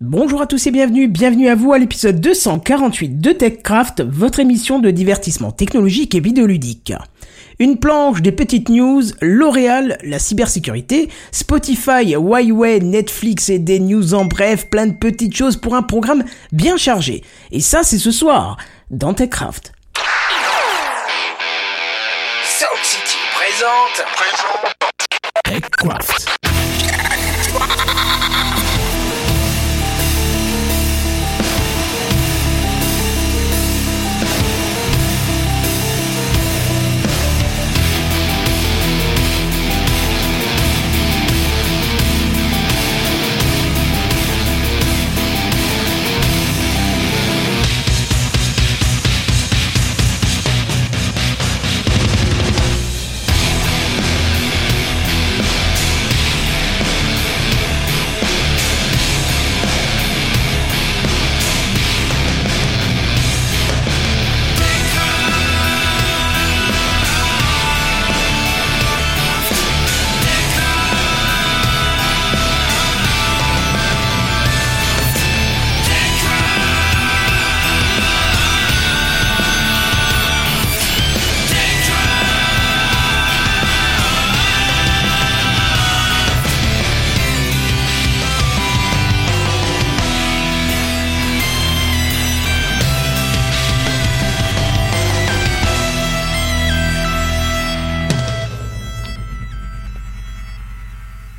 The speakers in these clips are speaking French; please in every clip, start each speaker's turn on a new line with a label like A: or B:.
A: Bonjour à tous et bienvenue, bienvenue à vous à l'épisode 248 de TechCraft, votre émission de divertissement technologique et vidéoludique. Une planche des petites news, L'Oréal, la cybersécurité, Spotify, Huawei, Netflix et des news en bref, plein de petites choses pour un programme bien chargé. Et ça c'est ce soir, dans TechCraft.
B: Sound City présente. présente.
A: TechCraft.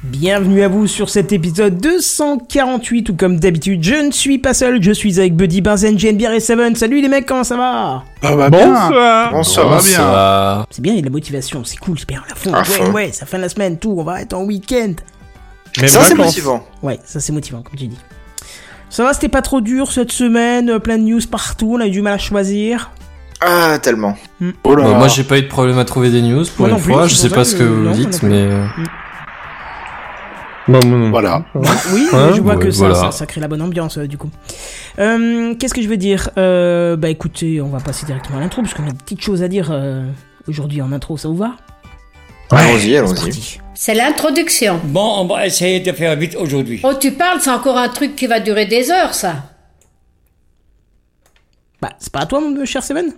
A: Bienvenue à vous sur cet épisode 248 où comme d'habitude je ne suis pas seul, je suis avec Buddy Benzen, JNBR et Seven. Salut les mecs, comment ça va
C: Ah bah bien.
D: Bonsoir.
C: Bonsoir, va bien.
A: C'est bien, il y a de la motivation, c'est cool, c'est bien, la fond.
C: À
A: Ouais,
C: fond.
A: ouais, ça fin de la semaine, tout, on va être en week-end.
D: Mais
C: Ça c'est
D: vacances.
C: motivant.
A: Ouais, ça c'est motivant, comme tu dis. Ça va, c'était pas trop dur cette semaine, euh, plein de news partout, on a eu du mal à choisir.
C: Ah tellement.
A: Hmm.
C: Oh là
E: Bah,
C: là.
E: moi j'ai pas eu de problème à trouver des news pour
A: Moi non
E: une
A: plus,
E: fois,
A: c'est
E: je
A: pour
E: sais
A: ça
E: pas
A: que-
E: ce que vous
A: non,
E: dites
A: moi non
E: mais... euh, Non, non, non.
C: Voilà.
A: Oui,
E: Ouais,
A: je vois
E: ouais,
A: que ça,
E: voilà.
A: ça, ça crée la bonne ambiance euh, du coup. Euh, Qu'est-ce que je veux dire Euh, Bah écoutez, on va passer directement à l'intro, parce qu'on a des petites choses à dire euh, aujourd'hui en intro, ça vous va
C: Allons-y,
A: C'est
C: allons-y.
A: parti.
F: C'est l'introduction.
G: Bon, on va essayer de faire vite aujourd'hui.
F: Oh, tu parles, c'est encore un truc qui va durer des heures, ça.
A: Bah, c'est pas à toi, mon cher Seven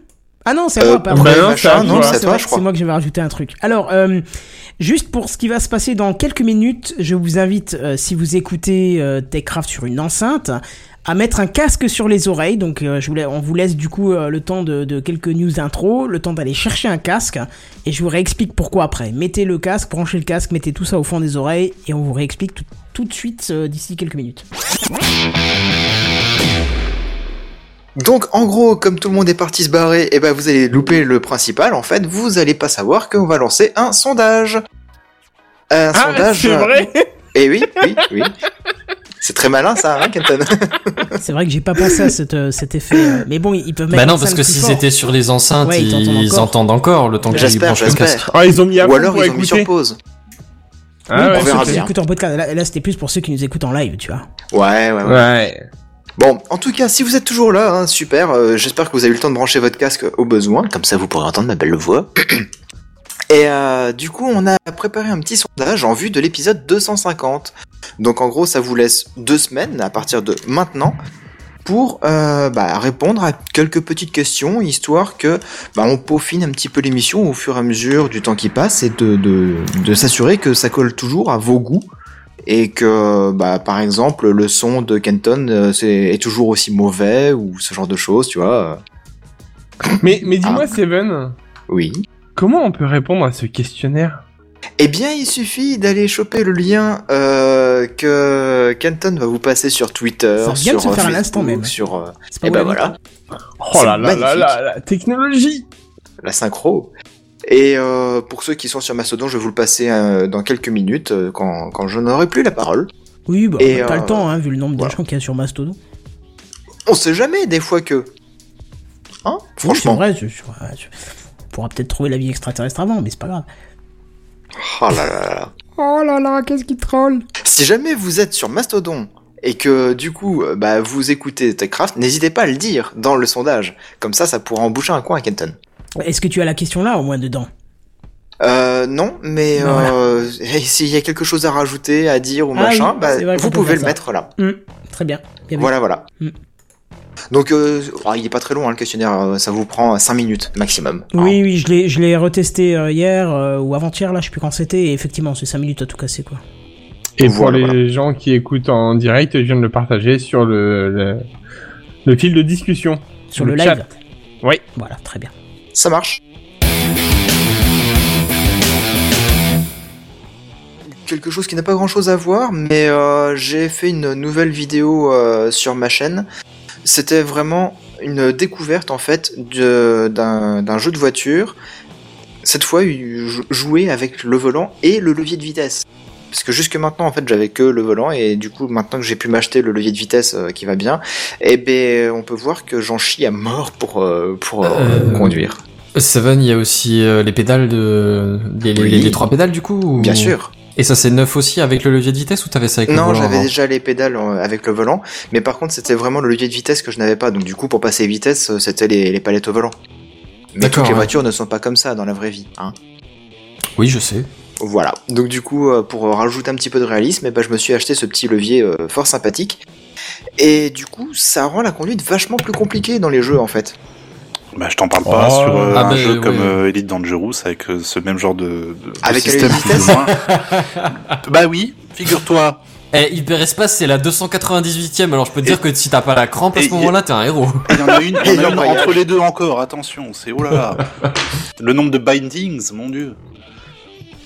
A: Ah non, c'est à
C: Euh,
A: moi, pardon.
C: bah
E: non,
C: machin,
E: c'est à
C: non,
E: toi.
C: c'est à
A: C'est
C: toi,
A: vrai,
C: je crois.
A: c'est moi que je vais rajouter un truc. Alors, euh, juste pour ce qui va se passer dans quelques minutes, je vous invite, euh, si vous écoutez euh, Techcraft sur une enceinte, à mettre un casque sur les oreilles. Donc, euh, je vous la- on vous laisse du coup euh, le temps de, de quelques news intro, le temps d'aller chercher un casque, et je vous réexplique pourquoi après. Mettez le casque, branchez le casque, mettez tout ça au fond des oreilles, et on vous réexplique tout, tout de suite euh, d'ici quelques minutes.
C: Donc en gros, comme tout le monde est parti se barrer, et ben vous allez louper le principal. En fait, vous allez pas savoir qu'on va lancer un sondage. Un
E: Ah,
C: sondage.
D: euh,
E: c'est vrai
C: Et oui, oui, oui. C'est très malin ça, hein, Kenton.
A: C'est vrai que j'ai pas pensé à cette, euh, cet effet, euh, mais bon, ils peuvent mettre.
E: Bah non
A: ça
E: parce
A: le
E: que
A: plus
E: si
A: fort.
E: c'était sur les enceintes
A: Ouais, ils
E: ils,
A: t'entendent encore.
E: entendent encore le temps qu'ils
C: J'espère,
E: branchent le casque.
C: j'espère.
D: Ah, ils ont mis à
C: Ou
D: fond
C: alors
D: pour
C: ils ont mis sur
D: écouter.
C: pause.
A: Oui,
D: Ah,
A: pour
D: ouais,
C: on
A: ceux
C: verra
A: qui
C: bien.
A: nous écoutent en podcast. Là, là, c'était plus pour ceux qui nous écoutent en live, tu vois.
C: Ouais, ouais, ouais.
D: Ouais.
C: Bon, en tout cas, si vous êtes toujours là, hein, super. euh, J'espère que vous avez eu le temps de brancher votre casque au besoin, comme ça vous pourrez entendre ma belle voix. Et euh, du coup, on a préparé un petit sondage en vue de l'épisode 250. Donc en gros, ça vous laisse deux semaines à partir de maintenant pour euh, bah, répondre à quelques petites questions, histoire que bah, on peaufine un petit peu l'émission au fur et à mesure du temps qui passe et de, de, de s'assurer que ça colle toujours à vos goûts et que bah, par exemple le son de Kenton euh, c'est- est toujours aussi mauvais ou ce genre de choses, tu vois. euh,
D: Mais, mais dis-moi,
C: Ah.
D: Seven,
C: Oui.
D: comment on peut répondre à ce questionnaire
C: Eh bien, il suffit d'aller choper le lien euh, que Kenton va vous passer sur Twitter,
A: Ça vient de
C: sur euh,
A: se faire à
C: Facebook,
A: l'instant même. Ah
C: sur euh,
A: C'est
C: Eh
A: moi
C: ben
A: qui ai dit.
C: voilà,
D: Oh là là
C: C'est
D: là
C: magnifique.
D: là, la technologie
C: la synchro. Et euh, pour ceux qui sont sur Mastodon, je vais vous le passer euh, dans quelques minutes euh, quand, quand je n'aurai plus la parole.
A: Oui, bah,
C: Et,
A: t'as
C: euh,
A: le temps, hein, vu le nombre
C: voilà.
A: de gens qu'il y a sur Mastodon.
C: On sait jamais des fois que. Hein Franchement.
A: Oui, c'est vrai, c'est- c'est vrai, c'est- on pourra peut-être trouver la vie extraterrestre avant, mais c'est pas grave.
C: Oh là là là là.
D: Oh là là, qu'est-ce qu'il troll
C: Si jamais vous êtes sur Mastodon et que du coup euh, bah, vous écoutez TechCraft, n'hésitez pas à le dire dans le sondage. Comme ça, ça pourra emboucher un coin à Kenton.
A: Est-ce que tu as la question là, au moins, dedans
C: Euh, non, mais
A: Bah, voilà.
C: euh, s'il y a quelque chose à rajouter, à dire ou
A: Ah
C: machin,
A: oui,
C: bah,
A: c'est vrai qu'on
C: vous
A: peut
C: pouvez
A: faire
C: le
A: ça.
C: mettre là.
A: Très bien. bien vu.
C: Voilà, voilà.
A: Mm.
C: Donc, euh, oh, il est pas très long hein, le questionnaire, euh, ça vous prend 5 minutes maximum.
A: Oui, oui, je l'ai, je l'ai retesté euh, hier euh, ou avant-hier, là, je sais plus quand c'était. Et effectivement, c'est 5 minutes à tout casser, quoi.
D: Et
C: Voilà,
D: pour les gens qui écoutent en direct, je viens de le partager sur le, le, le fil de discussion.
A: Sur le,
D: Le
A: live.
D: chat. Oui.
A: Voilà, très bien.
C: hein. Ça marche. Quelque chose qui n'a pas grand chose à voir, mais euh, j'ai fait une nouvelle vidéo euh, sur ma chaîne. C'était vraiment une découverte en fait de- d'un d'un jeu de voiture. Cette fois, jou- jouer avec le volant et le levier de vitesse. Parce que jusque maintenant, en fait, j'avais que le volant, et du coup, maintenant que j'ai pu m'acheter le levier de vitesse euh, qui va bien, eh ben, on peut voir que j'en chie à mort pour, euh, pour euh,
E: Euh,
C: conduire.
E: Seven, il y a aussi euh, les pédales de. Les, les-
C: Oui.
E: les- les trois pédales du coup ou-
C: Bien sûr.
E: Et ça, c'est neuf aussi avec le levier de vitesse ou t'avais ça avec le
C: Non,
E: volant
C: j'avais
E: avant
C: déjà les pédales euh, avec le volant, mais par contre, c'était vraiment le levier de vitesse que je n'avais pas. Donc, du coup, pour passer vitesse, euh, c'était les, les palettes au volant. Mais
E: D'accord,
C: toutes les
E: ouais.
C: voitures ne sont pas comme ça dans la vraie vie. Hein.
E: Oui, je sais.
C: Voilà. Donc, du coup, euh, pour rajouter un petit peu de réalisme, eh ben, je me suis acheté ce petit levier euh, fort sympathique. Et du coup, ça rend la conduite vachement plus compliquée dans les jeux, en fait.
H: Bah, je t'en parle pas
D: Oh.
H: sur euh,
E: Ah
H: un
E: ben,
H: jeu
E: ouais.
H: comme euh, Elite Dangerous avec euh, ce même genre de, de- de
C: Avec la
H: système. plus
C: vitesse
H: ou moins. bah oui, figure-toi.
E: Eh, Hyperespace, c'est la 298ème, alors je peux te dire que si t'as pas la crampe à
H: et
E: ce
H: il-
E: moment-là, t'es un héros.
H: Il y en a une, il y en a une
C: Incroyable.
H: entre les deux encore. Attention, c'est oh là là. Le nombre de bindings, mon dieu.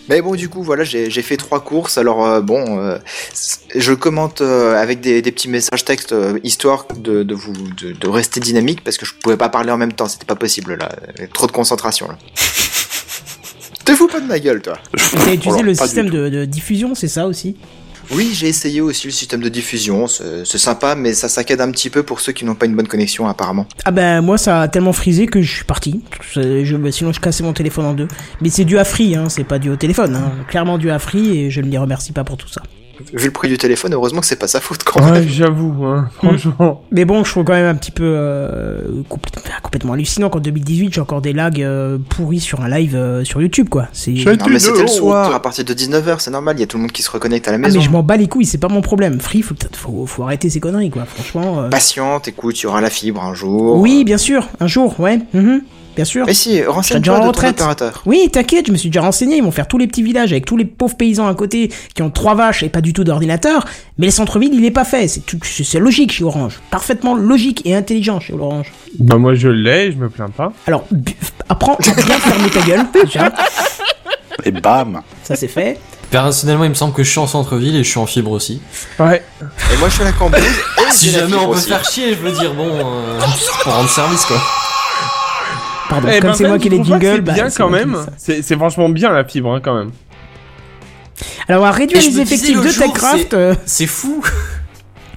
C: Mais bon, du coup, voilà, j'ai j'ai fait trois courses. Alors, euh, bon, euh, c- je commente euh, avec des, des petits messages textes, euh, histoire de, de vous de, de rester dynamique, parce que je pouvais pas parler en même temps, c'était pas possible là. Euh, Trop de concentration là. Te fous pas de ma gueule, toi.
A: Et t'as utilisé
H: Alors,
A: le
H: Oh pas du
A: système
H: tout.
A: de, de diffusion, c'est ça aussi
C: Oui, j'ai essayé aussi le système de diffusion, c'est c'est sympa, mais ça saccade un petit peu pour ceux qui n'ont pas une bonne connexion apparemment.
A: Ah ben moi ça a tellement frisé que je suis parti. Je, je- sinon je cassais mon téléphone en deux. Mais c'est dû à Free, hein, c'est pas dû au téléphone. hein. Clairement dû à Free et je ne les remercie pas pour tout ça.
C: Vu le prix du téléphone, heureusement que c'est pas sa faute quand même.
D: Ouais, j'avoue, hein, franchement.
A: Mais bon, je trouve quand même un petit peu euh, complètement, enfin, complètement hallucinant qu'en 2018 j'ai encore des lags euh, pourris sur un live euh, sur YouTube quoi. C'est Ah,
C: Non, mais c'était le soir, à partir de 19h, c'est normal, il y a tout le monde qui se reconnecte à la
A: oh. ah,
C: maison.
A: mais je m'en bats les couilles, c'est pas mon problème. Free, faut, peut-être- faut, faut arrêter ces conneries quoi. Franchement.
C: Bah,
A: euh,
C: Patiente, écoute, il y aura la fibre un jour.
A: Oui, bien sûr, un jour, ouais, mhm, bien sûr.
C: Mais si,
A: déjà
C: renseigne-toi
A: en
C: de ton
A: retraite.
C: opérateur.
A: Oui, t'inquiète, je me suis déjà renseigné, ils vont faire tous les petits villages avec tous les pauvres paysans à côté qui ont trois vaches et pas du tout d'ordinateur, mais le centre-ville, il est pas fait, c'est tout- c'est c'est logique chez Orange, parfaitement logique et intelligent chez Orange.
D: bah, moi, je l'ai, je me plains pas.
A: Alors, bu- apprends à bien fermer ta gueule, déjà,
H: Et bam.
A: ça c'est fait.
E: Personnellement, il me semble que je suis en centre-ville et je suis en fibre aussi.
D: Ouais.
C: Et moi, je suis à la cambouze. et
E: Si
C: Ah, j'ai la
E: jamais
C: fibre
E: on peut
C: aussi.
E: faire chier, je veux dire, bon, euh, pour rendre service quoi.
A: Pardon,
D: Eh
A: Ah, bah, comme
D: ben,
A: c'est
D: Ben,
A: moi
D: tu
A: qui ai les
D: trouves pas que
A: jingles,
D: C'est
A: bah,
D: bien
A: c'est
D: quand
A: moi qui
D: même.
A: fais ça.
D: C'est c'est franchement bien la fibre, hein, quand même.
A: Alors, on va réduire
E: Et je
A: les
E: me disais
A: effectifs
E: l'autre
A: de
E: jour,
A: TechCraft,
E: c'est-
A: euh,
E: C'est fou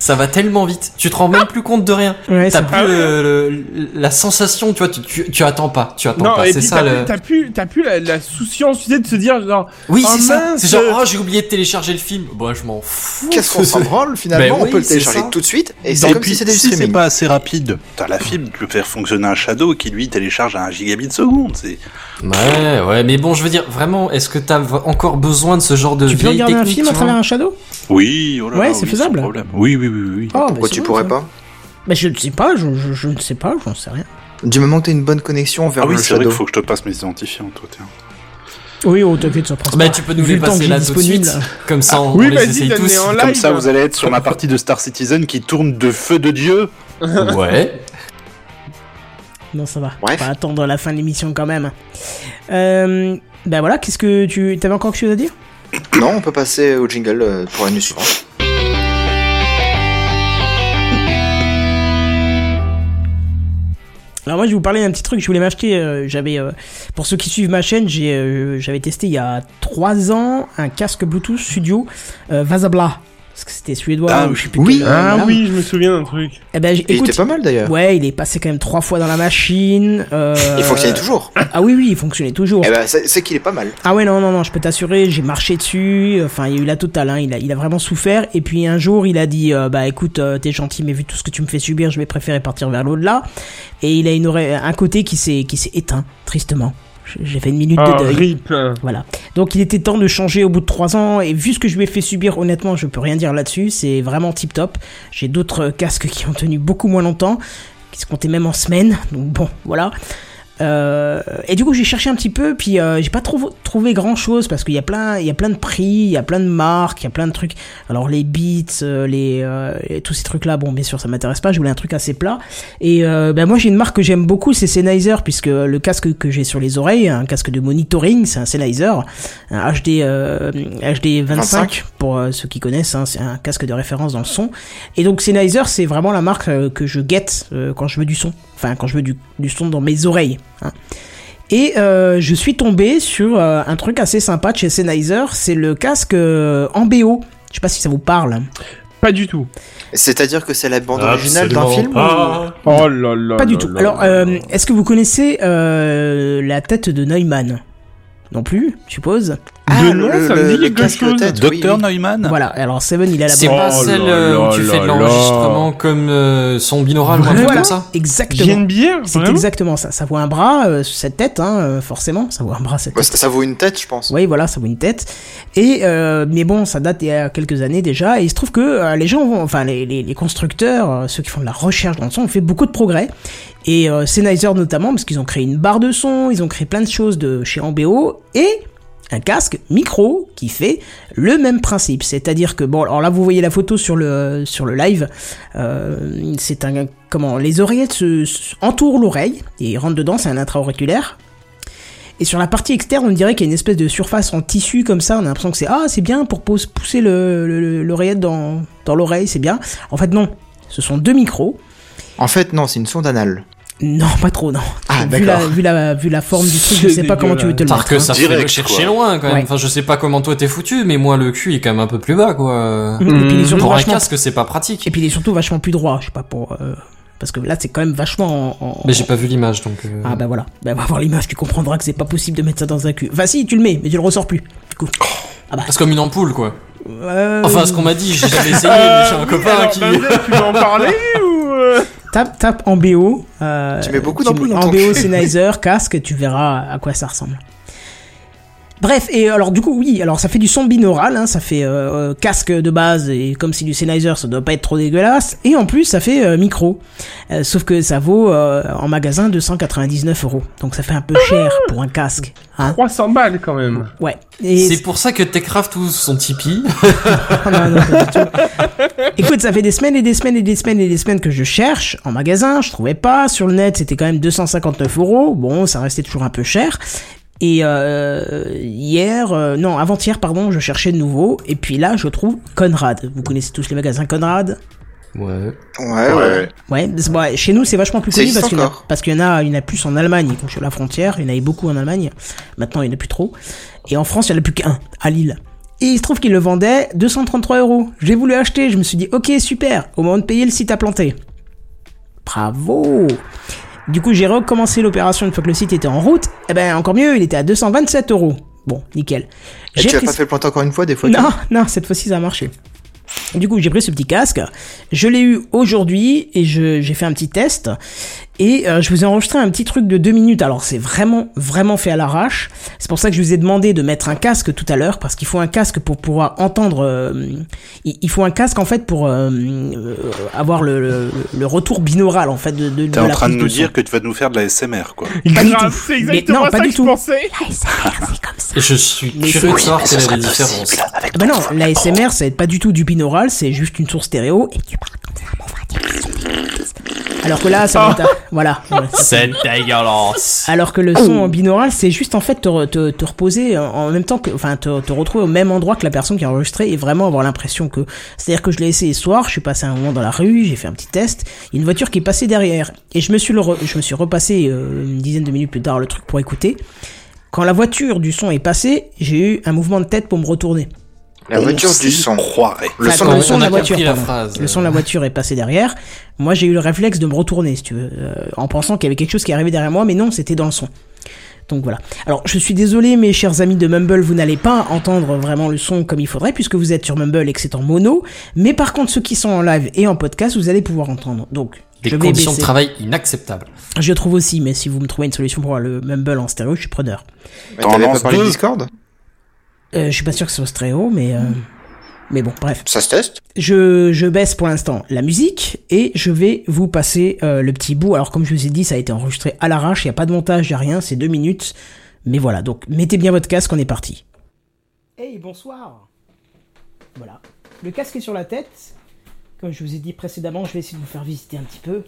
E: Ça va tellement vite, tu te rends même plus compte de rien.
A: ouais,
E: T'as
A: ça-
E: plus le- le- la sensation, tu vois, tu, tu, tu attends pas, tu attends
D: Non,
E: pas,
D: et
E: Bah, c'est
D: puis
E: ça
D: t'as
E: le...
D: plus- t'as plus, t'as plus la, la souciance, tu sais, de se dire genre.
E: Oui,
A: Ah,
D: Oh
E: c'est ça,
D: mince.
E: c'est genre, oh j'ai oublié de télécharger le film, bon, je m'en fous.
C: Qu'est-ce qu'on s'en branle finalement
E: Ben oui,
C: On peut le
E: c'est
C: télécharger
E: ça.
C: tout de suite et c'est
H: Et
C: comme
H: puis,
C: si c'était du
H: si c'est
C: streaming.
H: pas assez rapide, t'as la fibre, tu peux faire fonctionner un Shadow qui lui télécharge à 1 gigabit seconde. C'est
E: Ouais, ouais, mais bon, je veux dire, vraiment, est-ce que t'as v- encore besoin de ce genre de
A: Tu peux
E: vieille
A: regarder un
E: technique,
A: film à
E: tu vois
A: travers un shadow
H: oui, oh là
A: Ouais,
H: là,
A: c'est
H: oui, sans
A: faisable.
H: problème. Oui, oui, oui, oui.
A: Oh, bah,
C: Pourquoi
A: c'est
C: tu
A: bon,
C: pourrais
A: ça.
C: pas
A: Mais je ne sais pas, je, je- je ne sais pas, j'en sais rien.
C: Du moment que t'as une bonne connexion vers
H: Ah oui,
C: le
H: c'est vrai qu'il
C: Shadow.
H: faut que je te passe mes identifiants, toi. Tiens.
A: Oui, oh, t'inquiète, ça prend
E: Bah, tu peux nous
A: Vu
E: les
A: le temps que
E: passer
A: j'ai
E: là tout de suite,
A: disponible.
E: comme ça on,
D: Oui,
E: on les
D: vas-y,
E: essaye
D: donne-les
E: tous.
D: en
H: Comme
D: live.
H: ça, vous allez être sur ma partie de Star Citizen qui tourne de feu de dieu.
E: Ouais.
A: Non, ça va.
C: Bref.
A: On va attendre la fin de l'émission quand même. Euh, ben voilà, qu'est-ce que tu. T'avais encore quelque chose à dire
C: Non, on peut passer au jingle euh, pour la nuit suivante.
A: Alors, moi, je vais vous parler d'un petit truc. Je voulais m'acheter. euh, j'avais. euh, pour ceux qui suivent ma chaîne, j'ai, euh, j'avais testé il y a 3 ans un casque Bluetooth studio euh, Vasabla. Parce que c'était suédois.
H: Ah
A: ou je sais plus
C: oui.
A: quel, euh,
D: Ah
A: voilà.
D: oui, je me souviens d'un truc.
A: Eh ben, j-
C: Il
A: écoute.
C: était pas mal d'ailleurs.
A: Ouais, il est passé quand même trois fois dans la machine. Euh...
C: Il fonctionnait toujours.
A: Ah oui, oui, il fonctionnait toujours.
C: Eh ben, c'est c'est qu'il est pas mal.
A: Ah ouais, non, non, non, je peux t'assurer, j'ai marché dessus, euh, enfin, il y a eu la totale, hein, il, a, il a vraiment souffert, et puis un jour, il a dit, euh, bah écoute, euh, t'es gentil, mais vu tout ce que tu me fais subir, je vais préférer partir vers l'au-delà, et il a une oreille- un côté qui s'est qui s'est éteint, tristement. J'ai- J'ai fait une minute
D: Ah,
A: de deuil.
D: rip.
A: Voilà. Donc il était temps de changer au bout de trois ans et vu ce que je lui ai fait subir, honnêtement, je peux rien dire là-dessus. C'est vraiment tip top. J'ai d'autres euh, casques qui ont tenu beaucoup moins longtemps, qui se comptaient même en semaines. Donc bon, voilà. Euh, et du coup, j'ai cherché un petit peu, puis euh, j'ai pas trop trouvé grand chose parce qu'il y a plein, il y a plein de prix, il y a plein de marques, il y a plein de trucs. Alors les beats, euh, les euh, et tous ces trucs-là, bon, bien sûr, ça m'intéresse pas. Je voulais un truc assez plat. Et euh, ben moi, j'ai une marque que j'aime beaucoup, c'est Sennheiser, puisque le casque que j'ai sur les oreilles, un casque de monitoring, c'est un Sennheiser, un HD euh, HD 25,
C: 25.
A: pour euh, ceux qui connaissent. hein, c'est un casque de référence dans le son. Et donc Sennheiser, c'est vraiment la marque euh, que je guette euh, quand je veux du son, enfin quand je veux du, du son dans mes oreilles. hein. Et euh, je suis tombé sur euh, un truc assez sympa de chez Sennheiser, c'est le casque euh, en BO. Je sais pas si ça vous parle.
D: Pas du tout.
C: C'est-à-dire que c'est la bande
H: Ah,
C: originale d'un
E: Absolument
C: film
E: pas.
D: Oh là là.
A: Pas du
D: là
A: tout.
D: là
A: Alors,
D: là
A: euh,
D: là.
A: est-ce que vous connaissez euh, la tête de Neumann Non plus, je suppose.
C: Ah,
D: De
C: le-
D: nom, ça
C: le-
D: me dit
C: le
D: quelque
C: casque
D: chose.
C: tête. Oui,
H: Docteur
C: oui.
H: Neumann
A: Voilà, alors Seven, il a la
E: C'est
A: bonne.
E: pas
D: Oh
E: celle
D: là
E: euh, où
D: là
E: tu fais de
D: là
E: l'enregistrement comme euh, son binaural ou un truc
A: Voilà,
E: comme ça.
A: exactement.
D: JNBR,
A: C'est
D: vraiment
A: exactement ça. Ça vaut un bras, euh, cette tête, hein, euh, forcément. Ça vaut un bras, cette
D: Bah,
C: Ouais,
A: tête.
C: ça, ça vaut une tête, je pense.
A: Oui, voilà, ça vaut une tête. Et euh, mais bon, ça date il y a quelques années déjà. Et il se trouve que euh, les gens, vont, enfin les, les- les constructeurs, euh, ceux qui font de la recherche dans le son, ont fait beaucoup de progrès. Et euh, Sennheiser notamment, parce qu'ils ont créé une barre de son, ils ont créé plein de choses de chez Ambeo et un casque micro qui fait le même principe. C'est-à-dire que bon, alors là vous voyez la photo sur le sur le live. Euh, c'est un comment les oreillettes se, se- entourent l'oreille et rentrent dedans, c'est un intra-auriculaire. Et sur la partie externe, on dirait qu'il y a une espèce de surface en tissu comme ça. On a l'impression que c'est ah c'est bien pour pos- pousser le- le- le- l'oreillette dans dans l'oreille, c'est bien. En fait non, ce sont deux micros.
C: En fait, non, c'est une sonde anale.
A: Non, pas trop non.
C: Ah,
A: vu la,
C: d'accord.
A: vu la vu la forme du truc, je
D: C'est
A: sais pas comment tu veux te le
E: Parce
A: mettre.
E: que ça
H: Direct,
E: fait le chercher
H: quoi.
E: loin quand même.
A: Ouais.
E: Enfin, je sais pas comment toi t'es foutu, mais moi le cul est quand même un peu plus bas quoi.
A: hein. Et puis il est surtout
E: Pour un
A: vachement-
E: casque, c'est pas pratique.
A: Et puis il est surtout vachement plus droit, je sais pas pour. euh, parce que là, c'est quand même vachement. En, en-
E: Mais j'ai pas vu l'image donc. euh,
A: Ah bah voilà, bah, va voir l'image, tu comprendras que c'est pas possible de mettre ça dans un cul. Enfin si, tu le mets, mais tu le ressors plus. Du coup.
E: Oh.
A: Ah, bah.
E: C'est comme une ampoule quoi.
A: Euh,
E: Enfin, ce qu'on m'a dit, j'ai jamais essayé,
D: Euh,
E: mais j'ai Ah un
D: oui,
E: copain
D: alors,
E: qui.
A: bah,
D: Denzel, tu veux en parler ou euh
A: tape, tape en BO. euh,
C: Tu mets beaucoup d'ampoules dans
A: En
C: ton
A: BO,
C: cul.
A: Sennheiser, casque, tu verras à quoi ça ressemble. Bref, et alors du coup, oui, alors ça fait du son binaural, hein, ça fait euh, euh, casque de base, et comme c'est du Sennheiser, ça doit pas être trop dégueulasse, et en plus ça fait euh, micro. Euh, sauf que ça vaut euh, en magasin 299 euros, donc ça fait un peu cher pour un casque. Hein
D: 300 balles quand même.
A: ouais. Et
E: C'est pour ça que Techcraft tous son Tipeee.
A: Ah non, non, pas du tout. Écoute, ça fait des semaines et des semaines et des semaines et des semaines que je cherche en magasin, je trouvais pas. Sur le net, c'était quand même 259 euros. Bon, ça restait toujours un peu cher. Et euh, hier, euh, non, avant-hier, pardon, je cherchais de nouveau. Et puis là, je trouve Conrad. Vous connaissez tous les magasins Conrad
E: Ouais.
C: Ouais, ouais.
A: Ouais, c'est- ouais, chez nous, c'est vachement plus
C: Ça
A: connu
C: existe
A: parce qu'il y en a-
C: encore
A: parce qu'il y, en a- il y en a plus en Allemagne, quand je suis à la frontière, il y en avait beaucoup en Allemagne. Maintenant, il n'y en a plus trop. Et en France, il n'y en a plus qu'un, à Lille. Et il se trouve qu'il le vendait 233 euros. J'ai voulu acheter, je me suis dit, ok, super, au moment de payer, le site a planté. Bravo Du coup, j'ai recommencé l'opération une fois que le site était en route. Eh ben, encore mieux, il était à 227 euros. Bon, nickel.
C: Et
A: J'ai
C: tu as
A: pris
C: pas
A: ce-
C: fait le planter encore une fois, des fois
A: non, non, cette fois-ci ça a marché. Du coup, j'ai pris ce petit casque, je l'ai eu aujourd'hui et je- j'ai fait un petit test et euh, je vous ai enregistré un petit truc de deux minutes. Alors c'est vraiment vraiment fait à l'arrache. C'est pour ça que je vous ai demandé de mettre un casque tout à l'heure parce qu'il faut un casque pour pouvoir entendre. euh, il, il faut un casque en fait pour euh, euh, avoir le, le- le retour binaural en fait de. de, de
H: T'es en
A: la
H: train de
A: prise
H: nous
A: son.
H: dire que tu vas nous faire de la SMR, quoi.
A: Pas du
D: Grave,
A: tout.
D: Ah, c'est
A: Mais
D: exactement
A: non, pas
D: ça
A: du
D: que
A: tout.
D: je pensais.
A: Ah, ça a l'air, c'est comme ça.
E: Et je suis
A: Mais
E: curieux de
A: oui,
E: savoir
C: mais ce
E: quelle est
C: sera
E: la différence.
C: possible avec
A: Ah bah
C: ton
A: non,
C: fameux
A: la
C: pro.
A: SMR, c'est pas du tout du binaural, c'est juste une source stéréo et tu parles comme ça, mon frère, tu parles comme ça. Alors que là, ça monte à... Voilà. voilà.
E: C'est dégueulasse.
A: Alors que le son en binaural, c'est juste en fait te, re- te, te reposer en- en même temps que, enfin, te, te retrouver au même endroit que la personne qui a enregistré et vraiment avoir l'impression que, c'est-à-dire que je l'ai essayé ce soir, je suis passé un moment dans la rue, j'ai fait un petit test, il y a une voiture qui est passée derrière et je me suis le re- je me suis repassé euh, une dizaine de minutes plus tard le truc pour écouter. Quand la voiture du son est passée, j'ai eu un mouvement de tête pour me retourner.
C: La voiture
H: On
C: du
H: s'y
C: son.
H: croirait.
C: Le
A: Enfin,
C: son
A: quand
C: de
E: on
A: le son de
E: a
A: la
E: compris
A: voiture,
E: la
A: pardon.
E: phrase.
A: Le son de la voiture est passé derrière. Moi, j'ai eu le réflexe de me retourner, si tu veux, euh, en pensant qu'il y avait quelque chose qui arrivait derrière moi, mais non, c'était dans le son. Donc voilà. Alors je suis désolé mes chers amis de Mumble, vous n'allez pas entendre vraiment le son comme il faudrait puisque vous êtes sur Mumble et que c'est en mono, mais par contre ceux qui sont en live et en podcast, vous allez pouvoir entendre. Donc
E: Des
A: je vais
E: conditions de
A: baisser.
E: travail inacceptables.
A: Je trouve aussi, mais si vous me trouvez une solution pour le Mumble en stéréo, je suis preneur.
C: Mais T'avais pas
H: Tendance
C: parlé de
H: deux.
C: Discord
A: Euh, je suis pas sûr que ce soit stéréo, mais euh, mais bon, bref.
C: Ça se teste
A: Je, je baisse pour l'instant la musique et je vais vous passer euh, le petit bout. Alors comme je vous ai dit, ça a été enregistré à l'arrache, il n'y a pas de montage, il n'y a rien, c'est deux minutes. Mais voilà, donc mettez bien votre casque, on est parti. Hey, bonsoir Voilà, le casque est sur la tête. Comme je vous ai dit précédemment, je vais essayer de vous faire visiter un petit peu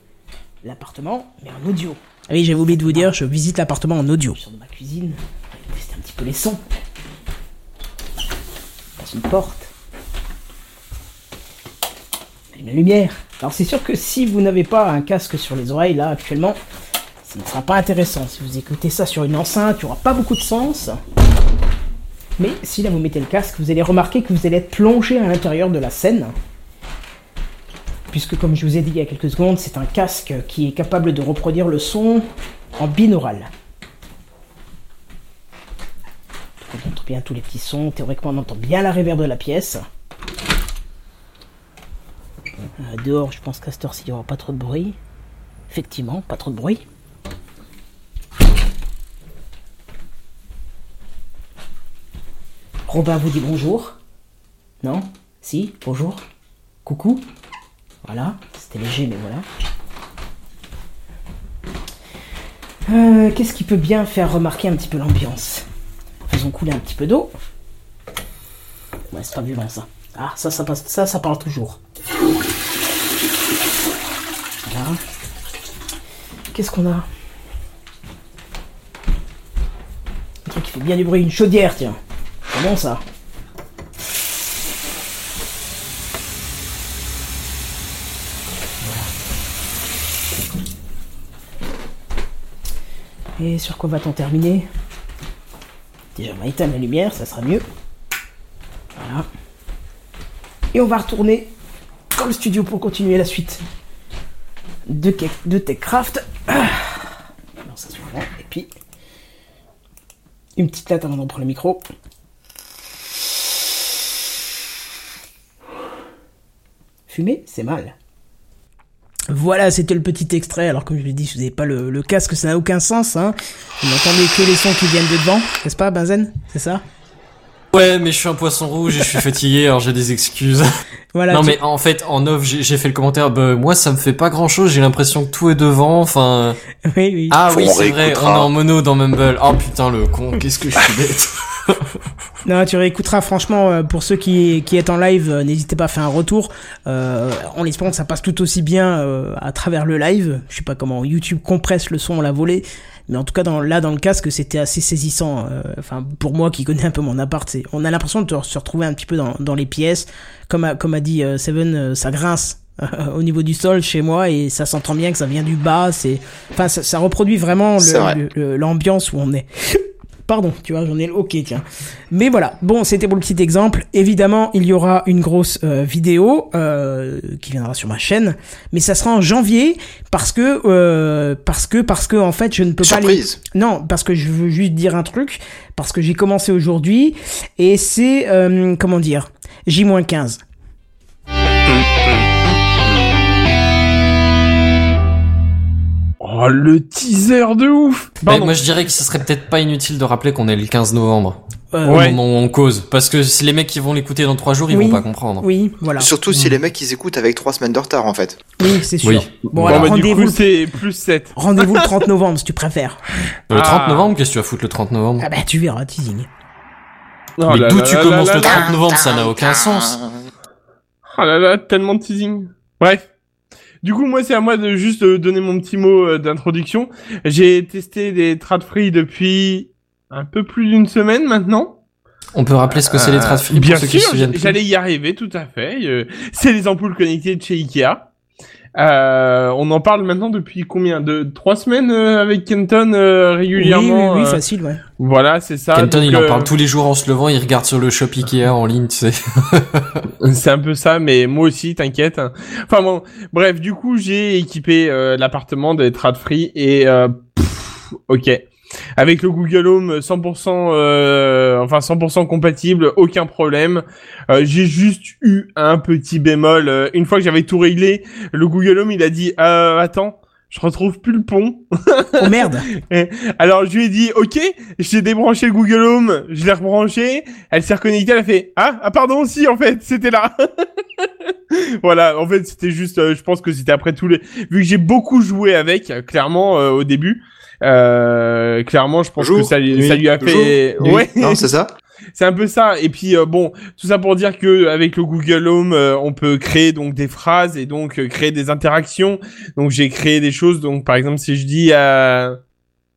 A: l'appartement, mais en audio. Ah oui, j'avais oublié de vous dire, je visite l'appartement en audio. Je sors de ma cuisine, je vais tester un petit peu les sons. Dans une porte une lumière. Alors c'est sûr que si vous n'avez pas un casque sur les oreilles là actuellement, ça ne sera pas intéressant. Si vous écoutez ça sur une enceinte, il n'y aura pas beaucoup de sens. Mais si là vous mettez le casque, vous allez remarquer que vous allez être plongé à l'intérieur de la scène. Puisque comme je vous ai dit il y a quelques secondes, c'est un casque qui est capable de reproduire le son en binaural. Donc, On entend bien tous les petits sons, théoriquement on entend bien la réverb de la pièce. Euh, dehors, je pense qu'à cette heure-ci, il n'y aura pas trop de bruit. Effectivement, pas trop de bruit. Robin vous dit bonjour. Non Si Bonjour Coucou Voilà, c'était léger, mais voilà. Euh, Qu'est-ce qui peut bien faire remarquer un petit peu l'ambiance Faisons couler un petit peu d'eau. Ouais, c'est pas violent ça. Ah, ça, ça passe, ça, ça parle toujours. Voilà. Qu'est-ce qu'on a Un truc qui fait bien du bruit, une chaudière, tiens. C'est bon ça Voilà. Et sur quoi va-t-on terminer Déjà, on va éteindre la lumière, ça sera mieux. Voilà. Et on va retourner dans le studio pour continuer la suite de, Ke- de Techcraft. Ah. Non, ça se voit pas. Et puis, une petite latte avant de prendre le micro. Fumer, c'est mal. Voilà, c'était le petit extrait. Alors, comme je l'ai dit, si vous n'avez pas le, le casque, ça n'a aucun sens. Hein. Vous n'entendez que les sons qui viennent de devant, n'est-ce pas, Benzen C'est ça
E: Ouais, mais je suis un poisson rouge et je suis fatigué, alors j'ai des excuses.
A: Voilà.
E: non,
A: tu-
E: mais en fait, en off, j'ai j'ai fait le commentaire. Bah, moi, ça me fait pas grand chose. J'ai l'impression que tout est devant. Enfin.
A: Oui, oui.
E: Ah oui,
H: On
E: c'est vrai. On est
H: réécoutera.
E: en mono dans Mumble. Oh putain, le con. Qu'est-ce que je suis bête.
A: Non, tu réécouteras franchement euh, pour ceux qui qui est en live, euh, n'hésitez pas à faire un retour. Euh, en espérant que ça passe tout aussi bien euh, à travers le live. Je sais pas comment YouTube compresse le son à la volée, mais en tout cas dans là dans le casque c'était assez saisissant. Euh, Enfin pour moi qui connais un peu mon appart, c'est on a l'impression de te- se retrouver un petit peu dans dans les pièces. Comme a, comme a dit euh, Seven, euh, ça grince. euh, au niveau du sol chez moi et ça s'entend bien que ça vient du bas c'est enfin ça, ça reproduit vraiment le-
C: C'est vrai.
A: le- le- l'ambiance où on est Pardon, tu vois, j'en ai le ok, tiens. Mais voilà, bon, c'était pour le petit exemple. Évidemment, il y aura une grosse euh, vidéo euh, qui viendra sur ma chaîne, mais ça sera en janvier parce que euh, parce que parce que en fait, je ne peux pas les
C: Surprise
A: non, parce que je veux juste dire un truc, parce que j'ai commencé aujourd'hui, et c'est, euh, comment dire, J-15.
D: Oh, le teaser de ouf
E: Mais
A: Ben,
D: Pardon.
E: moi, je dirais que ce serait peut-être pas inutile de rappeler qu'on est le 15 novembre.
A: Euh,
E: Au
D: Ouais.
E: moment où on cause. Parce que si les mecs qui vont l'écouter dans trois jours, ils
A: Oui.
E: vont pas comprendre.
A: Oui, voilà.
C: Surtout si les mecs ils écoutent avec 3 semaines de retard en fait.
A: Oui, c'est sûr.
E: Oui.
A: Bon,
D: Bon,
A: alors,
D: bah, du
A: rendez-vous
D: coup, c'est plus 7.
A: rendez-vous le 30 novembre, si tu préfères.
E: Euh, Le 30
D: Ah.
E: novembre, qu'est-ce que tu vas foutre le 30 novembre
A: Ah bah, tu verras, teasing.
D: Oh
E: Mais
D: là
E: d'où
D: là
E: tu
D: là
E: commences
D: là
E: le
D: là.
E: 30 novembre, ça n'a aucun sens.
D: Oh là là, tellement de teasing. Bref. Du coup, moi, c'est à moi de juste euh, donner mon petit mot euh, d'introduction. J'ai testé des trad free depuis un peu plus d'une semaine maintenant.
E: On peut rappeler ce que c'est les trades free
D: Bien
E: pour ceux qui se
D: sûr,
E: souviennent plus.
D: j'allais y arriver, tout à fait. Euh, C'est les ampoules connectées de chez Ikea. Euh, on en parle maintenant depuis combien de trois semaines euh, avec Kenton euh,
A: Oui, oui,
D: régulièrement.
A: oui,
D: euh,
A: facile, ouais.
D: voilà, c'est ça.
E: Kenton,
D: donc,
E: il en
D: euh,
E: parle tous les jours en se levant, il regarde sur le shop Ikea en ligne, tu sais.
D: C'est un peu ça, mais moi aussi, t'inquiète. Enfin bon, bref, du coup, j'ai équipé euh, l'appartement des trad free et euh, pff, ok. Avec le Google Home 100%, euh, enfin 100% compatible, aucun problème. Euh, J'ai juste eu un petit bémol. Euh, Une fois que j'avais tout réglé, le Google Home il a dit euh, attends, je retrouve plus le pont.
A: Oh merde
D: Alors je lui ai dit ok, j'ai débranché le Google Home, je l'ai rebranché, elle s'est reconnectée, elle a fait ah, ah pardon si en fait c'était là. voilà, en fait c'était juste, euh, je pense que c'était après tous les, vu que j'ai beaucoup joué avec, euh, clairement euh, au début, euh, clairement je pense
C: Jour,
D: que ça, lui-
E: nuit,
D: ça lui a fait,
E: jour, nuit.
D: ouais,
C: Non, c'est ça
D: c'est un peu ça. Et puis euh, bon, tout ça pour dire que avec le Google Home, euh, on peut créer donc des phrases et donc euh, créer des interactions. Donc j'ai créé des choses. Donc par exemple, si je dis à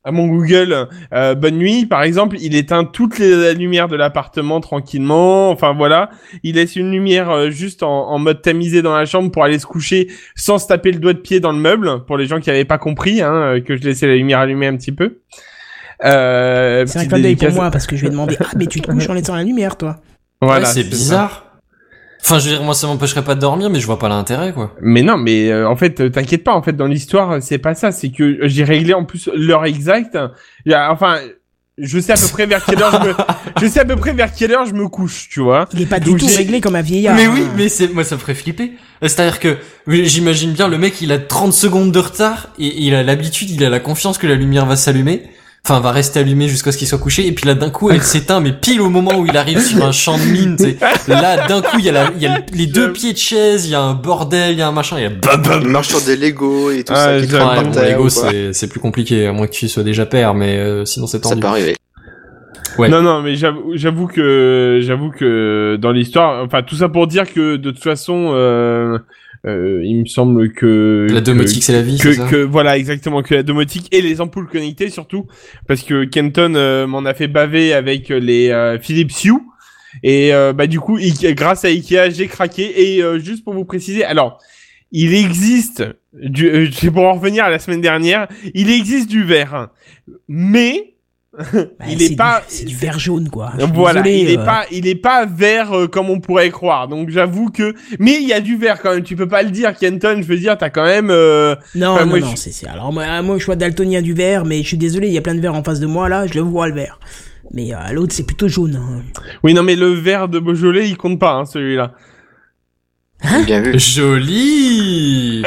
D: à mon Google euh, bonne nuit, par exemple, il éteint toutes les lumières de l'appartement tranquillement. Enfin voilà, il laisse une lumière euh, juste en, en mode tamisé dans la chambre pour aller se coucher sans se taper le doigt de pied dans le meuble. Pour les gens qui n'avaient pas compris hein, euh, que je laissais la lumière allumée un petit peu. Euh,
A: C'est un
D: petite
A: clin d'œil pour
D: dédicace-
A: moi parce que je lui ai demandé Ah, mais tu te couches en laissant la lumière, toi.
D: Voilà,
E: Ouais, c'est
D: ça.
E: bizarre. Enfin, je veux dire, moi, ça m'empêcherait pas de dormir, mais je vois pas l'intérêt, quoi.
D: Mais non, mais euh, en fait, euh, t'inquiète pas. En fait, dans l'histoire, euh, c'est pas ça. C'est que euh, j'ai réglé en plus l'heure exacte. Il y a- Enfin, je sais à peu près vers quelle heure je me, je sais à peu près vers quelle heure je me couche, tu vois.
A: Il est pas du
D: Donc,
A: tout
D: j'ai-
A: réglé comme un vieillard.
E: Mais
A: hein.
E: oui, mais c'est moi ça me ferait flipper. Euh, C'est-à-dire que oui, j'imagine bien le mec, il a 30 secondes de retard et il a l'habitude, il a la confiance que la lumière va s'allumer. Enfin, va rester allumée jusqu'à ce qu'il soit couché et puis là d'un coup elle s'éteint mais pile au moment où il arrive sur un champ de mine. tu sais. Là d'un coup il y a, la- il y a le- les deux
D: J'aime.
E: pieds de chaise, il y a un bordel, il y a un machin, il y a bam
C: Il marche sur des Lego et tout
D: Ah,
C: ça qui
D: j'aime.
C: traîne
E: Ouais,
C: par
E: bon,
D: Panthère
C: terre.
E: Lego
C: ou quoi.
E: c'est c'est plus compliqué à moins que tu sois déjà père mais euh, sinon c'est
C: Ça
E: tendu.
C: peut arriver.
E: Ouais.
D: Non, non, mais j'avoue j'avoue que j'avoue que dans l'histoire, enfin tout ça pour dire que de toute façon, euh, euh, il me semble que
E: La
D: que-
E: domotique c'est la vie, c'est ça
D: que, que voilà exactement que la domotique et les ampoules connectées surtout parce que Kenton euh, m'en a fait baver avec les euh, Philips Hue et euh, bah du coup I- grâce à Ikea j'ai craqué et euh, juste pour vous préciser alors il existe du euh, c'est pour en revenir à la semaine dernière il existe du verre mais
A: Bah,
D: il
A: c'est
D: est
A: du-
D: pas
A: C'est du vert jaune, quoi. Ah, Je suis
D: voilà,
A: désolé,
D: il est
A: euh,
D: pas, il est pas vert euh, comme on pourrait croire. Donc j'avoue que, mais il y a du vert quand même. Tu peux pas le dire, Kenton. Je veux dire, t'as quand même. euh,
A: Non,
D: Enfin,
A: non,
D: moi,
A: non,
D: je-
A: c'est c'est- Alors, moi, euh, moi, je vois daltonien du vert, mais je suis désolé, il y a plein de verts en face de moi, là, je le vois, le vert. Mais euh, l'autre, c'est plutôt jaune. hein.
D: Oui, non, mais le vert de Beaujolais, il compte pas, hein, celui-là.
A: Hein
C: Bien vu.
E: Joli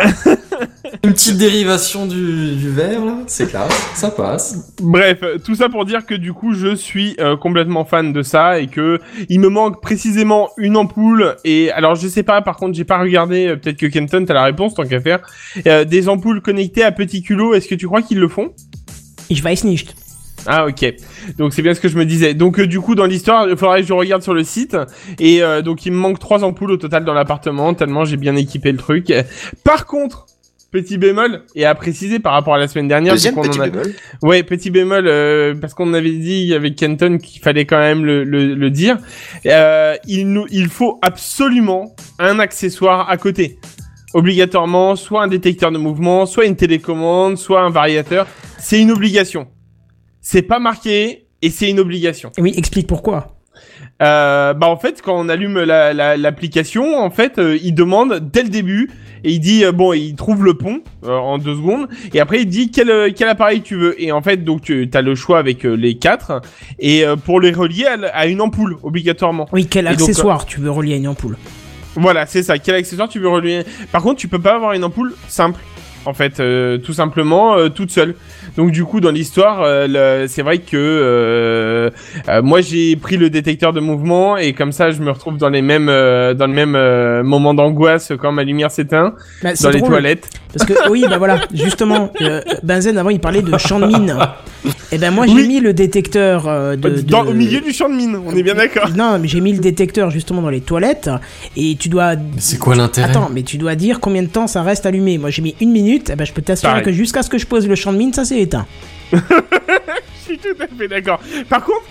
E: Une petite dérivation du, du verre, là, c'est classe, ça passe.
D: Bref, euh, tout ça pour dire que du coup, je suis euh, complètement fan de ça et que il me manque précisément une ampoule. Et alors, je sais pas, par contre, j'ai pas regardé. euh, Peut-être que Kenton, t'as la réponse, tant qu'à faire. Euh, des ampoules connectées à petit culot. Est-ce que tu crois qu'ils le font
A: Ich weiß nicht.
D: Ah ok. Donc c'est bien ce que je me disais. Donc euh, du coup dans l'histoire, il faudrait que je regarde sur le site et euh, donc il me manque trois ampoules au total dans l'appartement tellement j'ai bien équipé le truc. Par contre, petit bémol et à préciser par rapport à la semaine dernière,
C: Deuxième
D: vu qu'on
C: petit
D: en a-
C: bémol.
D: Ouais, petit bémol euh, parce qu'on avait dit avec Kenton qu'il fallait quand même le, le, le dire. Euh, il nous il faut absolument un accessoire à côté. Obligatoirement, soit un détecteur de mouvement, soit une télécommande, soit un variateur, c'est une obligation. C'est pas marqué et c'est une obligation.
A: Oui, explique pourquoi.
D: Euh, bah en fait, quand on allume la- la- l'application, en fait, euh, il demande dès le début et il dit euh, bon, il trouve le pont euh, en deux secondes et après il dit quel euh, quel appareil tu veux et en fait donc tu as le choix avec euh, les quatre et euh, pour les relier à, l- à une ampoule obligatoirement.
A: Oui, quel
D: Et donc, euh,
A: accessoire tu veux relier à une ampoule
D: Voilà, c'est ça. Quel accessoire tu veux relier Par contre, tu peux pas avoir une ampoule simple. En fait, euh, tout simplement, euh, toute seule. Donc du coup, dans l'histoire, euh, le- c'est vrai que euh, euh, moi j'ai pris le détecteur de mouvement et comme ça, je me retrouve dans les mêmes, euh, dans le même euh, moment d'angoisse quand ma lumière s'éteint
A: Bah, c'est
D: dans les
A: drôle,
D: toilettes.
A: Parce que, oui, bah voilà, justement, euh, Benzen, avant, il parlait de champ de mine. Et ben moi, j'ai
D: Oui.
A: mis le détecteur euh, de,
D: Dans,
A: de-
D: Au milieu du champ de mine, on est bien d'accord.
A: Non, mais j'ai mis le détecteur justement dans les toilettes et tu dois
E: Mais c'est quoi l'intérêt
A: Attends, mais tu dois dire combien de temps ça reste allumé. Moi, j'ai mis une minute. eh ben, je peux t'assurer
D: Pareil.
A: que jusqu'à ce que je pose le champ de mine, ça c'est éteint.
D: Je suis tout à fait d'accord. Par contre,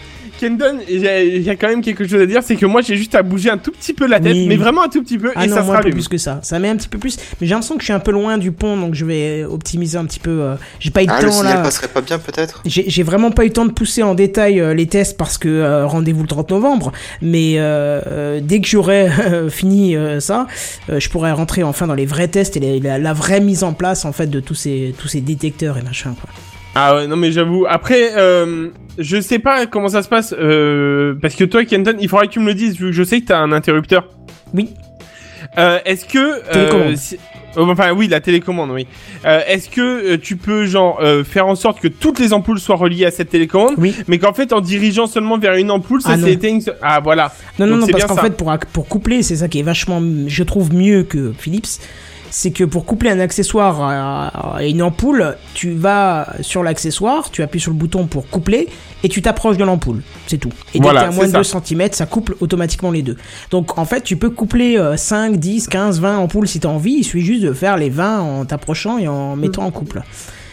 D: Kendon, il y, a- il y a quand même quelque chose à dire, c'est que moi j'ai juste à bouger un tout petit peu la tête,
A: Oui,
D: mais
A: oui.
D: vraiment un tout petit peu,
A: Ah
D: et
A: non,
D: ça se
A: moi un peu
D: rallume.
A: plus que ça. Ça met un petit peu plus. Mais j'ai l'impression que je suis un peu loin du pont, donc je vais optimiser un petit peu. euh, J'ai pas eu le
C: Ah, le
A: temps
C: signal
A: là.
C: passerait pas bien peut-être
A: J'ai j'ai vraiment pas eu le temps de pousser en détail euh, les tests parce que euh, rendez-vous le 30 novembre. Mais euh, euh, dès que j'aurai euh, fini euh, ça, euh, je pourrai rentrer enfin dans les vrais tests et les- la, la vraie mise en place en fait de tous ces tous ces détecteurs et machin. Quoi.
D: Ah ouais, non mais j'avoue. Après, euh, je sais pas comment ça se passe euh, parce que toi, Kenton, il faudrait que tu me le dises vu que je sais que t'as un interrupteur.
A: Oui.
D: Euh, Est-ce que euh,
A: Télécommande.
D: si- euh, enfin oui, la télécommande, oui. Euh, Est-ce que euh, tu peux genre euh, faire en sorte que toutes les ampoules soient reliées à cette télécommande,
A: Oui.
D: mais qu'en fait en dirigeant seulement vers une ampoule, ça
A: Ah non.
D: s'éteigne. sur- Ah voilà.
A: Non, non,
D: Donc
A: non,
D: c'est
A: parce
D: bien
A: qu'en
D: ça.
A: fait, pour, ac- pour coupler, c'est ça qui est vachement, je trouve, mieux que Philips. C'est que pour coupler un accessoire à- à une ampoule, tu vas sur l'accessoire, tu appuies sur le bouton pour coupler, et tu t'approches de l'ampoule. C'est tout. Et dès
D: Voilà,
A: que t'es à moins
D: c'est
A: de
D: ça.
A: 2 cm, ça couple automatiquement les deux. Donc en fait, tu peux coupler euh, 5, 10, 15, 20 ampoules si t'as envie. Il suffit juste de faire les 20 en t'approchant et en mettant en couple.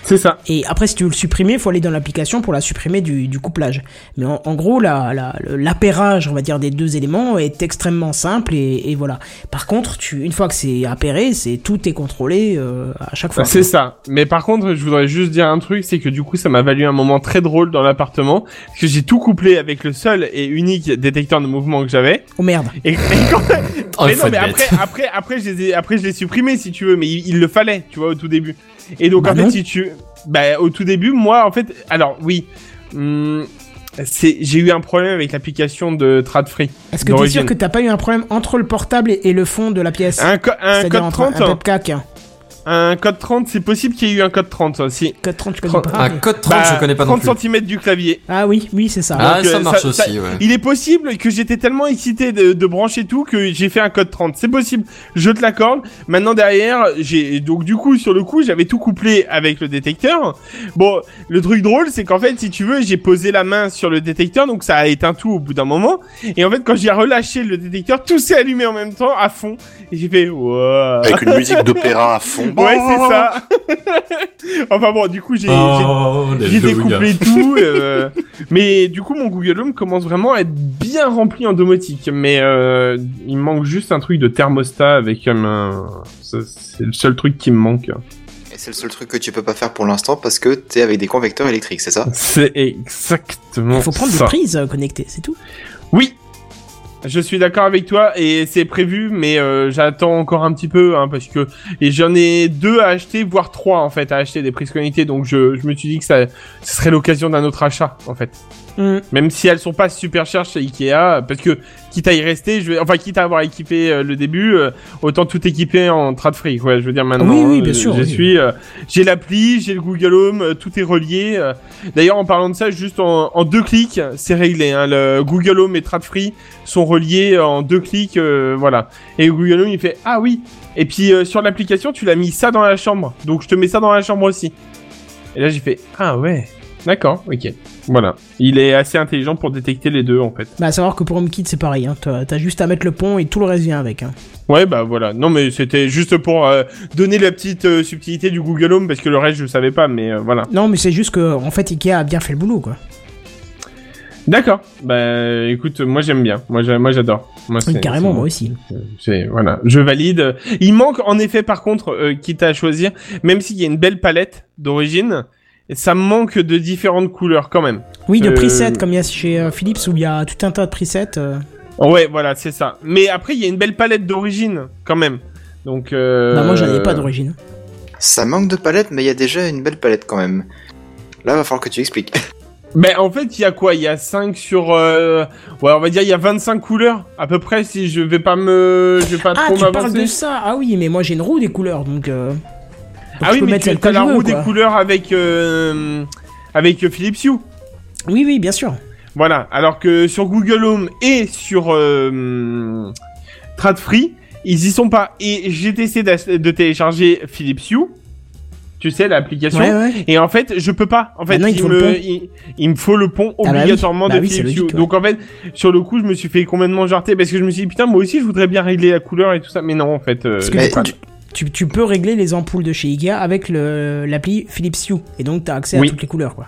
D: C'est ça.
A: Et après, si tu veux le supprimer, il faut aller dans l'application pour la supprimer du, du couplage. Mais en, en gros, la- la- le- l'appairage, on va dire, des deux éléments est extrêmement simple et, et voilà. Par contre, tu, une fois que c'est appairé, c'est tout est contrôlé euh, à chaque fois.
D: Bah, C'est ça. Mais par contre, je voudrais juste dire un truc, c'est que du coup, ça m'a valu un moment très drôle dans l'appartement, parce que j'ai tout couplé avec le seul et unique détecteur de mouvement que j'avais.
A: Oh merde.
D: Et, et quand-
E: Oh,
D: mais
E: il faut
D: non, mais
E: être
D: après,
E: bête.
D: après, après, je les ai, après, je l'ai supprimé si tu veux, mais il, il le fallait, tu vois, au tout début. Et donc,
A: Bah
D: en fait,
A: non.
D: si tu, bah, au tout début, moi, en fait, alors, oui, Hum, c'est, j'ai eu un problème avec l'application de TradFree.
A: Est-ce que t'es
D: d'origine.
A: sûr que t'as pas eu un problème entre le portable et, et le fond de la pièce
D: un, co- un
A: C'est-à-dire
D: code
A: entre un
D: 30,
A: top cac.
D: un code 30, c'est possible qu'il y ait eu un code 30, aussi.
A: Code 30, je connais pas.
E: Un Ah, code 30, je connais pas non
D: 30
E: plus.
D: cm Bah, du clavier.
A: Ah oui, oui, c'est ça.
E: Ah,
D: Donc,
E: ça
D: euh,
E: marche
D: ça-
E: aussi,
D: ça-
E: ouais.
D: Il est possible que j'étais tellement excité de, de brancher tout que j'ai fait un code 30. C'est possible, je te l'accorde. Maintenant derrière, j'ai donc du coup sur le coup, j'avais tout couplé avec le détecteur. Bon, le truc drôle, c'est qu'en fait, si tu veux, j'ai posé la main sur le détecteur, donc ça a éteint tout au bout d'un moment. Et en fait, quand j'ai relâché le détecteur, tout s'est allumé en même temps à fond. Et j'ai fait Wouah.
H: Avec une musique d'opéra à fond.
D: Ouais, c'est ça. enfin bon, du coup, j'ai j'ai-
E: Oh, les
D: j'ai
E: deux gars.
D: découplé tout, euh, mais du coup mon Google Home commence vraiment à être bien rempli en domotique. Mais euh, il me manque juste un truc de thermostat avec un. un- ça, C'est le seul truc qui me manque.
C: Et c'est le seul truc que tu peux pas faire pour l'instant parce que t'es avec des convecteurs électriques, c'est ça
D: C'est exactement.
A: Il faut prendre des
D: ça.
A: prises euh, connectées, c'est tout.
D: Oui. Je suis d'accord avec toi et c'est prévu, mais euh, j'attends encore un petit peu hein, parce que et j'en ai deux à acheter, voire trois en fait à acheter des prises connectées. Donc je, je me suis dit que ça, ce serait l'occasion d'un autre achat en fait.
A: Hmm.
D: Même si elles sont pas super chères chez Ikea, parce que quitte à y rester, je vais, enfin quitte à avoir équipé euh, le début, euh, autant tout équiper en trad free. Ouais, je veux dire maintenant.
A: Oui, oui,
D: hein,
A: bien
D: je-
A: sûr,
D: Je
A: oui.
D: suis, euh, j'ai l'appli, j'ai le Google Home, euh, tout est relié. euh. D'ailleurs, en parlant de ça, juste en, en deux clics, c'est réglé. Hein, le Google Home et trad free sont reliés en deux clics, euh, voilà. Et Google Home il fait ah oui. Et puis euh, sur l'application, tu l'as mis ça dans la chambre, donc je te mets ça dans la chambre aussi. Et là j'ai fait ah ouais, d'accord, ok. Voilà. Il est assez intelligent pour détecter les deux, en fait.
A: Bah, à savoir que pour HomeKit, c'est pareil. Hein. T'as t'as juste à mettre le pont et tout le reste vient avec. hein.
D: Ouais, bah voilà. Non, mais c'était juste pour euh, donner la petite euh, subtilité du Google Home, parce que le reste, je le savais pas, mais euh, voilà.
A: Non, mais c'est juste que, en fait, Ikea a bien fait le boulot, quoi.
D: D'accord. Bah écoute, moi j'aime bien. Moi j'a- moi, j'adore. Moi, c'est-
A: Carrément, bah
D: c'est-
A: moi aussi.
D: c'est- Voilà. Je valide. Il manque, en effet, par contre, euh, quitte à choisir, même s'il y a une belle palette d'origine, ça me manque de différentes couleurs quand même.
A: Oui, de
D: Euh,
A: presets, comme il y a chez euh, Philips, où il y a tout un tas de presets. euh.
D: Ouais, voilà, c'est ça. Mais après, il y a une belle palette d'origine quand même. Donc. Euh...
A: Bah, moi, j'en ai pas d'origine.
C: Ça manque de palette, mais il y a déjà une belle palette quand même. Là, va falloir que tu expliques.
D: Ben en fait, il y a quoi Il y a 5 sur euh, ouais, on va dire il y a 25 couleurs à peu près si je vais pas me je vais pas
A: Ah,
D: trop
A: tu parles de
D: m'avancer.
A: ça Ah oui, mais moi, j'ai une roue des couleurs, donc... euh, donc
D: Ah
A: je
D: oui,
A: peux
D: mais
A: mettre
D: tu
A: celle
D: as
A: que
D: la
A: je veux,
D: roue des
A: quoi.
D: couleurs avec euh, avec euh, Philips Hue.
A: Oui, oui, bien sûr.
D: Voilà, alors que sur Google Home et sur euh, TradFree, ils y sont pas et j'ai testé d'ach- de télécharger Philips Hue. Tu sais l'application
A: Ouais, ouais.
D: Et en fait, je peux pas. En fait,
A: Ah non, il te
D: il,
A: faut
D: me,
A: le pont.
D: il, il me faut le pont
A: Ah bah oui.
D: obligatoirement
A: Bah
D: de
A: oui, c'est
D: Philips Hue.
A: logique, ouais.
D: Donc en fait, sur le coup, je me suis fait complètement jarter parce que je me suis dit putain, moi aussi, je voudrais bien régler la couleur et tout ça. Mais non, en fait. euh,
A: Parce que
C: mais-
A: du coup, tu, tu- tu peux régler les ampoules de chez Ikea avec le- l'appli Philips Hue. Et donc, t'as accès
D: Oui.
A: à toutes les couleurs, quoi.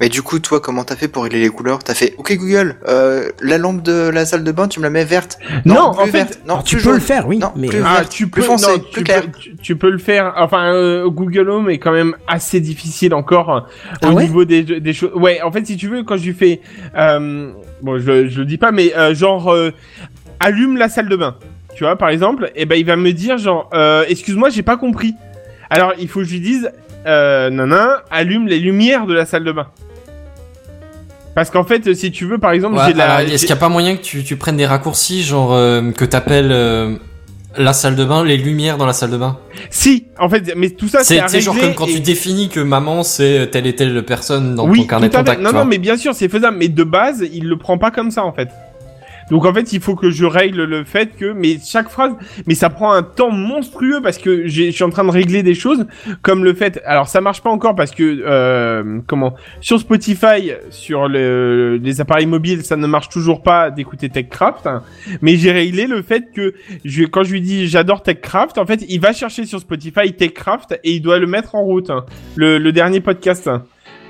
C: Mais du coup, toi, comment t'as fait pour régler les couleurs T'as fait OK Google, euh, la lampe de la salle de bain, tu me la mets verte
D: Non,
C: plus
D: en fait-
C: verte. non,
A: Alors, tu
C: plus
A: peux le
C: jaune.
A: faire, oui,
C: Non,
A: mais...
C: plus-
D: Ah,
C: vert,
D: tu peux,
C: plus foncé,
D: non,
C: plus
D: tu, peux,
C: clair.
D: tu, tu peux le faire. Enfin, euh, Google Home est quand même assez difficile encore euh,
A: Ah
D: au
A: ouais
D: niveau des, des choses. Ouais, en fait, si tu veux, quand je lui fais, euh, bon, je, je le dis pas, mais euh, genre euh, eh allume la salle de bain, tu vois, par exemple, et ben il va me dire genre, euh, excuse-moi, j'ai pas compris. Alors, il faut que je lui dise, euh, nana, allume les lumières de la salle de bain. Parce qu'en fait, si tu veux, par exemple,
E: Ouais,
D: j'ai de la.
E: alors, Est-ce qu'il n'y a pas moyen que tu, tu prennes des raccourcis, genre euh, que t'appelles euh, la salle de bain, les lumières dans la salle de bain
D: Si, en fait, mais tout ça, c'est
E: C'est
D: à
E: tu sais, genre
D: régler
E: comme quand
D: et-
E: tu définis que maman c'est euh, telle et telle personne dans
D: oui,
E: ton carnet de
D: tout à fait.
E: contact.
D: Non,
E: tu
D: non,
E: vois.
D: mais bien sûr, c'est faisable. Mais de base, il le prend pas comme ça, en fait. Donc en fait, il faut que je règle le fait que, mais chaque phrase, mais ça prend un temps monstrueux parce que j'ai- je suis en train de régler des choses comme le fait. Alors ça marche pas encore parce que euh, comment sur Spotify, sur le- les appareils mobiles, ça ne marche toujours pas d'écouter TechCraft. hein. mais j'ai réglé le fait que je, quand je lui dis j'adore TechCraft, en fait, il va chercher sur Spotify TechCraft et il doit le mettre en route. hein. le, le dernier podcast. hein.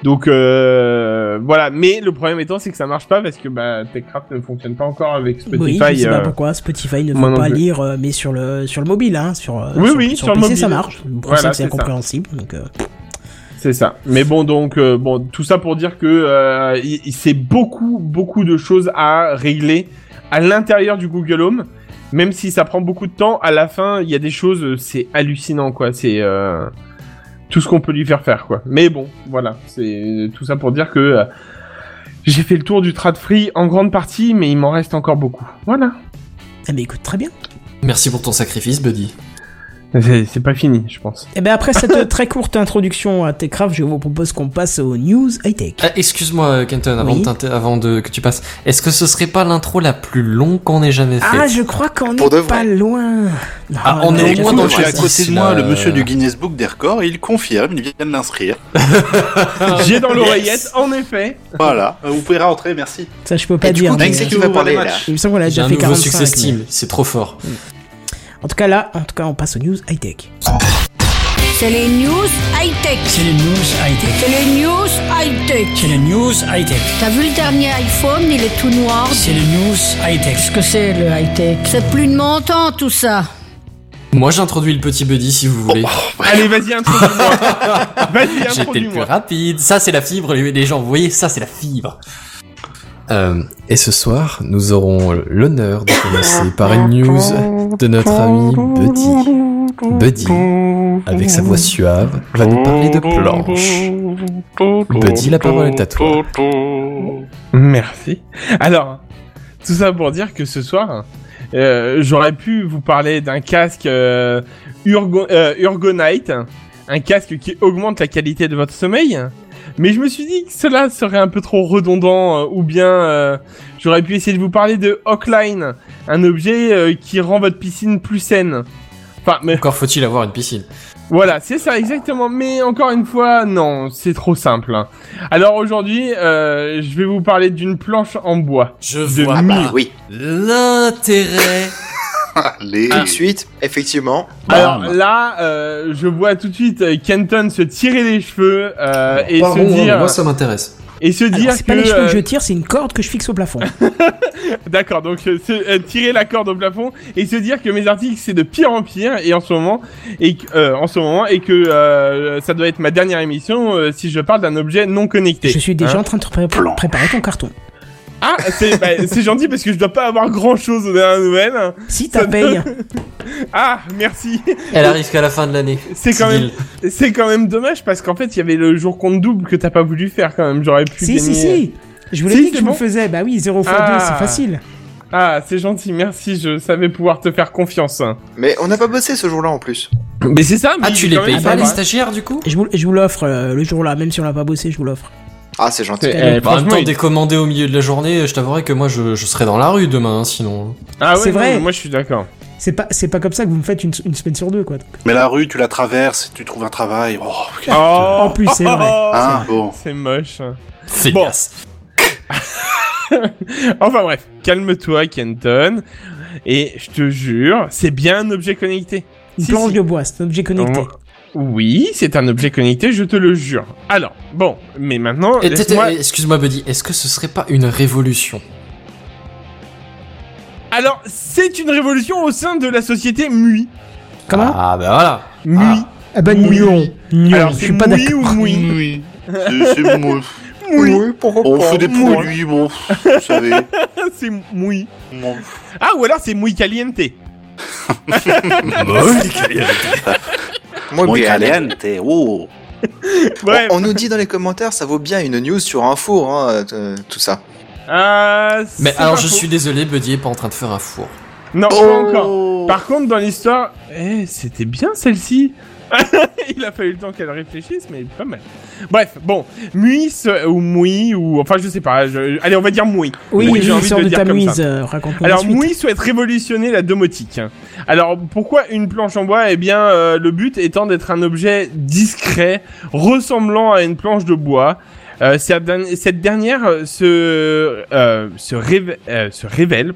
D: Donc euh, voilà, mais le problème étant c'est que ça marche pas parce que bah, TechCraft ne fonctionne pas encore avec
A: oui,
D: Spotify.
A: je sais pas
D: euh,
A: pourquoi Spotify ne
D: moi
A: veut
D: non
A: pas
D: plus.
A: lire, euh, mais sur le sur le mobile, hein, sur euh,
D: Oui,
A: sur,
D: oui,
A: sur
D: sur le
A: PC
D: mobile.
A: ça marche. Pour
D: Voilà,
A: ça que c'est
D: c'est ça.
A: incompréhensible. Donc, euh,
D: C'est ça. Mais bon, donc, euh, bon, tout ça pour dire que euh, il- il- c'est beaucoup, beaucoup de choses à régler à l'intérieur du Google Home. Même si ça prend beaucoup de temps, à la fin, il y a des choses, euh, c'est hallucinant, quoi. C'est euh, tout ce qu'on peut lui faire faire, quoi. Mais bon, voilà. C'est tout ça pour dire que euh, j'ai fait le tour du trad free en grande partie, mais il m'en reste encore beaucoup. Voilà.
A: eh ben, écoute, très bien.
E: Merci pour ton sacrifice, Buddy.
D: C'est c'est pas fini, je pense.
A: Et ben après cette très courte introduction à TechCraft, je vous propose qu'on passe aux news high tech.
E: Ah, Excuse-moi, Kenton, avant,
A: Oui.
E: de t'inter- avant de, que tu passes, est-ce que ce serait pas l'intro la plus longue qu'on ait jamais faite
A: Ah, je crois qu'on
C: Pour de
A: est
C: vrai.
A: pas loin.
E: Ah, on
A: là,
E: est au
A: j'ai
E: moins
A: tout
E: dans
A: compris.
H: J'ai à
E: le
H: côté de moi
E: là.
H: le monsieur du Guinness Book des records, il confirme, il vient de l'inscrire.
D: J'ai dans l'oreillette, en effet.
H: Voilà, Euh, vous pouvez rentrer, merci.
A: Ça, je peux pas
C: Et du
A: dire.
C: coup,
A: mais-
C: Deng, c'est qui va parler là
A: Il me semble qu'on l'a
E: J'ai
A: déjà
E: un
A: fait
E: nouveau
A: 45.
E: succès
A: mais-
E: Steam, c'est trop fort.
A: En tout cas là, en tout cas, on passe aux news high tech.
I: C'est les news high-tech.
G: C'est les news high-tech.
I: C'est les news high-tech.
G: C'est les news high-tech.
I: T'as vu le dernier iPhone, il est tout noir.
G: C'est les news high-tech.
J: Qu'est-ce que c'est le high-tech
I: C'est plus de mon temps tout ça.
E: Moi j'introduis le petit Buddy si vous voulez.
D: Allez, vas-y, introduis-moi. vas-y,
E: J'étais le plus
D: introduis-moi.
E: rapide. Ça, c'est la fibre, les les gens. Vous voyez, ça, c'est la fibre. Euh, et ce soir, nous aurons l'honneur de commencer par une news de notre ami Buddy. Buddy, avec sa voix suave, va nous parler de planches. Buddy, Bah, la parole est à toi.
D: Merci. Alors, tout ça pour dire que ce soir, euh, j'aurais pu vous parler d'un casque euh, Urgo- euh, Urgonite, un casque qui augmente la qualité de votre sommeil. Mais je me suis dit que cela serait un peu trop redondant, euh, ou bien euh, j'aurais pu essayer de vous parler de Hawkline, un objet euh, qui rend votre piscine plus saine. Enfin, mais
E: Encore faut-il avoir une piscine.
D: voilà, c'est ça exactement. Mais encore une fois, non, c'est trop simple. hein. Alors aujourd'hui, euh, je vais vous parler d'une planche en bois.
E: Je
D: De
E: vois
C: Ah
D: mille.
C: bah oui.
E: l'intérêt.
H: Allez.
C: Tout de suite, effectivement.
D: Alors là, euh, je vois tout de suite euh, Kenton se tirer les cheveux euh, et,
E: Pardon, hein,
D: se dire,
E: moi ça m'intéresse.
D: et se
A: Alors,
D: dire
A: c'est
D: que
A: pas les cheveux que je
D: euh,
A: tire, c'est une corde que je fixe au plafond.
D: d'accord, donc euh, se- euh, tirer la corde au plafond et se dire que mes articles c'est de pire en pire et en ce moment et que- euh, en ce moment et que euh, ça doit être ma dernière émission euh, si je parle d'un objet non connecté.
A: Je suis déjà
D: Hein.
A: en train de te pré-
H: Plan.
A: préparer ton carton.
D: Ah, c'est bah, c'est gentil parce que je dois pas avoir grand chose aux dernières nouvelles.
A: Si ta paye,
D: Ah, merci.
E: Elle arrive qu'à la fin de l'année.
D: C'est quand même, c'est quand même dommage parce qu'en fait, il y avait le jour compte double que t'as pas voulu faire quand même. J'aurais pu
A: si
D: gagner.
A: si si. Je vous l'ai
D: Si,
A: dit que
D: c'est
A: je
D: bon
A: le faisais. Bah oui, 0 x 2,
D: Ah.
A: c'est facile.
D: Ah, c'est gentil, merci. Je savais pouvoir te faire confiance.
C: Mais on n'a pas bossé ce jour-là en plus.
D: Mais c'est ça.
E: Ah,
D: mais
E: tu
D: quand
E: les
D: même,
E: payes
D: ça
E: pas
D: va.
E: les stagiaires du coup
A: Je vous, je vous l'offre euh, le jour là, même si on l'a pas bossé, je vous l'offre.
C: Ah, c'est gentil.
D: Eh,
A: Bah, en même
E: Bah, en même
D: franchement,
E: temps,
D: il-
E: décommandé au milieu de la journée, je t'avouerai que moi je, je serais dans la rue demain, hein, sinon.
D: Ah ouais,
A: C'est
D: non,
A: vrai.
D: mais Moi, je suis d'accord.
A: C'est pas c'est pas comme ça que vous me faites une, une semaine sur deux quoi.
H: Mais la rue, tu la traverses, tu trouves un travail. Oh, ok.
D: Oh,
A: En plus, c'est vrai.
C: Ah.
E: Ah.
H: Hein, bon.
D: C'est moche.
E: C'est
D: Bon. Enfin bref, calme-toi, Kenton. Et je te jure, c'est bien un objet connecté.
A: Une
D: Si, Euh,
A: planche
D: si.
A: de bois, c'est un objet connecté.
D: Oui, c'est un objet connecté, je te le jure. Alors, bon, mais maintenant,
E: Et t'es- t'es-
D: laisse-moi...
E: Excuse-moi, Buddy, est-ce que ce serait pas une révolution
D: Alors, c'est une révolution au sein de la société MUI.
A: Comment
E: Ah, bah voilà
D: MUI.
A: Ah bah
D: Oui.
A: non, non,
D: Alors,
A: je
D: c'est
A: suis pas
D: MUI
A: d'accord.
D: ou MUI
H: Oui. C'est c'est mou.
D: Oui.
C: pourquoi
H: On fait des
C: Moi.
H: produits, bon, vous savez.
D: C'est MUI.
H: Bon.
D: Ah, ou alors c'est MUI Caliente.
C: Muy
H: Muy
C: bien.
H: caliente, oh.
D: Bref.
C: On, on nous dit dans les commentaires, ça vaut bien une news sur un four, hein, euh, tout ça.
D: Euh,
E: Mais
D: c'est
E: alors
D: pas
E: je
D: faux.
E: suis désolé, Buddy est pas en train de faire un four.
D: Non, pas
H: Oh.
D: encore. Oh. Par contre, dans l'histoire, eh, c'était bien celle-ci. Il a fallu le temps qu'elle réfléchisse, mais pas mal. Bref, bon, Muis euh, ou Moui ou enfin je sais pas. je- Allez, on va dire Moui.
A: Oui,
D: j'ai
A: oui
D: envie
A: sort
D: de
A: de,
D: dire
A: ta
D: comme
A: mise,
D: ça.
A: euh, raconte-nous la
D: Alors
A: suite.
D: Moui souhaite révolutionner la domotique. hein. Alors pourquoi une planche en bois Eh bien, euh, le but étant d'être un objet discret, ressemblant à une planche de bois. Euh, cette derni- cette dernière euh, se euh, se, révé- euh, se révèle.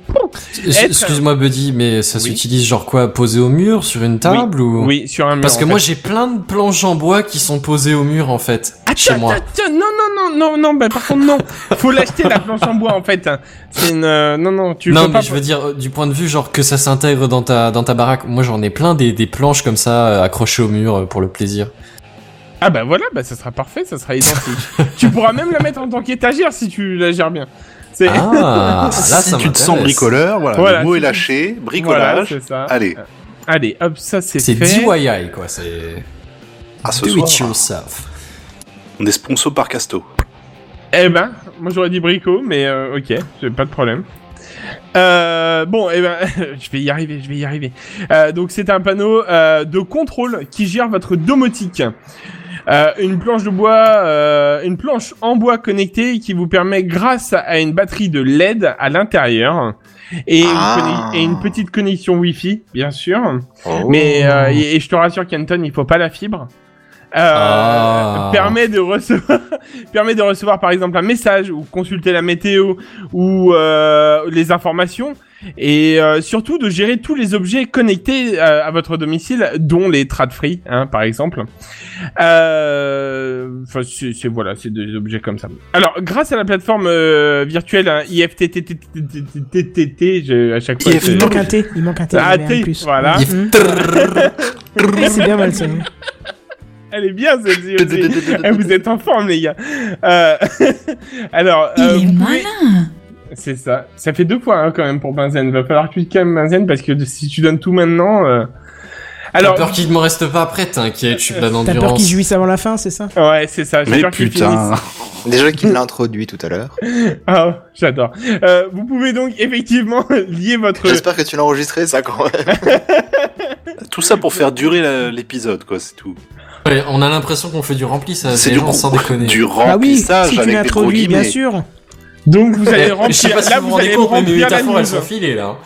E: S- Excuse-moi, Buddy, mais ça
D: Oui.
E: s'utilise genre quoi Posé au mur, sur une table ou
D: Oui, sur un mur.
E: Oh. Parce que
D: en
E: moi
D: fait.
E: j'ai plein de planches en bois qui sont posées au mur en fait chez
D: Attends,
E: moi.
D: attends, non, non, non, non, non, bah par contre, non. Faut l'acheter, la planche en bois, en fait. hein. C'est une, euh, non, non, tu
E: non
D: peux
E: mais
D: pas.
E: je veux dire euh, du point de vue genre que ça s'intègre dans ta dans ta baraque. Moi j'en ai plein des, des planches comme ça euh, accrochées au mur euh, pour le plaisir.
D: Ah bah voilà, bah ça sera parfait, ça sera identique. tu pourras même la mettre en tant qu'étagère si tu la gères bien. C'est,
E: Ah là ça
H: tu te sens
E: m'intéresse.
H: bricoleur, voilà,
D: Voilà,
H: le mot
D: c'est-
H: est lâché,
D: voilà,
H: bricolage.
D: c'est ça.
H: Allez,
D: Allez, hop, ça c'est
E: C'est
D: fait.
E: DIY quoi, c'est
H: à Ah, ce
E: do it
H: soir,
E: yourself.
H: on est sponsor par Casto.
D: Eh ben, moi j'aurais dit brico, mais euh, ok, j'ai pas de problème. Euh, bon, eh ben, je vais y arriver, je vais y arriver. Euh, donc c'est un panneau euh, de contrôle qui gère votre domotique. Euh, une planche de bois, euh, une planche en bois connectée qui vous permet, grâce à une batterie de LED à l'intérieur et, une
C: Ah.
D: conne- et une petite connexion Wi-Fi, bien sûr. Mais euh, et, et je te rassure, Kenton, il faut pas la fibre. Euh,
E: Ah.
D: permet de recevoir permet de recevoir par exemple un message ou consulter la météo ou euh, les informations et euh, surtout de gérer tous les objets connectés euh, à votre domicile dont les trad free hein, par exemple euh, enfin, c'est c'est- voilà c'est des objets comme ça alors grâce à la plateforme euh, virtuelle hein, IFTTTTTTT je- à chaque fois
A: Il
D: c'est-
A: manque un T, il manque un T.
D: Ah,
A: il y en avait un
D: T,
A: de plus.
D: voilà.
A: Mhm.
E: Il fait trrrr.
H: Mmh.
A: C'est bien mal ça. hein.
D: Elle est bien celle-ci aussi. Eh, Vous êtes en forme les gars. Euh, Alors, euh, vous pouvez- C'est ça. Ça fait deux points hein, quand même pour Benzen. Va falloir que tu te calmes Benzen parce que si tu donnes tout maintenant. euh,
E: T'as
D: Alors,
E: peur qu'il ne me reste pas après, t'inquiète, je suis plein
A: T'as peur
E: d'endurance.
A: qu'ils jouissent avant la fin, c'est ça
D: ouais, c'est ça. j'ai
H: Mais
D: peur qu'il finisse.
H: putain,
C: Déjà qu'il l'a introduit tout à l'heure.
D: Ah, j'adore. Euh, vous pouvez donc effectivement lier votre.
C: J'espère que tu l'as enregistré, ça, quand même.
H: tout ça pour faire durer la- l'épisode, quoi, c'est tout.
E: Ouais, on a l'impression qu'on fait du rempli, ça,
H: C'est
E: les
H: du,
E: gens, sans
H: gros-
E: déconner.
H: du
A: Ah oui,
H: remplissage
A: si tu
H: avec des gros
A: l'introduis, bien
H: guillemets.
A: sûr.
D: Donc vous allez
E: Eh,
D: remplir.
E: Je sais pas si
D: Là,
E: vous vous
D: vous
E: rendez
D: allez
E: compte, mais mes
D: remplir la
E: métaphores, elles
D: news.
E: sont filées, là.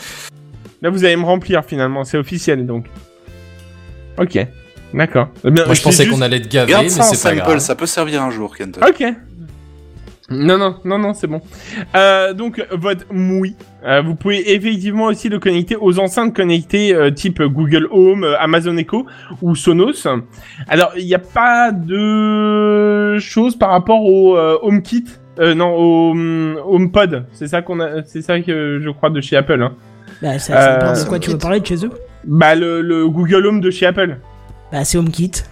D: Là, vous allez me remplir finalement. C'est officiel donc. Ok. D'accord. Eh
H: Euh,
D: bien,
E: Moi, je
D: j'ai
E: pensais
D: juste-
E: qu'on allait te gaver,
H: Garde
E: mais
H: ça en
E: c'est pas
H: sample,
E: grave.
H: ça peut servir un jour, Kenton.
D: Ok. Non, non, non, non, c'est bon. Euh, donc, votre moui. Euh, vous pouvez effectivement aussi le connecter aux enceintes connectées euh, type Google Home, euh, Amazon Echo ou Sonos. Alors, il n'y a pas de choses par rapport au euh, HomeKit. Euh, non, au hum, HomePod. C'est ça qu'on a, c'est ça que je crois de chez Apple. Hein.
A: Bah, ça, ça
D: Euh,
A: dépend de
C: c'est
A: quoi tu
C: HomeKit.
A: veux parler de chez eux.
D: Bah, le, le Google Home de chez Apple.
A: Bah, c'est HomeKit.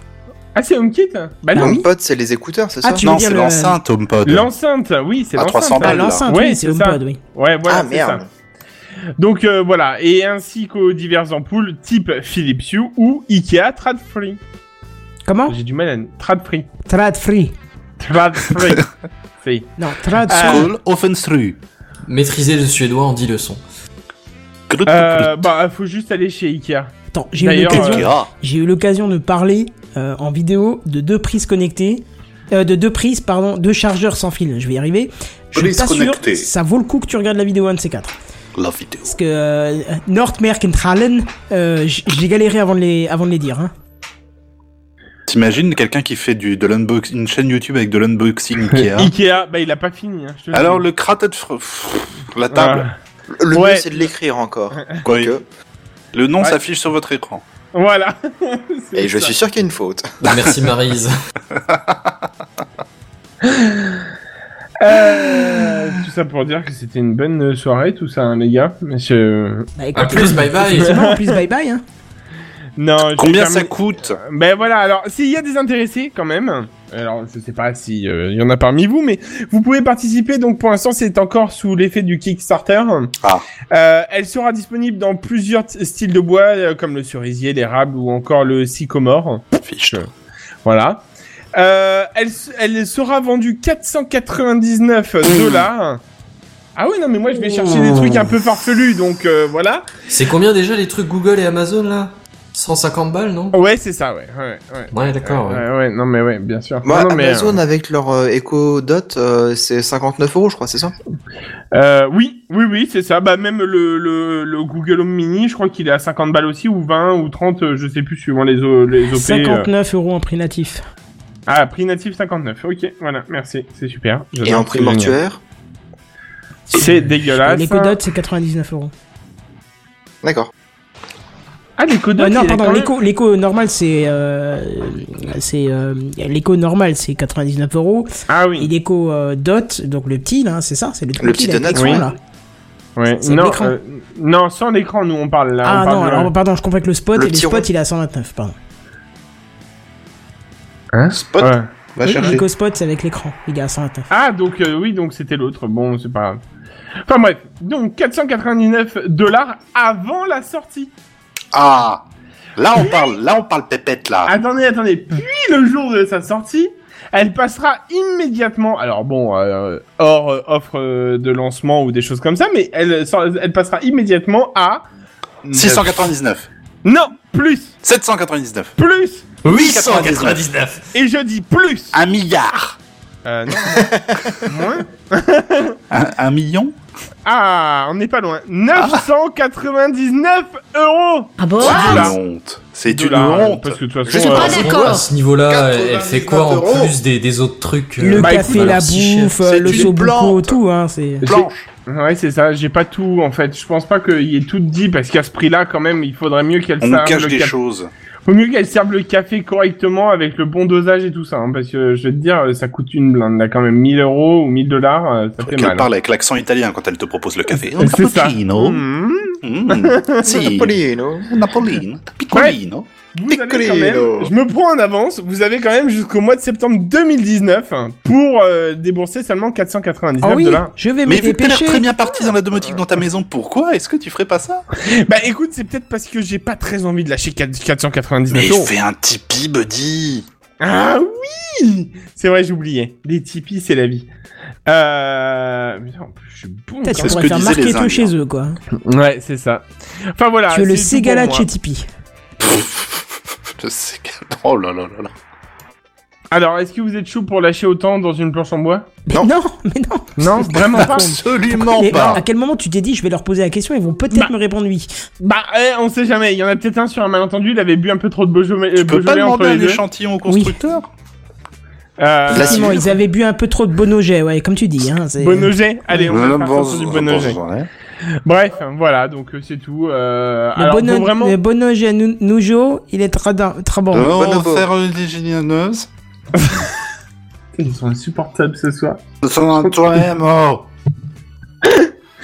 D: Ah, c'est HomeKit Bah non.
C: Mon pote, c'est les écouteurs, c'est
A: Ah,
C: ça
A: tu veux
H: Non,
A: dire
H: c'est
A: le-
H: l'enceinte, HomePod.
D: L'enceinte, oui, c'est
H: À 300
D: l'enceinte.
A: Ah,
H: balles, là.
A: l'enceinte,
D: Ouais,
A: oui, c'est
D: c'est ça.
A: HomePod, oui.
D: Ouais, voilà,
C: Ah,
D: c'est ça.
C: merde.
D: Donc euh, voilà, et ainsi qu'aux diverses ampoules type Philips Hue ou Ikea Tradfree.
A: Comment
D: J'ai du mal à... Tradfree.
A: Trad free.
D: Tradfree. C'est-
A: Non, trad
D: Ah.
A: free.
H: School Offenstru.
E: Maîtriser le suédois en 10 leçons.
D: euh, bah, faut juste aller chez Ikea.
A: Attends, j'ai eu
D: D'ailleurs,
A: l'occasion.
D: euh,
A: J'ai eu l'occasion de parler euh, en vidéo de deux prises connectées, euh, de deux prises, pardon, deux chargeurs sans fil. Je vais y arriver. Je suis
H: Prises
A: pas sûr,
H: connectées.
A: ça vaut le coup que tu regardes la vidéo 1 de ces quatre.
H: La vidéo.
A: Parce que euh, Nordmerkentralen, euh, j- j'ai galéré avant de les, avant de les dire. Hein.
H: T'imagines quelqu'un qui fait du, de l'unboxing, une chaîne YouTube avec de l'unboxing Ikea
D: Ikea, bah, il a pas fini. Hein, je te le
H: Alors
D: dis.
H: le cratat de fr- pff, la table.
D: Ah.
C: Le
D: Ouais.
C: mieux, c'est de l'écrire encore.
H: Quoi,
C: Que-
H: Le nom
D: Ah. Ouais.
H: s'affiche sur votre écran.
D: Voilà. C'est
C: Et je
D: ça.
C: suis sûr qu'il y a une faute.
E: Merci Marise.
D: Euh, tout ça pour dire que c'était une bonne euh, soirée, tout ça, hein, les gars. Mais je-
A: Bah, écoute,
E: A plus, bye bye.
A: effectivement, en plus, bye bye. Hein.
D: Non, je vais
H: Combien
D: terminer-
H: ça coûte
D: Ben voilà, alors s'il y a des intéressés quand même, alors je sais pas si euh, il y en a parmi vous, mais vous pouvez participer. Donc pour l'instant, c'est encore sous l'effet du Kickstarter.
H: Ah.
D: Euh, elle sera disponible dans plusieurs t- styles de bois, euh, comme le cerisier, l'érable ou encore le sycomore.
H: Fiche.
D: Voilà. Euh, elle, s- elle sera vendue 499 dollars. Ah oui, non, mais moi je vais chercher des trucs un peu farfelus, donc euh, voilà.
E: C'est combien déjà les trucs Google et Amazon là 150 balles, non
D: Ouais, c'est ça, ouais. Ouais, ouais.
E: Ouais, d'accord.
D: Ouais,
E: Ah ouais.
D: ouais, non, mais ouais, bien sûr.
C: Moi,
D: non, non, mais,
C: Amazon avec leur euh, Echo Dot, euh, c'est 59 euros, je crois, c'est ça
D: Euh, oui, oui, oui, c'est ça. Bah même le, le, le Google Home Mini, je crois qu'il est à 50 balles aussi, ou 20 ou 30, euh, je sais plus suivant les, o- les OP. euh.
A: 59 euros en prix natif.
D: Ah, prix natif 59. Ok, voilà, merci, c'est super.
C: Et
D: J'adore,
C: en prix
D: c'est génial.
C: mortuaire
D: C'est
A: Et
D: dégueulasse.
A: Euh, les codotes, c'est 99 euros.
C: D'accord.
D: Ah, les codes.
A: Ah non, pardon, l'éco, l'éco normal, c'est. euh, c'est euh, l'éco normal, c'est 99 euros.
D: Ah
A: Et
D: oui.
A: l'éco euh, dot, donc le petit, là, c'est ça C'est le,
C: Le petit
A: là, avec
C: donut,
A: l'écran, là.
D: oui. Ouais.
A: c'est
D: Non,
A: l'écran.
D: euh, non, sans l'écran, nous on parle là.
A: Ah
D: on parle
A: non,
D: de-
A: alors pardon, je comprends avec le spot,
C: Le
A: et le
C: petit
A: spot,
C: rond.
A: il est à 129, pardon.
D: Hein
H: Spot,
D: Ouais.
H: va
A: Oui,
H: chercher.
A: l'éco spot, c'est avec l'écran, il est à 129.
D: Ah, donc euh, oui, donc c'était l'autre. Bon, c'est pas grave. Enfin bref, donc 499 dollars avant la sortie.
H: Ah Là on parle, là on parle pépette là.
D: Attendez, attendez. Puis le jour de sa sortie, elle passera immédiatement. Alors bon, euh, hors euh, offre euh, de lancement ou des choses comme ça, mais elle, euh, sort- elle passera immédiatement à
H: 699.
D: non plus
H: 799.
D: plus
E: 899
D: et je dis plus.
H: Un milliard.
D: Euh, non. Moins.
H: Un, un million
D: Ah, on n'est pas loin. 999 euros.
F: Ah bon
H: C'est une
D: Dollars.
H: honte. C'est
D: De
H: une
D: la-
H: honte.
D: Parce que de toute
H: Je
D: façon,
H: sais
D: euh,
H: pas,
I: Ah,
H: c'est
I: d'accord.
E: À ce niveau-là,
H: 99
E: elle fait quoi en
H: euros.
E: plus des, des autres trucs euh,
A: Le
D: bah,
A: café,
D: écoute,
A: la
E: alors, si
A: bouffe,
E: cher.
A: euh, le
H: C'est une
A: sobuco,
H: plante.
A: tout, hein, c'est...
H: Planche.
D: ouais, c'est ça. J'ai pas tout en fait. Je pense pas qu'il y ait tout dit parce qu'à ce prix-là, quand même, il faudrait mieux qu'elle
H: On nous
D: serve
H: cache
D: le
H: des
D: café.
H: choses.
D: Faut mieux qu'elle serve le café correctement avec le bon dosage et tout ça, hein, parce que je vais te dire, ça coûte une blinde. Là, quand même, 1000 euros ou 1000 dollars, euh, ça fait
H: Qu'elle
D: mal.
H: parle avec l'accent italien quand elle te propose le café. Un
D: C'est ça.
H: cappuccino.
D: Mmh.
H: Mmh. Si.
C: Napolino.
H: Un Napolino. Piccolino.
D: Vous avez quand
C: Piccolino.
D: même, je me prends en avance, vous avez quand même jusqu'au mois de septembre 2019 hein, pour euh, débourser seulement 499
A: Ah oui,
D: dollars.
A: je vais me
H: Mais vu que t'as l'air
A: dépêcher.
H: très bien parti dans la domotique dans ta maison, pourquoi est-ce que tu ferais pas ça
D: Bah écoute, c'est peut-être parce que j'ai pas très envie de lâcher 4- 499
H: Mais
D: euros.
H: fais un Tipeee, buddy
D: Ah oui C'est vrai, j'oubliais. Les Tipeee, c'est la vie. Euh... putain, en plus, je suis bon.
A: Putain, tu
H: C'est ce
A: pourrais
H: que
A: faire
H: disaient les
A: marquer tout
H: Indiens.
A: chez eux, quoi.
D: Ouais, c'est ça. Enfin voilà.
A: tu es le
D: c'est tout pour
A: Ségala de
D: moi.
A: chez Tipeee.
H: Je sais que... Oh là là là là.
D: Alors, est-ce que vous êtes chaud pour lâcher autant dans une planche en bois
A: Mais
H: Non.
A: non, mais non.
D: Non, vraiment pas.
H: Absolument
A: Mais
H: pas
A: à quel moment tu t'es dit, je vais leur poser la question, ils vont peut-être
D: Bah.
A: me répondre oui.
D: Bah, eh, on sait jamais. Il y en a peut-être un sur un malentendu. Il avait bu un peu trop de Beaujolais, euh,
H: Tu peux pas
D: Beaujolais entre
H: demander
D: les
H: un
D: deux.
H: échantillon au constructeur
D: Euh,
C: La
A: Effectivement,
C: civile.
A: ils avaient bu un peu trop de Bonoget, ouais, comme tu dis. Hein, c'est-
D: Bonauget. Allez, on va
H: Non,
D: faire
H: bon,
D: sur du
H: bon,
D: Bonauget.
H: bon, ouais.
D: Bref, voilà. Donc euh, c'est tout. Euh,
A: Le,
D: alors,
A: Bono-
D: faut vraiment.
A: le Bonoget Nou- Noujo, il est très, très bon.
H: Alors, on
C: Bonobo.
H: va faire euh, des génieuses.
D: Ils sont insupportables ce soir.
H: Sans toi, mort Euh,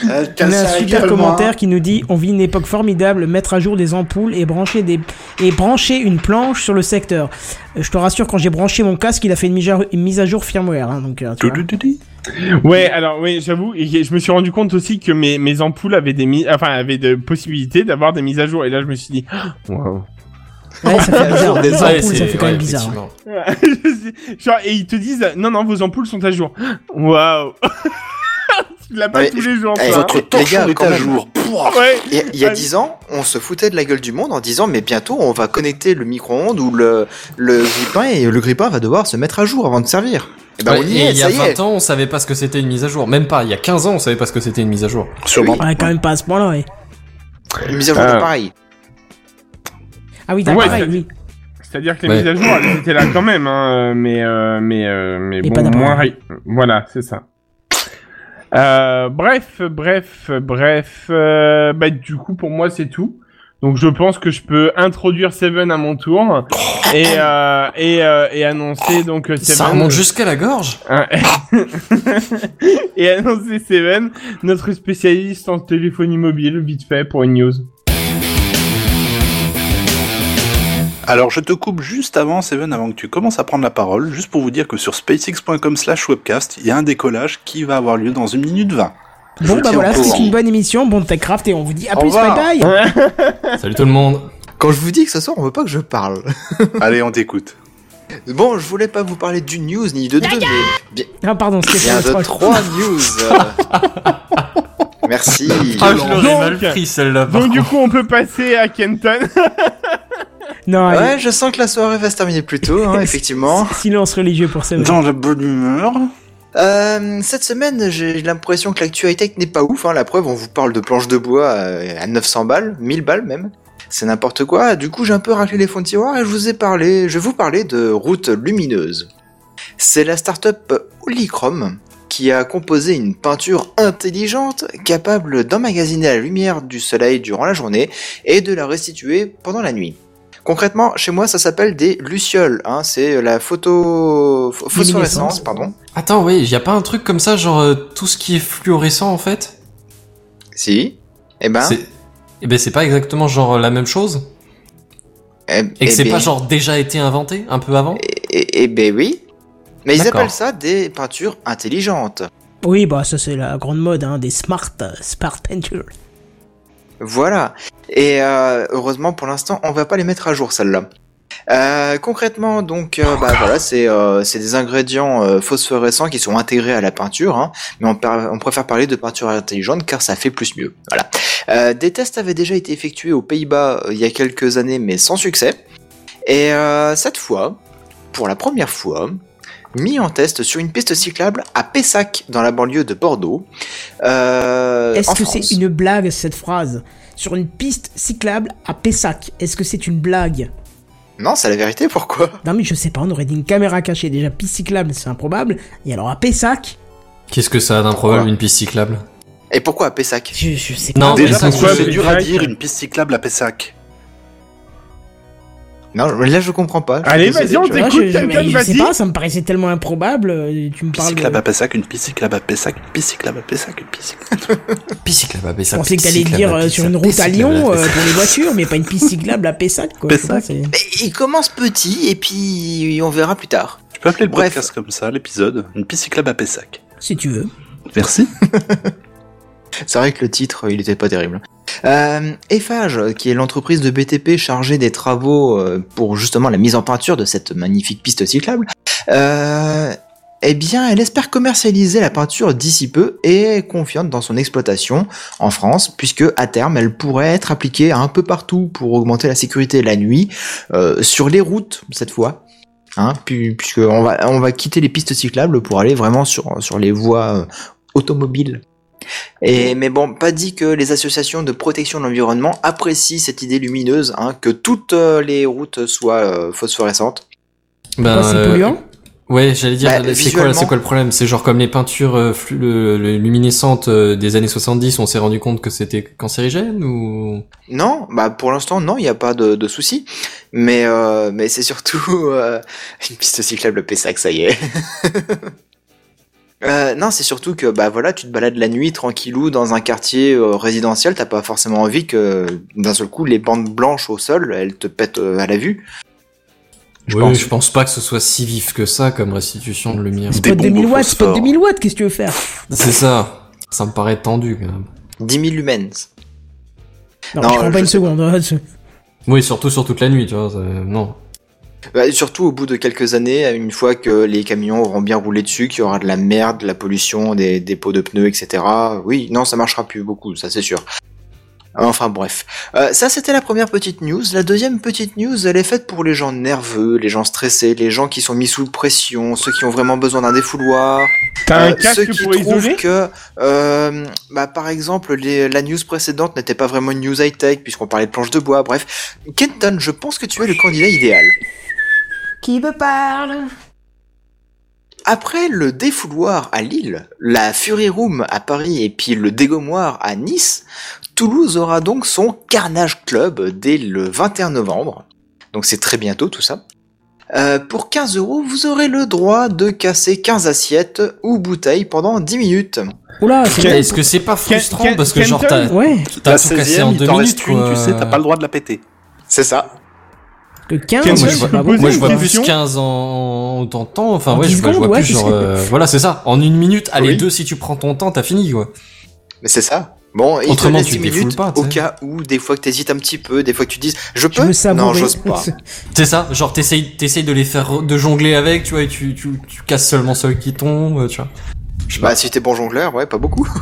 A: On a un super
H: hein.
A: commentaire qui nous dit on vit une époque formidable, mettre à jour des ampoules et brancher des et brancher une planche sur le secteur. Euh, Je te rassure, quand j'ai branché mon casque, il a fait une mise à, une mise à jour firmware. hein, donc, euh, tu vois.
D: Ouais, alors oui, j'avoue, et je me suis rendu compte aussi que mes, mes ampoules avaient des mises, enfin avaient de possibilités d'avoir des mises à jour. Et là, je me suis dit, waouh.
A: Ouais, ça fait bizarre. Ah, Des
E: Ouais,
A: ampoules, ça
E: c'est-
A: fait quand même
E: ouais,
A: bizarre.
E: effectivement.
D: Je sais- Genre, et ils te disent, non, non, vos ampoules sont à jour. Waouh. tu l'as pas
C: Ouais,
D: tous les jours.
C: eh,
D: ça.
C: votre
H: Votre
C: Les gars,
H: torchon est
C: quand
H: à
C: même.
H: jour. Pouah.
D: Ouais.
C: Il y a- il y a
D: Allez.
C: 10 ans, on se foutait de la gueule du monde en disant mais bientôt on va connecter le micro-ondes ou le, le grippin et le grippin va devoir se mettre à jour avant de servir. Et ben
E: Ouais,
C: on y
E: et
C: est,
E: il Eh y a
C: ça y
E: 20
C: est.
E: ans, on savait pas ce que c'était une mise à jour. Même pas, il y a 15 ans, on savait pas ce que c'était une mise à jour.
H: Sûrement.
A: Ouais, Ah, quand même pas à ce point-là, ouais.
C: Une mise à jour
D: Ah.
C: de pareil.
A: Ah oui, t'as
D: Ouais,
A: pareil,
D: c'est-
A: oui.
D: C'est-à-dire que les
E: Ouais.
D: mises à jour, elles étaient là quand même, hein, mais euh, mais euh, mais
A: Mais
D: bon,
A: pas d'abord.
D: moins ri- Voilà, c'est ça. Euh, bref, bref, bref. euh, bah du coup, pour moi, c'est tout. Donc je pense que je peux introduire Seven à mon tour et euh, et, euh, et annoncer donc euh, Seven.
E: Ça remonte jusqu'à la gorge
D: Hein, et annoncer Seven, notre spécialiste en téléphonie mobile, vite fait pour une news.
H: Alors je te coupe juste avant, Seven, avant que tu commences à prendre la parole, juste pour vous dire que sur spacex.com slash webcast, il y a un décollage qui va avoir lieu dans une minute 20. Je
A: Bon, bah
H: tiens
A: voilà,
H: au courant.
A: c'est une bonne émission. Bon, Techcraft, et on vous dit à
H: Au
A: plus,
H: revoir.
A: bye bye.
E: Salut tout le monde.
C: Quand je vous dis que ce soir, on veut pas que je parle.
H: Allez, on t'écoute.
C: Bon, je voulais pas vous parler d'une news ni de deux, mais bien,
A: Ah, pardon, c'était
C: bien
A: pas
C: de
A: le troll.
C: trois news. euh. Merci.
E: Ah, je l'aurais
D: Donc-
E: mal pris celle-là. par
D: Donc du
E: contre.
D: coup, on peut passer à Kenton.
A: Non, allez,
C: Ouais, je sens que la soirée va se terminer plus tôt, hein, effectivement.
A: silence religieux pour ça.
H: Dans la bonne humeur.
C: Euh, cette semaine, j'ai l'impression que l'actu high-tech n'est pas ouf. hein. La preuve, on vous parle de planches de bois euh, à 900 balles, 1000 balles même. C'est n'importe quoi. Du coup, j'ai un peu raclé les fonds de tiroir et je vous ai parlé, je vais vous parler de Route Lumineuse. C'est la start-up Olychrome qui a composé une peinture intelligente capable d'emmagasiner la lumière du soleil durant la journée et de la restituer pendant la nuit. Concrètement, chez moi, ça s'appelle des lucioles. hein. C'est la photo... pho- phosphorescence, pardon.
E: Attends, oui, y a pas un truc comme ça, genre euh, tout ce qui est fluorescent en fait
C: Si. Eh ben,
E: C'est. Eh ben c'est pas exactement genre la même chose
C: eh,
E: Et que
C: eh
E: c'est
C: ben-
E: pas genre déjà été inventé un peu avant
C: Eh, eh, eh ben oui. Mais ils
E: D'accord.
C: appellent ça des peintures intelligentes.
A: Oui, bah ça c'est la grande mode, hein, des smart, euh, smart painters.
C: Voilà. Et euh, heureusement, pour l'instant, on va pas les mettre à jour celles-là. Euh, concrètement, donc, euh, bah, voilà, c'est euh, c'est des ingrédients euh, phosphorescents qui sont intégrés à la peinture, hein, mais on, par- on préfère parler de peinture intelligente car ça fait plus mieux. Voilà. Euh, des tests avaient déjà été effectués aux Pays-Bas euh, il y a quelques années, mais sans succès. Et euh, cette fois, pour la première fois, mis en test sur une piste cyclable à Pessac, dans la banlieue de Bordeaux. euh,
A: Est-ce
C: en
A: que
C: France.
A: c'est une blague cette phrase Sur une piste cyclable à Pessac, est-ce que c'est une blague
C: Non, c'est la vérité, pourquoi
A: Non mais je sais pas, on aurait dit une caméra cachée, déjà piste cyclable c'est improbable, et alors à Pessac
E: Qu'est-ce que ça a d'improbable
C: Voilà.
E: une piste cyclable
C: Et pourquoi à Pessac
A: Je, je sais pas.
E: Non,
H: Déjà,
E: Ah, mais ça,
H: parce que
D: ouais,
H: c'est
D: mais
H: dur à
D: direct.
H: dire une piste cyclable à Pessac.
C: Non, mais là je comprends pas. Je suis
D: Allez,
C: désolé,
D: vas-y, on
C: je-
A: Tu vois, je,
D: t'écoute,
A: je-
D: Kenton,
A: je sais
D: vas-y.
A: pas, ça me paraissait tellement improbable, euh, tu me
H: Une piste
A: parles
H: cyclable à
A: de...
H: Pessac, une piste cyclable à Pessac, une piste cyclable à Pessac, une piste cyclable.
E: Piste cyclable, ah, ben
A: Je
E: ça,
A: pensais que
E: piste
A: t'allais
E: cyclable,
A: dire
E: ah,
A: euh,
E: piste
A: sur une
E: cyclable,
A: route à
E: piste
A: Lyon
E: cyclable,
A: euh,
E: piste
A: pour les voitures, mais pas une piste cyclable à Pessac quoi. je sais pas,
H: Pessac.
A: c'est-
C: Mais il commence petit et puis on verra plus tard.
H: Tu peux appeler le
C: Bref.
H: podcast comme ça, l'épisode, une piste cyclable à Pessac.
A: si tu veux.
H: Merci.
C: C'est vrai que le titre, il était pas terrible. Euh, Eiffage, qui est l'entreprise de BTP chargée des travaux euh, pour justement la mise en peinture de cette magnifique piste cyclable, euh, eh bien, elle espère commercialiser la peinture d'ici peu et est confiante dans son exploitation en France, puisque à terme, elle pourrait être appliquée un peu partout pour augmenter la sécurité la nuit, euh, sur les routes cette fois. Hein, puis, puisque on va, on va quitter les pistes cyclables pour aller vraiment sur, sur les voies euh, automobiles. Et, mais bon, pas dit que les associations de protection de l'environnement apprécient cette idée lumineuse, hein, que toutes euh, les routes soient euh, phosphorescentes.
E: Ben,
A: Pourquoi c'est
E: euh,
A: polluant
E: Ouais, j'allais dire, euh,
C: Bah,
E: c'est quoi,
C: visuellement-
E: c'est quoi le problème C'est genre comme les peintures euh, flu- le- le- luminescentes euh, des années 70, on s'est rendu compte que c'était cancérigène ou
C: Non, bah pour l'instant non, il n'y a pas de, de souci. Mais euh, mais c'est surtout euh, une piste cyclable Pessac, ça y est. Euh, non, c'est surtout que bah voilà, tu te balades la nuit tranquillou dans un quartier euh, résidentiel, t'as pas forcément envie que d'un seul coup les bandes blanches au sol, elles te pètent euh, à la vue.
E: je,
C: pense.
E: pense. je pense pas que ce soit si vif que ça comme restitution de lumière.
H: Des
A: Spot
H: bombes
A: 2000
H: au
A: watts, spot
H: phosphore.
A: 2000 watts, qu'est-ce que tu veux faire
E: C'est ça. Ça me paraît tendu quand même.
C: 10 000 lumens.
A: Non,
C: Non,
A: je prends
C: euh,
A: pas
C: je
A: une
C: sais
A: seconde. hein, je-
E: Oui, surtout sur toute la nuit, tu vois. ça- euh, Non.
C: Bah, surtout au bout de quelques années, une fois que les camions auront bien roulé dessus, qu'il y aura de la merde, de la pollution, des, des pots de pneus, etc. Oui, non, ça marchera plus beaucoup, ça c'est sûr. Enfin bref. Euh, ça c'était la première petite news. La deuxième petite news, elle est faite pour les gens nerveux, les gens stressés, les gens qui sont mis sous pression, ceux qui ont vraiment besoin d'un défouloir.
D: T'as un
C: Euh, ceux
D: casque
C: qui
D: pour
C: trouvent
D: isoler
C: que, euh, bah, par exemple, les- la news précédente n'était pas vraiment une news high-tech puisqu'on parlait de planches de bois, bref. Kenton, je pense que tu es le candidat idéal.
I: Qui me parle
C: Après le défouloir à Lille, la Fury Room à Paris et puis le dégommoir à Nice, Toulouse aura donc son Carnage Club dès le 21 novembre. Donc c'est très bientôt tout ça. Euh, pour 15 euros, vous aurez le droit de casser 15 assiettes ou bouteilles pendant 10 minutes.
A: Oula, c'est
D: Quel-
A: bon.
E: Est-ce que c'est pas frustrant
D: Ken-
E: parce que genre
D: Kenton
E: t'as
A: Ouais.
E: t'as
H: La
E: tout cassé
H: 16ème,
E: en
H: il
E: deux
H: t'en
E: minutes
H: reste une,
E: quoi.
H: tu sais, t'as pas le droit de la péter.
C: C'est ça.
A: que 15.
E: moi,
A: ouais,
E: je
A: c'est
E: vois,
A: pas beaucoup.
E: moi, je vois
D: une
E: plus
D: question
E: 15 en, en temps, temps. Enfin,
A: En
E: ouais,
A: 10
E: je, vois- je
A: secondes,
E: vois
A: ouais,
E: plus
A: c'est
E: genre,
A: ça.
E: euh, voilà, c'est ça. En une minute, allez,
C: Oui.
E: deux, si tu prends ton temps, t'as fini, quoi.
C: Mais c'est ça. Bon, et il te
E: Autrement,
C: laisse
E: tu
C: 10
E: te défoules
C: minutes
E: pas, tu
C: au
E: sais.
C: cas où, des fois que t'hésites un petit peu, des fois que tu dises « Je
A: Je
C: peux
A: veux ?» savourer.
C: Non, j'ose pas.
E: C'est ça. Genre, t'essayes, t'essayes de les faire, de jongler avec, tu vois, et tu, tu, tu casses seulement ceux qui tombent, euh, tu vois.
C: Bah, si t'es bon jongleur, ouais, pas beaucoup.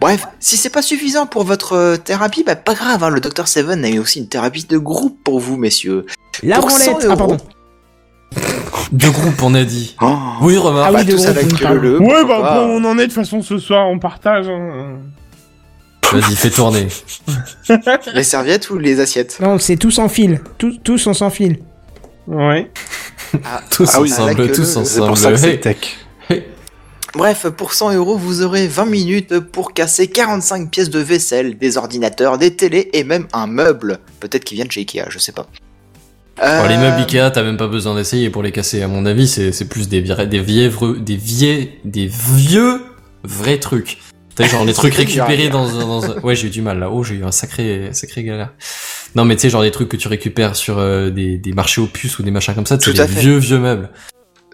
C: Bref, si c'est pas suffisant pour votre euh, thérapie, bah pas grave, hein, le Dr Seven a eu aussi une thérapie de groupe pour vous, messieurs.
A: La
C: Pour 100
A: branlette. Ah,
C: euros.
A: pardon.
E: Deux groupes, on a dit. Oui, remarque.
A: Ah oui,
C: Bah,
A: de
C: tous
A: groupe,
C: avec
A: oui,
C: le- le...
D: Ouais,
C: pourquoi
D: bah,
C: pas.
D: bon, on en est de toute façon ce soir, on partage. hein.
E: Vas-y, fais tourner.
C: Les serviettes ou les assiettes
A: Non, c'est tous en fil. Tous, tous on sans fil.
D: Ouais.
C: Ah,
E: Tous
C: ah oui, la
E: ensemble,
C: queue
E: tous
C: leu.
H: euh, C'est pour ça
E: ensemble.
H: que c'est
E: Hey.
H: tech.
C: Bref, pour 100 euros, vous aurez 20 minutes pour casser 45 pièces de vaisselle, des ordinateurs, des télés et même un meuble. Peut-être qu'ils viennent chez Ikea, je sais pas. Euh,
E: Oh, les meubles Ikea, t'as même pas besoin d'essayer pour les casser. À mon avis, c'est, c'est plus des vrais, des vieux, des vieux, des vieux vrais trucs. T'as genre les trucs
C: C'est dur à
E: récupérés
C: dire.
E: dans, un- dans un- ouais, j'ai eu du mal là. Oh, j'ai eu un sacré, sacré galère. Non, mais tu sais, genre des trucs que tu récupères sur euh, des, des marchés aux puces ou des machins comme ça,
C: Tout
E: c'est
C: à
E: des
C: fait.
E: vieux, vieux meubles.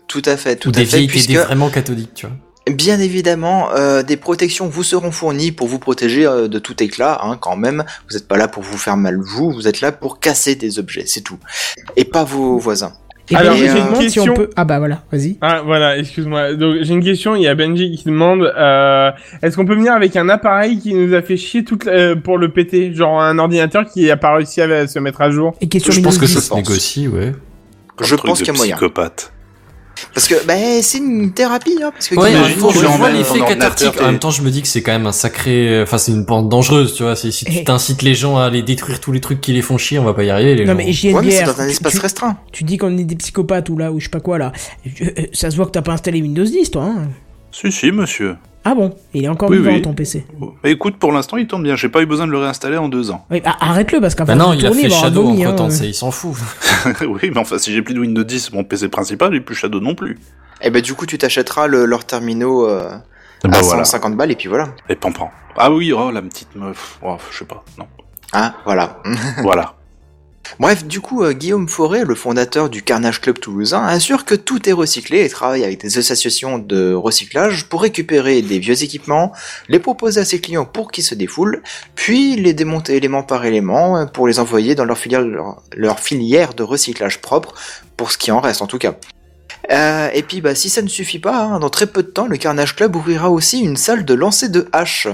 C: Tout à fait, tout
E: ou
C: à
E: des
C: fait,
E: vieilles
C: puisque
E: TD vraiment catholiques, tu vois.
C: bien évidemment, euh, des protections vous seront fournies pour vous protéger euh, de tout éclat, hein, quand même. Vous n'êtes pas là pour vous faire mal vous, vous êtes là pour casser des objets, c'est tout. Et pas vos voisins.
A: Et
D: Alors,
A: Benji
C: j'ai
A: me
C: une
A: demande si on
D: question.
A: peut. Ah bah voilà, vas-y.
D: Ah, voilà, excuse-moi. Donc, j'ai une question. Il y a Benji qui demande euh, est-ce qu'on peut venir avec un appareil qui nous a fait chier toute la- euh, pour le péter Genre un ordinateur qui a pas réussi à se mettre à jour
A: Et question
C: Je
E: Je
A: numéro
E: pense que ça
A: 10.
E: se négocie, ouais.
C: Je
H: Un truc
C: pense
H: de
C: qu'il y a moyen.
H: Psychopathe.
C: Parce que bah, c'est une thérapie, hein, parce que
E: Ouais,
H: T'imagines,
E: en même temps,
H: tu
E: je vois
H: l'emmènes
E: l'effet
H: dans l'ordinateur,
E: cathartique.
H: t'es-
E: En même temps, je me dis que c'est quand même un sacré, enfin, c'est une pente dangereuse, tu vois. Si, si
A: Eh.
E: tu t'incites les gens à aller détruire tous les trucs qui les font chier, on va pas y arriver, les
A: Non
E: gens.
A: mais
C: Ouais, mais c'est
A: JNBR,
C: dans un
A: tu-
C: espace
A: tu,
C: restreint.
A: tu dis qu'on est des psychopathes ou là ou je sais pas quoi là. Je- euh, ça se voit que t'as pas installé Windows 10 toi. Hein
H: Si, si, monsieur.
A: ah bon Il est encore
H: Oui,
A: vivant
H: oui.
A: ton PC.
H: Bah, écoute, pour l'instant, il tombe bien. J'ai pas eu besoin de le réinstaller en deux ans.
A: Oui, bah, arrête-le parce qu'à
E: Bah
A: force
E: non,
A: de
E: il a
A: tourner,
E: fait
A: va avoir
E: Shadow
A: vomi, hein.
E: entre temps, il s'en fout.
H: oui, mais enfin, si j'ai plus de Windows 10, mon PC principal, et plus Shadow non plus.
C: Et bah du coup, tu t'achèteras le, leurs terminaux euh,
H: Ah,
C: à
H: bah voilà.
C: 150 balles et puis voilà.
H: Et pampran. Ah oui, oh, la petite meuf. Oh, je sais pas. Non.
C: Hein, voilà.
H: voilà.
C: Bref, du coup, euh, Guillaume Forêt, le fondateur du Carnage Club toulousain, assure que tout est recyclé et travaille avec des associations de recyclage pour récupérer des vieux équipements, les proposer à ses clients pour qu'ils se défoulent, puis les démonter élément par élément euh, pour les envoyer dans leur filière, leur, leur filière de recyclage propre, pour ce qui en reste en tout cas. Euh, et puis, bah, si ça ne suffit pas, hein, dans très peu de temps, le Carnage Club ouvrira aussi une salle de lancer de haches.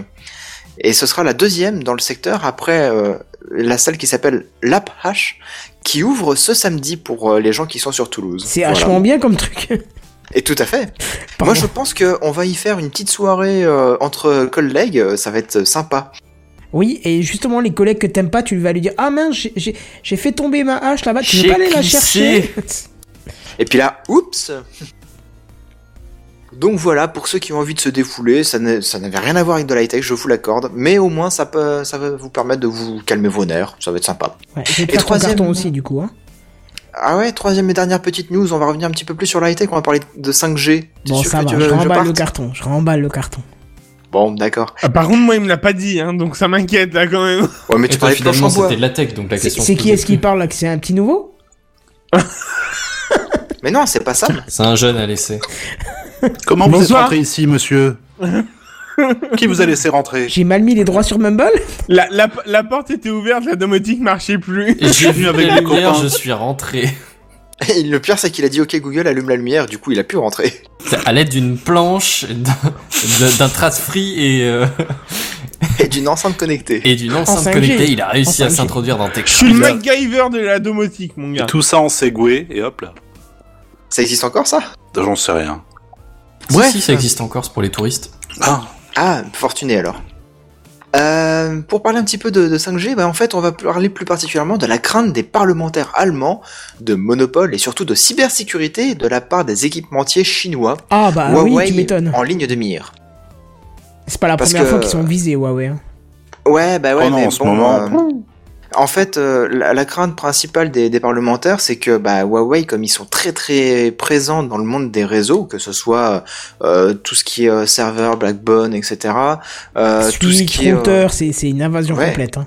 C: Et ce sera la deuxième dans le secteur après euh, la salle qui s'appelle Lap Hache, qui ouvre ce samedi pour euh, les gens qui sont sur Toulouse.
A: C'est
C: Voilà.
A: vachement bien comme truc.
C: Et tout à fait.
A: Pardon.
C: Moi, je pense qu'on va y faire une petite soirée euh, entre collègues. euh, Ça va être euh, sympa.
A: Oui, et justement, les collègues que t'aimes pas, tu vas lui dire Ah mince, j'ai- j'ai j'ai fait tomber ma hache là-bas, tu veux
E: J'ai
A: pas aller la
E: glissé.
A: chercher
C: Et puis là, oups. Donc voilà, pour ceux qui ont envie de se défouler, ça n'a- ça n'avait rien à voir avec de la high-tech, je vous l'accorde, mais au moins ça, peut, ça va vous permettre de vous calmer vos nerfs, ça va être sympa.
A: ouais, Je vais te
C: Et
A: faire ton
C: troisième-
A: carton aussi, du coup. Hein.
C: Ah ouais, troisième et dernière petite news, on va revenir un petit peu plus sur la high-tech, on va parler de 5G. T'es
A: Bon,
C: sûr
A: ça
C: que
A: va,
C: tu
A: je
C: veux que je
A: remballe le
C: parte
A: carton, je remballe le carton.
C: Bon, d'accord.
D: Ah, Par contre, moi, il me l'a pas dit, hein, donc ça m'inquiète là quand même.
C: Ouais, mais
E: Et
C: tu
E: toi,
C: parlais de planche
E: finalement,
C: en bois.
E: c'était de la tech, donc la
A: C'est
E: question.
A: c'est
E: se
A: qui
E: posait
A: est-ce qui
E: plus.
A: parle là que C'est un petit nouveau
C: Mais non, c'est pas ça.
E: C'est un jeune à laisser.
H: Comment vous êtes
D: Bonsoir.
H: rentré ici, monsieur Qui vous a laissé rentrer
A: J'ai mal mis les droits sur Mumble
D: La, la, la porte était ouverte, la domotique marchait plus.
E: Et j'ai vu
H: venu
E: avec
H: avec
E: la
H: des
E: lumière,
H: copains.
E: je suis rentré.
C: Et le pire, c'est qu'il a dit Ok, Google, allume la lumière. Du coup, il a pu rentrer.
E: À l'aide d'une planche, d'un d'un trace free et, euh,
C: Et d'une enceinte connectée.
E: et d'une enceinte
A: 5G.
E: connectée, il a réussi
A: En
E: à
A: 5G.
E: s'introduire dans Tech.
D: Je suis le MacGyver de la domotique, mon gars.
H: Tout ça en Segway, et hop là.
C: Ça existe encore, ça
H: J'en sais rien.
E: Si,
C: Bref.
E: si, ça existe encore, c'est pour les touristes.
H: Ah,
C: Ah, fortuné alors. Euh, pour parler un petit peu de, de 5G, bah en fait, on va parler plus particulièrement de la crainte des parlementaires allemands, de monopole et surtout de cybersécurité de la part des équipementiers chinois,
A: Ah bah oui,
C: Huawei,
A: tu m'étonnes.
C: en ligne de mire.
A: C'est pas la
C: parce
A: première
C: que-
A: fois qu'ils sont visés, Huawei. hein.
C: Ouais, bah ouais,
H: Oh non,
C: mais
H: en ce
C: bon,
H: moment.
C: euh, en fait, euh, la, la crainte principale des, des parlementaires, c'est que bah, Huawei, comme ils sont très très présents dans le monde des réseaux, que ce soit euh, tout ce qui est euh, serveur, backbone, etc., euh, tout ce
A: Suite,
C: qui est euh,
A: routeur, c'est c'est une invasion
C: Ouais.
A: complète. hein.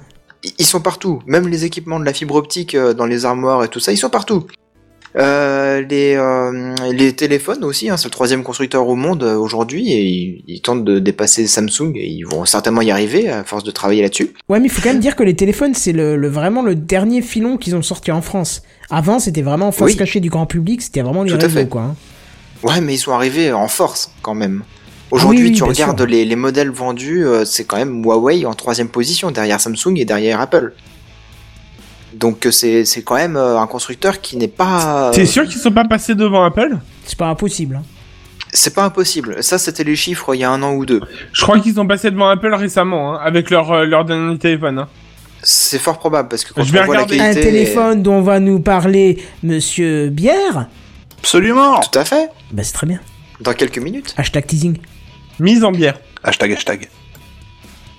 C: ils sont partout. Même les équipements de la fibre optique euh, dans les armoires et tout ça, ils sont partout. Euh, les, euh, les téléphones aussi, hein, c'est le troisième constructeur au monde euh, aujourd'hui et ils, ils tentent de dépasser Samsung et ils vont certainement y arriver à force de travailler là-dessus.
A: Ouais, mais il faut quand même dire que les téléphones, c'est le, le- vraiment le dernier filon qu'ils ont sorti en France. Avant, c'était vraiment en face
C: Oui.
A: cachée du grand public, c'était vraiment les
C: Tout à
A: réseaux,
C: fait.
A: quoi. hein.
C: Ouais, mais ils sont arrivés en force quand même. Aujourd'hui,
A: Ah oui, oui,
C: tu
A: bien
C: regardes
A: sûr.
C: les, les modèles vendus, euh, c'est quand même Huawei en troisième position derrière Samsung et derrière Apple. Donc euh, c'est c'est quand même euh, un constructeur qui n'est pas.
D: T'es sûr qu'ils sont pas passés devant Apple
A: C'est pas impossible. hein.
C: C'est pas impossible. Ça, c'était les chiffres il y a un an ou deux.
D: Je crois qu'ils sont passés devant Apple récemment, hein, avec leur, euh, leur dernier téléphone. Hein.
C: C'est fort probable parce que quand
D: Je
C: on
D: vais
C: voit la
D: regarder.
C: qualité.
A: Un téléphone dont va nous parler Monsieur Bière,
H: Absolument
C: Tout à fait.
A: bah c'est très bien.
C: Dans quelques minutes,
A: Hashtag teasing.
D: Mise en bière.
H: Hashtag, hashtag.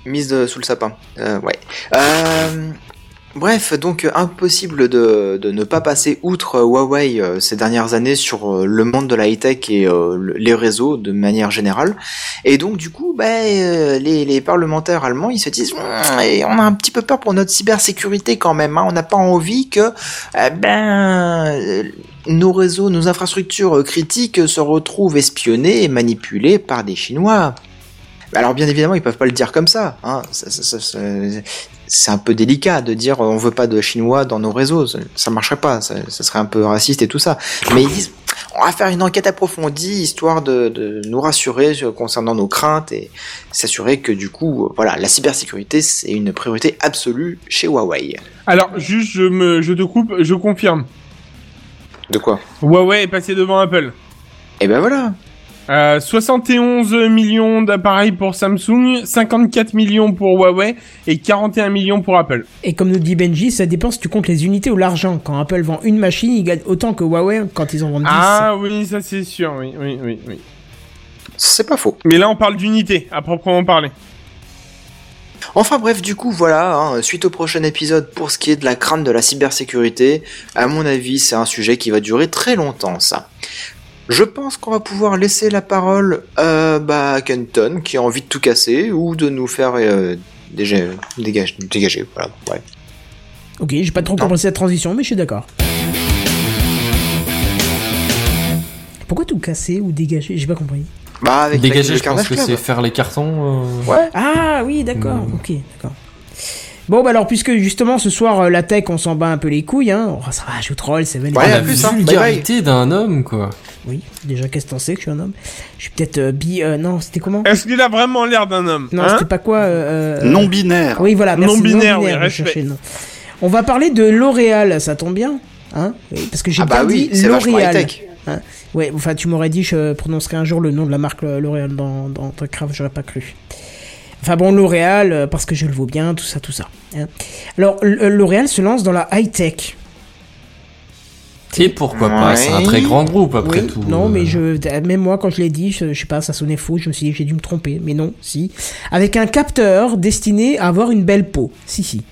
C: mise de- sous le sapin. Euh, ouais. Euh, bref, donc euh, impossible de, de ne pas passer outre euh, Huawei euh, ces dernières années sur euh, le monde de la high tech et euh, le- les réseaux de manière générale. Et donc du coup, bah, euh, les, les parlementaires allemands, ils se disent, Hum, et on a un petit peu peur pour notre cybersécurité quand même. hein. On n'a pas envie que, euh, ben, euh, nos réseaux, nos infrastructures euh, critiques se retrouvent espionnées et manipulées par des Chinois. Alors bien évidemment, ils peuvent pas le dire comme ça. hein. Ça- ça- ça- ça- c'est un peu délicat de dire euh, on veut pas de Chinois dans nos réseaux. Ça, ça marcherait pas. Ça, ça serait un peu raciste et tout ça. Mais ils disent on va faire une enquête approfondie histoire de, de nous rassurer sur- concernant nos craintes et s'assurer que du coup, euh, voilà, la cybersécurité c'est une priorité absolue chez Huawei.
D: Alors, juste, je, me, je te coupe, je confirme.
C: De quoi
D: Huawei est passé devant Apple.
C: Eh ben voilà.
D: Euh, 71 millions d'appareils pour Samsung, 54 millions pour Huawei et 41 millions pour Apple.
A: Et comme nous dit Benji, ça dépend si tu comptes les unités ou l'argent. Quand Apple vend une machine, ils gagnent autant que Huawei quand ils en vendent 10.
D: Ah oui, ça c'est sûr, oui, oui, oui, oui.
C: C'est pas faux.
D: Mais là, on parle d'unité, à proprement parler.
C: Enfin bref, du coup, voilà, hein, suite au prochain épisode pour ce qui est de la crainte de la cybersécurité, à mon avis, c'est un sujet qui va durer très longtemps, ça. Je pense qu'on va pouvoir laisser la parole euh, bah, à Kenton, qui a envie de tout casser, ou de nous faire euh, dégager, dégager, dégager, voilà, ouais.
A: Ok, j'ai pas trop compris la transition, mais je suis d'accord. Pourquoi tout casser ou dégager J'ai pas compris.
C: Bah, avec la-
E: Dégager,
C: le
E: je pense
C: Carnage
E: que
C: Club.
E: c'est faire les cartons. euh,
C: Ouais.
A: Ah oui, d'accord.
E: Mm.
A: Ok, d'accord. Bon, bah alors, puisque justement ce soir, euh, la tech, on s'en bat un peu les couilles, hein. Oh, ça va, je troll, c'est
C: Ouais,
E: La
C: à plus, hein. Bye
E: vulgarité d'un homme, quoi.
A: Oui, déjà, qu'est-ce que t'en sais que je suis un homme Je suis peut-être euh, bi. euh, non, c'était comment
D: Est-ce qu'il a vraiment l'air d'un homme
A: Non,
D: hein
A: c'était pas quoi euh, euh,
H: Non-binaire
A: Oui, voilà, merci.
D: Non-binaire, oui,
A: je
D: respect.
A: cherchais le nom. On va parler de L'Oréal, ça tombe bien. Hein Oui, Parce que j'ai
C: Ah bah
A: pas
C: oui,
A: dit
C: c'est vachement
A: L'Oréal.
C: high-tech.
A: Ouais, enfin, tu m'aurais dit, je prononcerais un jour le nom de la marque euh, L'Oréal dans, dans ta craft, j'aurais pas cru. Enfin bon, L'Oréal, euh, parce que je le vaux bien, tout ça, tout ça. hein. Alors, L- L'Oréal se lance dans la high-tech.
E: Et pourquoi pas
C: Ouais.
E: C'est un très grand groupe, après
A: Oui,
E: tout.
A: non, mais
E: euh.
A: je, même moi, quand je l'ai dit, je, je sais pas, ça sonnait faux, je me suis dit, j'ai dû me tromper, mais non, si. Avec un capteur destiné à avoir une belle peau. Si, si.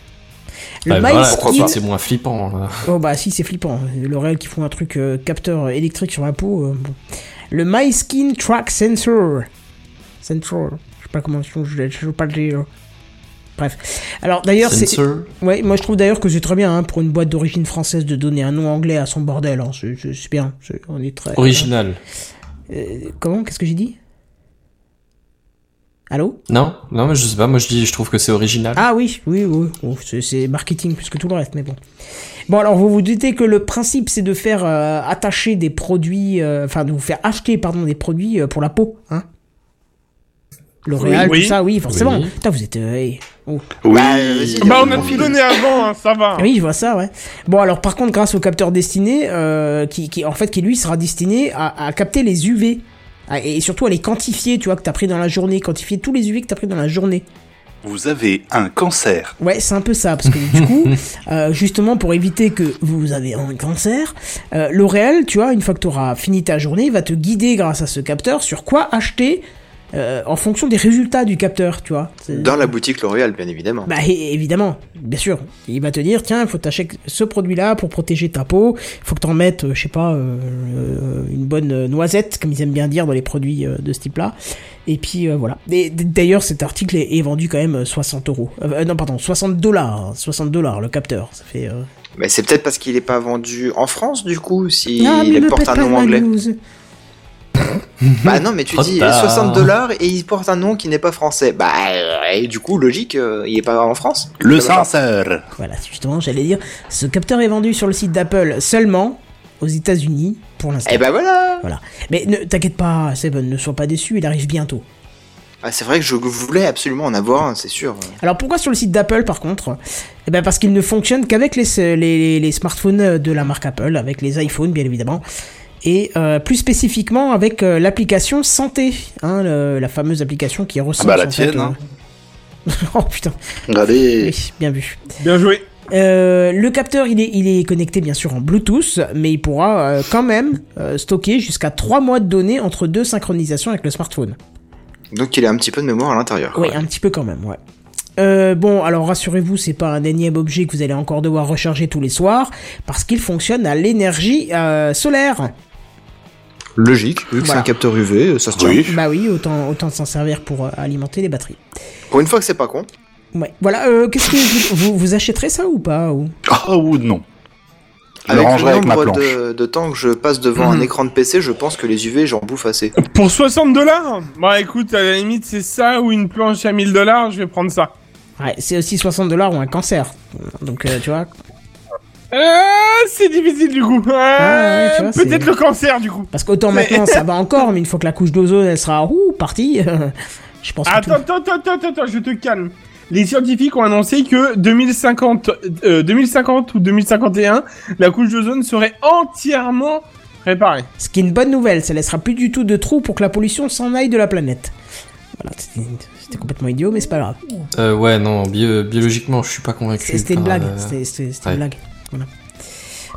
E: Ah,
A: Le
E: bah,
A: Miles
E: voilà,
A: Kit-
E: c'est moins flippant. là.
A: Oh bah si c'est flippant, L'Oréal qui font un truc euh, capteur électrique sur la peau. euh, bon. Le My Skin Track Sensor. Sensor. Je sais pas comment je je je veux pas le dire. Bref. Alors d'ailleurs c'est...
E: Sensor.
A: Ouais, moi je trouve d'ailleurs que c'est très bien hein, pour une boîte d'origine française de donner un nom anglais à son bordel. hein. C'est, c'est- c'est bien. C'est- on est très...
E: Original.
A: Euh, comment Qu'est-ce que j'ai dit Allô
E: Non, non, mais je sais pas. Moi, je dis, je trouve que c'est original.
A: Ah oui, oui, oui. Oh, c'est- C'est marketing plus que tout le reste, mais bon. Bon, alors vous vous doutez que le principe, c'est de faire euh, attacher des produits, euh, enfin de vous faire acheter, pardon, des produits euh, pour la peau, hein L'Oréal,
D: Oui.
A: tout ça, oui, forcément.
E: Oui.
A: Putain, vous êtes... euh, hey. Oh.
H: Oui
C: Bah, vas-y,
D: Bah, on
C: euh,
D: a tout
C: profil.
D: donné avant, hein, ça va.
A: Ah Oui, je vois ça, ouais. Bon, alors par contre, grâce au capteur destiné, euh, qui, qui, en fait, qui lui sera destiné à, à capter les UV. Ah, Et surtout à les quantifier, tu vois, que t'as pris dans la journée, quantifier tous les UV que t'as pris dans la journée.
H: Vous avez un cancer.
A: Ouais, c'est un peu ça, parce que du coup, euh, justement pour éviter que vous avez un cancer, euh, L'Oréal, tu vois, une fois que tu auras fini ta journée, va te guider grâce à ce capteur sur quoi acheter euh, en fonction des résultats du capteur, tu vois. C'est-
C: Dans la boutique L'Oréal, bien évidemment.
A: bah é- évidemment, bien sûr. Il va te dire, tiens, il faut t'acheter ce produit-là pour protéger ta peau. Il faut que t'en mettes, euh, je sais pas, euh, euh, une bonnes euh, noisettes, comme ils aiment bien dire dans les produits euh, de ce type-là. Et puis euh, voilà. Et d- D'ailleurs, cet article est, est vendu quand même euh, 60 euros. Euh, euh, non, pardon, 60 dollars. hein, 60 dollars le capteur. Ça fait. euh,
C: Mais c'est peut-être parce qu'il n'est pas vendu en France, du coup, s'il
A: Ah, mais me
C: porte
A: pète
C: un
A: pas
C: nom
A: ma
C: anglais.
A: news.
C: Bah
H: Hmm.
C: non, mais tu
H: Oh,
E: Trop
C: dis
E: tard.
C: 60 dollars et il porte un nom qui n'est pas français. Bah, euh, et du coup, logique, euh, il est pas en France. Bah,
H: Le censeur.
A: Voilà, justement, j'allais dire. Ce capteur est vendu sur le site d'Apple seulement aux États-Unis pour l'instant.
C: Et bah voilà
A: Mais ne t'inquiète pas, Seven, ne sois pas déçu, il arrive bientôt.
C: ah, C'est vrai que je voulais absolument en avoir un, c'est sûr.
A: Alors pourquoi sur le site d'Apple par contre Eh ben parce qu'il ne fonctionne qu'avec les, les, les smartphones euh, de la marque Apple, avec les iPhones bien évidemment, et euh, plus spécifiquement avec euh, l'application santé, hein, le- la fameuse application qui ressemble. euh,
H: bah, la tienne, hein.
A: oh putain,
C: Allez
A: oui, bien vu.
D: Bien joué.
A: Euh, le capteur, il est, il est connecté bien sûr en Bluetooth, mais il pourra euh, quand même euh, stocker jusqu'à 3 mois de données entre deux synchronisations avec le smartphone.
C: Donc il a un petit peu de mémoire à l'intérieur. quoi.
A: Oui, un petit peu quand même, ouais. Euh, bon, alors rassurez-vous, c'est pas un énième objet que vous allez encore devoir recharger tous les soirs, parce qu'il fonctionne à l'énergie euh, solaire.
C: Logique, vu que c'est
A: Voilà.
C: un capteur UV, ça se tient.
H: Oui.
A: Bah oui, autant, autant s'en servir pour euh, alimenter les batteries.
C: Pour une fois que c'est pas con.
A: Ouais, voilà, euh, qu'est-ce que vous, vous, vous achèterez ça ou pas ou...
H: Ah ou non. Je le
C: Avec
H: rangerai
C: le
H: avec ma
C: nombre
H: planche. Mhm.
C: de, de temps que je passe devant un écran de PC, je pense que les UV, j'en bouffe assez.
D: Pour 60 dollars Bah écoute, à la limite, c'est ça ou une planche à 1000 dollars, je vais prendre ça.
A: Ouais, c'est aussi 60 dollars ou un cancer. Donc euh, tu vois,
D: Ah, c'est difficile du coup. Ah,
A: ouais, tu vois,
D: Peut-être
A: c'est-
D: le cancer du coup.
A: parce qu'autant
D: Mais-
A: maintenant ça va encore, mais une fois que la couche d'ozone elle sera ouh, partie, je pense que tout-
D: Attends, attends, attends, attends, attends, je te calme. Les scientifiques ont annoncé que 2050, euh, 2050 ou 2051, la couche d'ozone serait entièrement réparée.
A: ce qui est une bonne nouvelle, ça laissera plus du tout de trous pour que la pollution s'en aille de la planète. Voilà, c'était- c'était complètement idiot, mais c'est pas grave.
E: Euh, ouais, non, bio- biologiquement, je suis pas convaincu.
A: C'était une
E: par,
A: blague.
E: euh,
A: C'était c'était- c'était
E: ouais.
A: une blague. Voilà.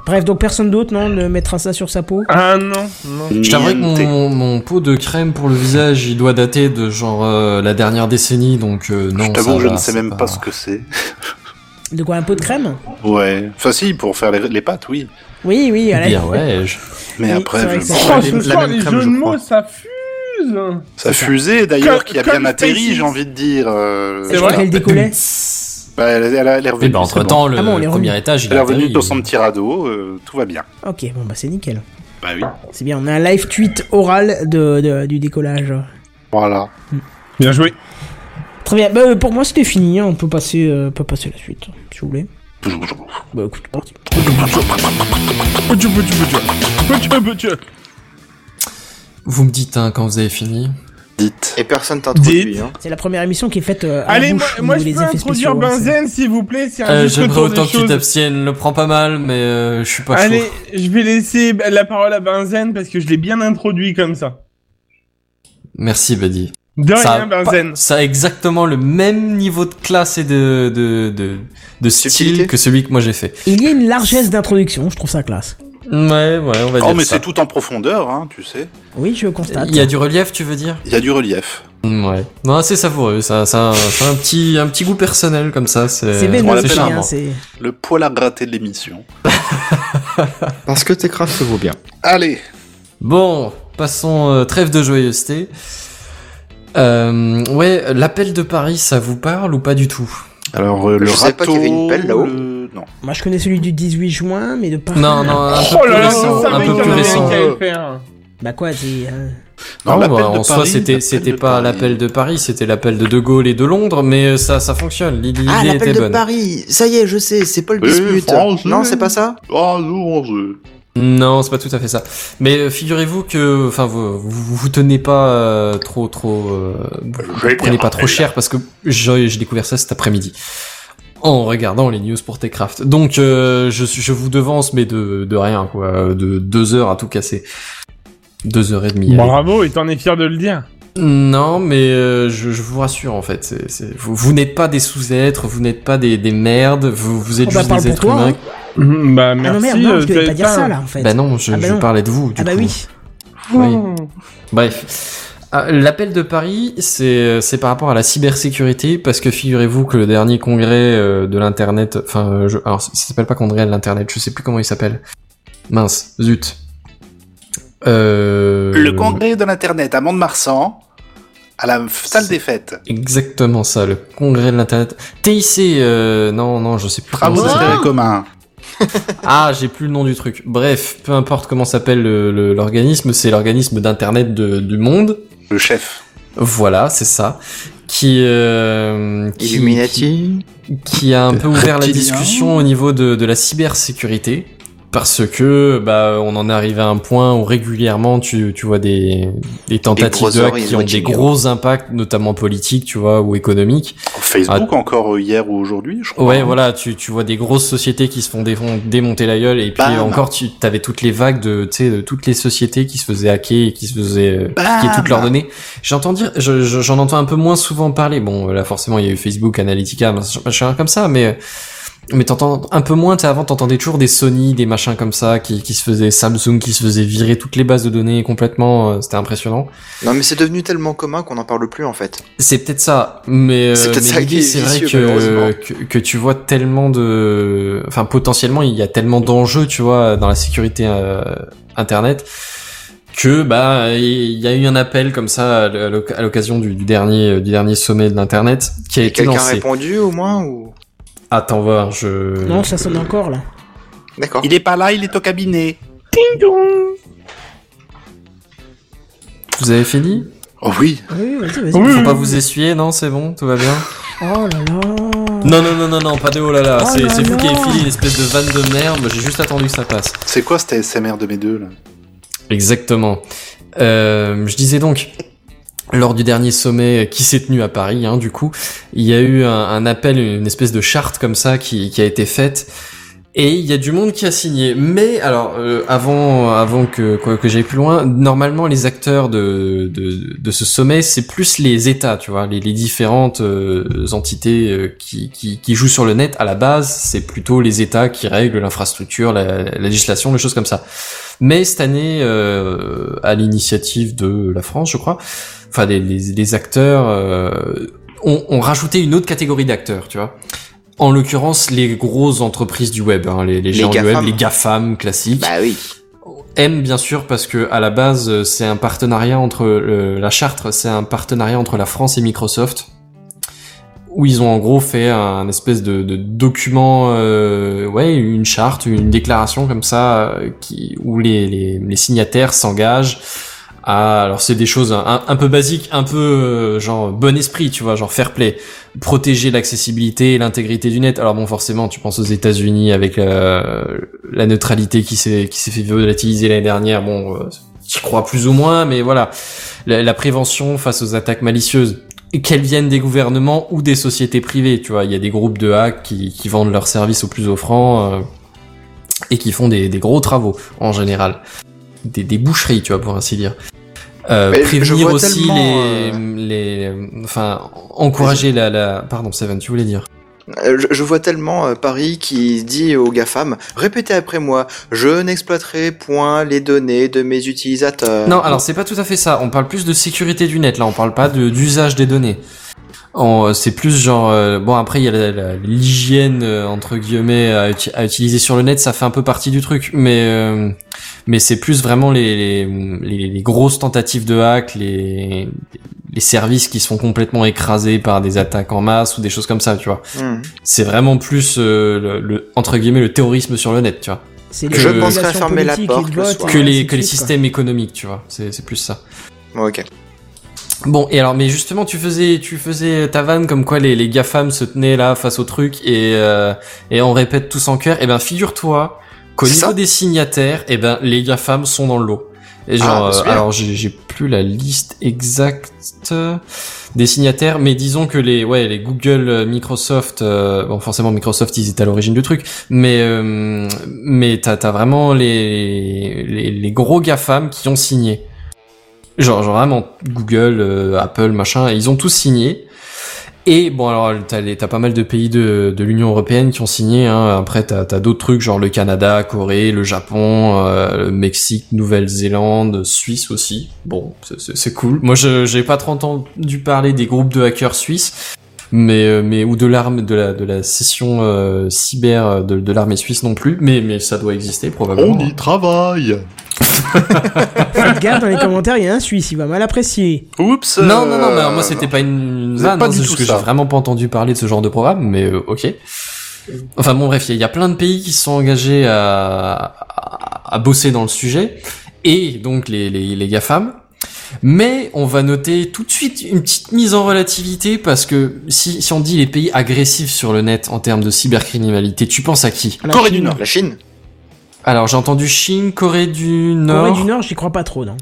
A: Bref, donc personne d'autre, non, ne mettra ça sur sa peau.
D: Ah non, non.
E: Je t'avouerai que
H: Niente.
E: mon, mon pot de crème pour le visage, il doit dater de genre euh, la dernière décennie, donc euh, non.
H: Je
E: ça
H: t'avoue que je
E: va,
H: ne sais
E: c'est
H: même pas ce que c'est.
A: De quoi, un pot de crème
H: Ouais. Enfin si, pour faire les, les pâtes, oui.
A: Oui, oui, allez.
E: Eh Bien, ouais. je-
H: Mais
A: Oui, c'est vrai
H: après,
A: que
H: je-
A: c'est-
D: Oh,
H: la
D: ce
H: même- la
D: soir,
H: même
D: les
H: crème,
D: jeux
H: je
D: de mots,
H: crois.
D: ça fuse.
H: Sa fusée d'ailleurs
D: Comme-
H: qui a
D: comme
H: bien atterri,
D: SpaceX.
H: j'ai envie de dire. euh,
A: Je crois
H: voilà.
A: qu'elle décollait.
H: Bah, elle, elle- elle est
E: Et
H: revenue.
E: ben,
H: c'est
E: entre
H: bon.
E: temps, le
A: Ah bon, on est
E: premier
A: revenu.
E: étage, il
H: Elle est
E: a
H: revenue
E: atterri.
H: dans son petit radeau, euh, tout va bien.
A: Ok, bon, bah c'est nickel.
H: Bah oui.
A: C'est bien, on a un live tweet oral de, de- du décollage.
H: Voilà.
D: Bien joué.
A: Très bien, bah, euh, pour moi c'était fini, hein. on, peut passer, euh, on peut passer la suite, si vous voulez. Bah écoute, c'est parti.
D: Petit, petit, petit. Petit, petit.
E: Vous me dites hein, quand vous avez fini.
H: Dites.
C: Et personne t'introduit.
D: Dites.
C: Hein.
A: C'est la première émission qui est faite euh, à
D: Allez,
A: la
D: moi,
A: bouche, au
D: moi
A: niveau
D: je
A: des
D: peux
A: effets spéciaux,
D: introduire
A: hein, c'est-
D: Benzen, s'il vous plaît. C'est un
E: Euh,
D: juste
E: J'aimerais
D: retour des
E: autant que tu
D: choses.
E: t'abstiennes, le prends pas mal, mais euh, je suis pas
D: Allez,
E: chaud.
D: je vais laisser la parole à Benzen parce que je l'ai bien introduit comme ça.
E: Merci, Buddy.
D: De
E: ça,
D: rien, ben,
E: a pas-
D: Benzen.
E: ça a exactement le même niveau de classe et de, de, de, de style
C: Subtilité.
E: que celui que moi j'ai fait.
A: Il y a une largesse d'introduction, je trouve ça classe.
E: Ouais, ouais, on va
H: Oh,
E: dire
H: mais
E: ça.
H: c'est tout en profondeur, hein, tu sais.
A: Oui, je constate.
E: Il y a du relief, tu veux dire
H: Il y a du relief.
E: Ouais. Non, c'est savoureux. Ça, ça, ça a un petit, un petit goût personnel comme ça.
A: C'est
E: C'est
A: Benoît qui
H: on l'appelle
A: dit, hein,
E: charmant.
A: c'est-
H: Le poil à gratter de l'émission.
C: Parce que tes crafts se vaut bien.
H: Allez.
E: Bon, passons euh, trêve de joyeuseté. Euh, ouais, l'appel de Paris, ça vous parle ou pas du tout
H: Alors, euh, le
C: Je savais pas
H: râteau,
C: qu'il y avait une pelle là-haut.
H: le- Non.
A: Moi je connais celui du 18 juin, mais de pas.
E: Non, non, un peu
D: Oh
E: plus
D: là là,
E: récent,
D: ça
E: un
D: mec
E: peu plus
D: un
E: récent.
D: Américain à faire.
A: Bah quoi, dis. euh,
E: Non,
H: l'appel
E: bah,
H: de
E: en soi,
H: Paris,
E: c'était,
H: l'appel
E: c'était
H: de
E: pas
H: Paris.
E: l'appel de Paris, c'était l'appel de De Gaulle et de Londres, mais euh, ça, ça fonctionne. L'idée
C: Ah,
E: était
C: l'appel de
E: bonne.
C: Paris Ça y est, je sais, c'est Paul
H: Oui,
C: Bismuth.
H: France,
C: non,
H: oui.
C: c'est pas ça
H: Ah, non, je-
E: Non, c'est pas tout à fait ça. Mais euh, figurez-vous que, enfin, vous, vous vous tenez pas euh, trop, trop, euh, vous
H: Je vais
E: prenez
H: bien
E: pas trop
H: rappel.
E: cher parce que j'ai j'ai découvert ça cet après-midi en regardant les news pour Techcraft. Donc, euh, je, suis- je vous devance, mais de, de rien quoi, de deux heures à tout casser, deux heures et demie. allez.
D: Bravo, et t'en es fier de le dire.
E: Non, mais euh, je, je vous rassure en fait. c'est- c'est- vous vous n'êtes pas des sous-êtres, vous n'êtes pas des, des merdes, vous, vous êtes
A: Oh, bah,
E: juste
A: parle
E: des
A: pour
E: êtres
A: toi,
E: humains.
A: hein.
D: Mhm, Bah
A: Ah non,
D: merci.
A: merde, non, je
D: euh,
A: devais pas dire
D: putain.
A: ça là en fait.
E: Bah non, je,
A: Ah, bah
E: je
A: non.
E: parlais de vous. Du
A: Ah bah
E: coup.
A: oui.
E: Oui. Bref. Ah, L'appel de Paris, c'est c'est par rapport à la cybersécurité parce que figurez-vous que le dernier congrès euh, de l'internet, enfin, euh, je- alors ça s'appelle pas congrès de l'internet, je sais plus comment il s'appelle. Mince, zut. Euh...
H: Le congrès de l'Internet à Mont-de-Marsan, à la salle des fêtes.
E: Exactement ça, le congrès de l'internet. TIC, euh, non, non, je sais plus.
H: Travaux
E: comment ça
H: d'intérêt
E: s'appelle.
H: commun.
E: Ah, j'ai plus le nom du truc. Bref, peu importe comment s'appelle le- le- l'organisme, c'est l'organisme d'internet de- du monde.
H: Le chef.
E: Voilà, c'est ça. Qui, euh, qui,
C: Illuminati.
E: qui- qui a un peu ouvert la
H: Reptilien.
E: discussion au niveau de, de la cybersécurité. Parce que, bah, on en est arrivé à un point où régulièrement tu, tu vois des, des tentatives
C: gros
E: de hack
C: oreilles
E: qui ont des
C: watching.
E: gros impacts, notamment politiques, tu vois, ou économiques.
H: Facebook encore euh, hier ou aujourd'hui, je crois. hein.
E: Ouais, voilà, tu, tu vois des grosses sociétés qui se font défon- démonter la gueule, et puis
H: Bam.
E: encore, tu avais toutes les vagues de, tu sais, de toutes les sociétés qui se faisaient hacker et qui se faisaient euh,
H: Bam.
E: qui toutes leurs données. J'entends dire, je- je- j'en entends un peu moins souvent parler. Bon, là, forcément, il y a eu Facebook, Analytica, machin machin comme ça, mais, mais t'entends un peu moins, tu sais, avant, t'entendais toujours des Sony, des machins comme ça, qui, qui se faisaient, Samsung, qui se faisaient virer toutes les bases de données complètement, euh, c'était impressionnant.
C: Non, mais c'est devenu tellement commun qu'on n'en parle plus en fait.
E: C'est peut-être ça, mais
C: C'est
E: euh,
C: peut-être
E: mais
C: ça
E: l'idée,
C: qui est
E: c'est vrai
C: vicieux,
E: que,
C: malheureusement.
E: que que tu vois tellement de, enfin potentiellement il y a tellement d'enjeux, tu vois, dans la sécurité euh, internet que bah il y a eu un appel comme ça à l'oc- à l'occasion du, du dernier euh, du dernier sommet de l'internet qui a été
C: Quelqu'un a
E: lancé.
C: répondu au moins ou
E: Attends voir, je
A: Non, ça sonne encore là.
C: D'accord.
H: Il est pas là, il est au cabinet.
E: vous avez fini
H: Oh oui.
A: Ah, Oui, vas-y, vas-y.
D: Oui,
E: Faut
D: oui,
E: pas
D: oui.
E: vous essuyer, non C'est bon, tout va bien.
A: Oh là là.
E: Non non non non non, pas de oh là là,
A: Oh
E: c'est
A: là
E: c'est vous qui avez
A: là.
E: filé une espèce de vanne de merde. J'ai juste attendu que ça passe.
H: C'est quoi cette SMR de mes deux là
E: Exactement. Euh, je disais donc, lors du dernier sommet euh, qui s'est tenu à Paris, hein, du coup, il y a eu un, un appel, une espèce de charte comme ça qui, qui a été faite. Et il y a du monde qui a signé. Mais alors, euh, avant, avant que quoi, que j'aille plus loin, normalement les acteurs de de, de ce sommet, c'est plus les États, tu vois, les, les différentes euh, entités euh, qui, qui qui jouent sur le net. À la base, c'est plutôt les États qui règlent l'infrastructure, la, la législation, les choses comme ça. Mais cette année, euh, à l'initiative de la France, je crois, enfin des les, les acteurs euh, ont, ont rajouté une autre catégorie d'acteurs, tu vois. En l'occurrence, les grosses entreprises du web, hein, les, les géants du web,
C: GAFAM.
E: les GAFAM classiques,
C: Bah oui.
E: M bien sûr parce que à la base euh, c'est un partenariat entre euh, la charte, c'est un partenariat entre la France et Microsoft où ils ont en gros fait un espèce de, de document, euh, ouais, une charte, une déclaration comme ça, euh, qui, où les, les, les signataires s'engagent à, alors c'est des choses un, un peu basiques, un peu euh, genre bon esprit, tu vois, genre fair play, protéger l'accessibilité et l'intégrité du net. Alors bon, forcément, tu penses aux États-Unis avec euh, la neutralité qui s'est qui s'est fait volatiliser l'année dernière. Bon, euh, j'y crois plus ou moins, mais voilà, la, la prévention face aux attaques malicieuses, et qu'elles viennent des gouvernements ou des sociétés privées. Tu vois, il y a des groupes de hacks qui, qui vendent leurs services au plus offrant euh, et qui font des, des gros travaux en général, des, des boucheries, tu vois, pour ainsi dire. Euh,
C: Mais je
E: prévenir
C: vois
E: aussi
C: tellement,
E: les, les, enfin, encourager la, la, pardon, Seven, tu voulais dire.
C: Euh, Je, je vois tellement euh, Paris qui dit aux GAFAM, répétez après moi, je n'exploiterai point les données de mes utilisateurs.
E: Non, alors c'est pas tout à fait ça. On parle plus de sécurité du net là. On parle pas de- d'usage des données. En, euh, C'est plus genre euh, bon après il y a la- la- l'hygiène euh, entre guillemets à, uti- à utiliser sur le net ça fait un peu partie du truc mais euh, mais c'est plus vraiment les les, les- les grosses tentatives de hack les les services qui sont complètement écrasés par des attaques en masse ou des choses comme ça tu vois
C: Hmm.
E: c'est vraiment plus euh, le, le- entre guillemets le terrorisme sur le net tu vois
A: C'est
E: Je
A: manipulations
E: penserais
C: fermer la
A: politiques,
C: porte
A: les
C: le
A: votes, et
C: soir.
A: hein,
E: que
A: ainsi
E: les
A: de
E: que les
A: suite, quoi.
E: systèmes économiques tu vois c'est c'est plus ça
C: Bon, ok.
E: Bon et alors mais justement tu faisais tu faisais ta vanne comme quoi les les gafam se tenaient là face au truc et euh, et on répète tous en cœur et ben figure-toi qu'au
C: C'est
E: niveau
C: ça
E: des signataires et ben les gafam sont dans le lot. Et
C: Ah,
E: genre
C: bah, c'est
E: euh,
C: bien.
E: alors j'ai j'ai plus la liste exacte des signataires mais disons que les ouais les Google euh, Microsoft euh, bon forcément Microsoft ils étaient à l'origine du truc mais euh, mais t'as t'as vraiment les, les les gros gafam qui ont signé genre, genre vraiment Google, euh, Apple, machin, ils ont tous signé. Et bon alors t'as les- t'as pas mal de pays de, de l'Union européenne qui ont signé. Hein. Après t'as as, d'autres trucs genre le Canada, Corée, le Japon, euh, le Mexique, Nouvelle-Zélande, Suisse aussi. Bon c'est- c'est c'est cool. Moi je- j'ai pas trop entendu parler des groupes de hackers suisses, mais euh, mais ou de l'arme de la de la session euh, cyber de, de l'armée suisse non plus. Mais mais ça doit exister probablement.
K: travaille
A: Faites gaffe dans les commentaires, il y a un Suisse, il va mal apprécier.
H: Oups.
E: Non, non, non, mais
H: euh,
E: alors moi c'était pas une
H: c'est
E: vanne,
H: pas
E: hein,
H: du
E: parce
H: tout
E: que j'ai
H: ça.
E: vraiment pas entendu parler de ce genre de programme, mais euh, ok. Enfin bon, bref, il y, a- il y a plein de pays qui se sont engagés à, à, à bosser dans le sujet, et donc les, les, les GAFAM. Mais on va noter tout de suite une petite mise en relativité, parce que si, si on dit les pays agressifs sur le net en termes de cybercriminalité, tu penses à qui
A: À la
H: Corée
A: Chine.
H: du Nord.
C: La Chine
E: Alors j'ai entendu Chine, Corée du Nord...
A: Corée du Nord, j'y crois pas trop, non.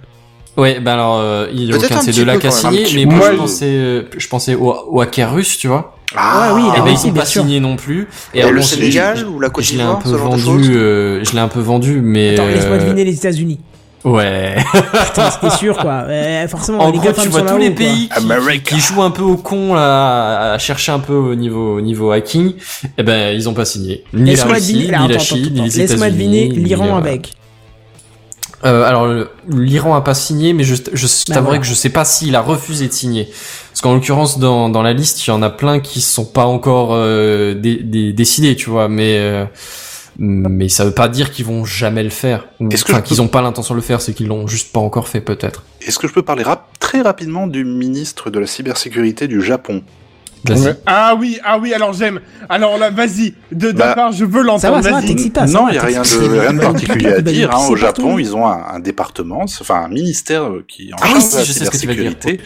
E: Ouais, ben alors, euh, il y a
C: Peut-être
E: aucun
C: un
E: de ces
C: petit
E: deux-là
C: peu
E: qu'à
C: quand même, un
E: signer,
C: petit
E: mais
C: peu.
E: moi je
D: Ouais.
E: pensais, euh, je pensais au, au hacker russe, tu vois.
A: Ah oui,
E: Eh
A: la
E: ben, ils
A: Russie,
E: sont
A: bien
E: pas
A: sûr.
E: signés non plus.
C: Et
E: alors,
C: le
E: bon, je- je-
C: Sénégal ou la Côte
E: je l'ai un
C: d'Ivoire,
E: peu
C: ce genre de
E: vendu,
C: choses
E: euh, je l'ai un peu vendu, mais
A: Attends, laisse-moi
E: euh,
A: deviner les États-Unis.
E: ouais.
A: Putain, c'était sûr, quoi. Euh, forcément,
E: en
A: les
E: gros,
A: gars
E: tu
A: femmes
E: vois
A: sont
E: tous les
A: là-haut, quoi.
E: pays qui,
H: America.
E: qui jouent un peu au con là, à chercher un peu au niveau au niveau hacking. Eh ben, ils ont pas signé. Ni la
A: Laisse-moi
E: Russie,
A: deviner,
E: ni
A: alors,
E: la
A: attends, attends,
E: Chine, ni
A: attends.
E: les
A: Laisse-moi deviner
E: États-Unis, ni
A: l'Iran
E: la-
A: avec.
E: Euh, alors le- l'Iran a pas signé, mais je, je
A: Bah,
E: t'avouerai
A: voilà.
E: que je sais pas s'il a refusé de signer. Parce qu'en l'occurrence, dans, dans la liste, il y en a plein qui sont pas encore euh, dé- dé- décidés, tu vois. Mais euh, mais ça veut pas dire qu'ils vont jamais le faire. Ou-
H: Est-ce que
E: Enfin,
H: je
E: qu'ils ont pas l'intention de le faire, c'est qu'ils l'ont juste pas encore fait, peut-être.
H: Est-ce que je peux parler rap- très rapidement du ministre de la cybersécurité du Japon
E: Vas-y.
D: Ah oui, ah oui, alors j'aime. Alors là, vas-y, de ta
H: Bah,
D: part, je veux
A: Ça
D: l'entendre,
A: va, ça
E: Ah,
A: va,
D: vas-y.
A: t'excites pas. ça
H: Non,
A: va,
H: il n'y a rien
A: t'excites
H: de,
A: pas.
H: rien de particulier à
E: Bah,
A: Il va nous
H: dire. hein. Au
A: pisser partout.
H: Japon, ils ont un, un département, c'est- enfin un ministère euh, qui est en
E: Ah oui,
H: charge
E: si,
H: de la
E: je sais ce que tu vas dire.
H: cybersécurité.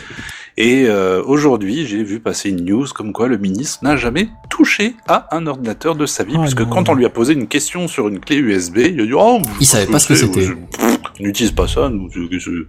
H: Et euh, aujourd'hui, j'ai vu passer une news comme quoi le ministre n'a jamais touché à un ordinateur de sa vie,
A: Oh
H: puisque
A: non.
H: quand on lui a posé une question sur une clé USB, il a dit Oh,
E: Il savait pas ce que
H: c'est,
E: c'était.
H: pff, N'utilise pas ça. nous, c'est- qu'est-ce que-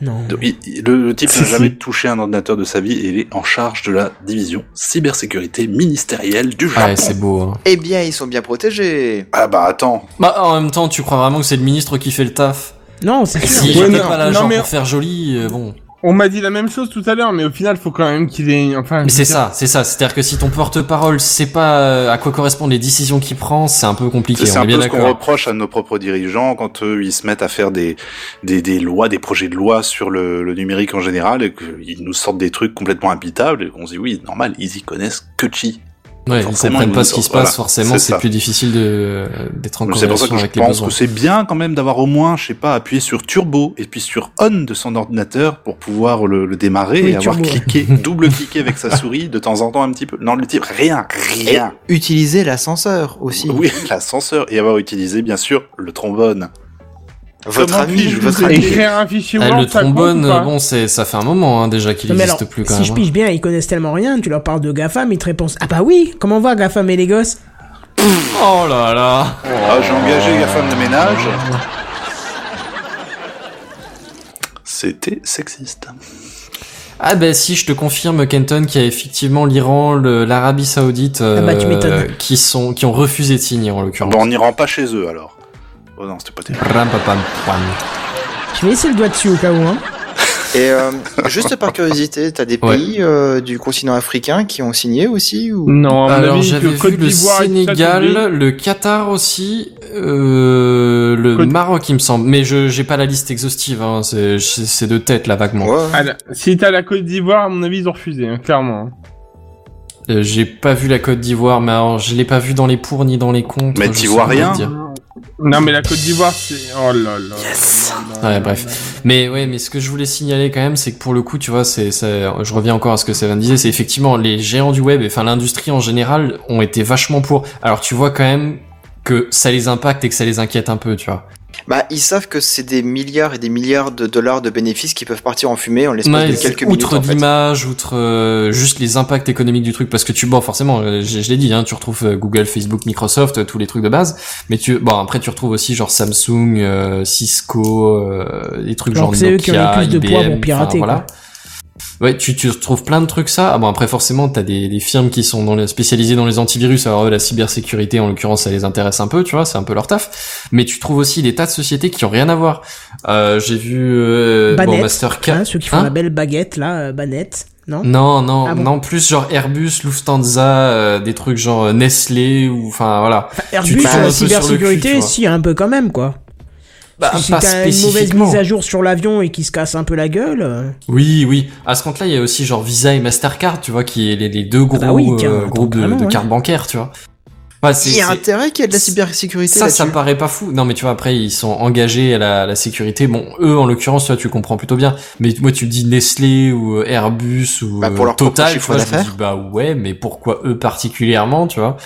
A: Non.
H: Donc, il- il- le, le type
D: Si,
H: n'a
D: si.
H: jamais touché un ordinateur de sa vie et il est en charge de la division cybersécurité ministérielle du Japon.
E: Ouais, c'est beau. hein.
C: Eh bien, ils sont bien protégés.
H: ah bah attends,
E: Bah, en même temps, tu crois vraiment que c'est le ministre qui fait le taf
A: Non, c'est sûr.
E: Bah, Si
D: Ouais,
E: j'étais
D: non,
E: pas là,
D: non,
E: genre,
D: mais-
E: pour faire joli, euh, bon.
D: On m'a dit la même chose tout à l'heure, mais au final, faut quand même qu'il ait, enfin.
E: Mais c'est ça, c'est ça. C'est-à-dire que si ton porte-parole sait pas euh, à quoi correspondent les décisions qu'il prend, c'est un peu compliqué.
H: c'est
E: on
H: un
E: est bien
H: peu ce qu'on
E: d'accord.
H: reproche à nos propres dirigeants quand eux, ils se mettent à faire des, des, des lois, des projets de loi sur le, le numérique en général et qu'ils nous sortent des trucs complètement habitables et qu'on se dit oui, normal, ils y connaissent que chi.
E: Ouais, ils
H: Forcément,
E: comprennent
H: ils
E: pas
H: nous-
E: ce qui se
H: voilà,
E: passe, forcément,
H: c'est
E: c'est
H: ça.
E: plus difficile de euh, d'être en
H: C'est pour ça
E: corrélation
H: que je
E: avec les
H: pense
E: besoins.
H: que c'est bien quand même d'avoir au moins, je sais pas, appuyé sur turbo et puis sur on de son ordinateur pour pouvoir le, le démarrer
A: Oui,
H: et avoir
A: turbo.
H: cliqué, double-cliqué avec sa souris de temps en temps un petit peu. Non, le type, rien,
C: Et
H: rien.
E: Eh,
C: utiliser l'ascenseur aussi.
H: Oui, l'ascenseur et avoir utilisé bien sûr le trombone.
C: Votre
H: Comment
C: ami,
H: puis-je
C: votre
H: vous
C: ami.
H: aider
D: Écrire un fichier
E: Ah,
D: Word,
E: le
D: ça compte
E: trombone,
D: ou pas
E: bon, c'est ça fait un moment hein, déjà qu'il
A: Non, mais
E: n'existe
A: alors,
E: plus quand
A: si je
E: même. hein.
A: pige bien, ils connaissent tellement rien. Tu leur parles de GAFAM, ils te répondent Ah bah oui, comment on va GAFAM et les gosses
E: Oh là là.
H: Ah, j'ai engagé la femme de ménage. C'était sexiste.
E: Ah ben si, je te confirme Kenton qu'il y a effectivement l'Iran, le- l'Arabie Saoudite euh,
A: Ah bah, tu m'étonnes.
E: qui sont qui ont refusé de signer en l'occurrence.
H: Bon, on n'y rend pas chez eux alors. Oh non, c'était pas terrible.
E: Ram, pam, pam, pam.
A: Je vais laisser le doigt dessus au cas où. Hein.
C: Et euh, juste par curiosité, t'as des
E: Ouais.
C: pays euh, du continent africain qui ont signé aussi ou...
D: Non, à mon
E: Alors
D: avis, que
E: j'avais vu
D: Côte
E: le
D: d'Ivoire et tout ça,
E: Sénégal,
D: t'oublies.
E: le Qatar aussi, euh, le
D: Côte-
E: Maroc il me semble, mais je j'ai pas la liste exhaustive, hein, c'est c'est c'est de tête là vaguement.
C: Ouais.
D: Ah, là, si t'as la Côte d'Ivoire, à mon avis, ils ont refusé, hein, clairement.
E: Euh, j'ai pas vu la Côte d'Ivoire, mais alors je l'ai pas vu dans les pour ni dans les contre.
H: Mais
E: je
H: t'y
E: sais
H: vois
E: pas
H: rien
E: te dire.
D: Non, mais la Côte d'Ivoire, c'est. Oh là là. Yes
E: Ouais, bref. Mais ouais, mais ce que je voulais signaler quand même, c'est que pour le coup, tu vois, c'est, ça- je reviens encore à ce que Seven disait, c'est effectivement les géants du web, et enfin l'industrie en général, ont été vachement pour. Alors tu vois quand même que ça les impacte et que ça les inquiète un peu, tu vois.
C: Bah, ils savent que c'est des milliards et des milliards de dollars de bénéfices qui peuvent partir en fumée en l'espace de
E: Ouais,
C: quelques minutes.
E: outre
C: en fait.
E: l'image, outre euh, juste les impacts économiques du truc, parce que tu, bon, forcément, euh, je, je l'ai dit, hein, tu retrouves euh, Google, Facebook, Microsoft, euh, tous les trucs de base, mais tu, bon, après tu retrouves aussi genre Samsung, euh, Cisco, euh, des trucs
A: Alors
E: genre
A: que c'est eux qui ont le
E: Nokia,
A: plus de
E: IBM,
A: poids pour
E: enfin,
A: pirater,
E: voilà. Ouais, tu, tu retrouves plein de trucs ça. Ah bon, après forcément, t'as des, des firmes qui sont dans les, spécialisées dans les antivirus. Alors eux, la cybersécurité, en l'occurrence, ça les intéresse un peu, tu vois, c'est un peu leur taf. Mais tu trouves aussi des tas de sociétés qui ont rien à voir. Euh, j'ai vu euh, bon,
A: Banette,
E: Mastercard.
A: Hein, ceux qui font
E: Hein Hmm.
A: la belle baguette là, euh, Banette, non
E: Non, non,
A: Ah bon
E: non, plus genre Airbus, Lufthansa, euh, des trucs genre euh, Nestlé ou enfin voilà.
A: Enfin, Airbus,
E: tombes un
A: euh,
E: peu sur le cul, tu
A: cybersécurité,
E: vois.
A: si, un peu quand même quoi.
E: Bah,
A: si
E: pas
A: t'as une mauvaise
E: spécifiquement.
A: mise à jour sur l'avion et qui se casse un peu la gueule. euh,
E: Oui, oui. À ce compte-là, il y a aussi genre Visa et Mastercard, tu vois, qui est les, les deux gros
A: bah oui, tiens,
E: euh,
A: attends,
E: groupes de,
A: carrément,
E: de
A: ouais.
E: cartes bancaires, tu vois. Ouais, c'est-
C: Il y a
E: c'est-
C: intérêt qu'il y ait de la cybersécurité
E: Ça, ça me
C: là-dessus.
E: paraît pas fou. Non, mais tu vois, après, ils sont engagés à la, la sécurité. Bon, eux, en l'occurrence, toi, tu comprends plutôt bien. Mais moi, tu dis Nestlé ou euh, Airbus ou
C: Bah, pour
E: euh,
C: leur propre
E: Total, tu
C: chiffre
E: vois, je me dis,
C: d'affaires.
E: bah ouais, mais pourquoi eux particulièrement, tu vois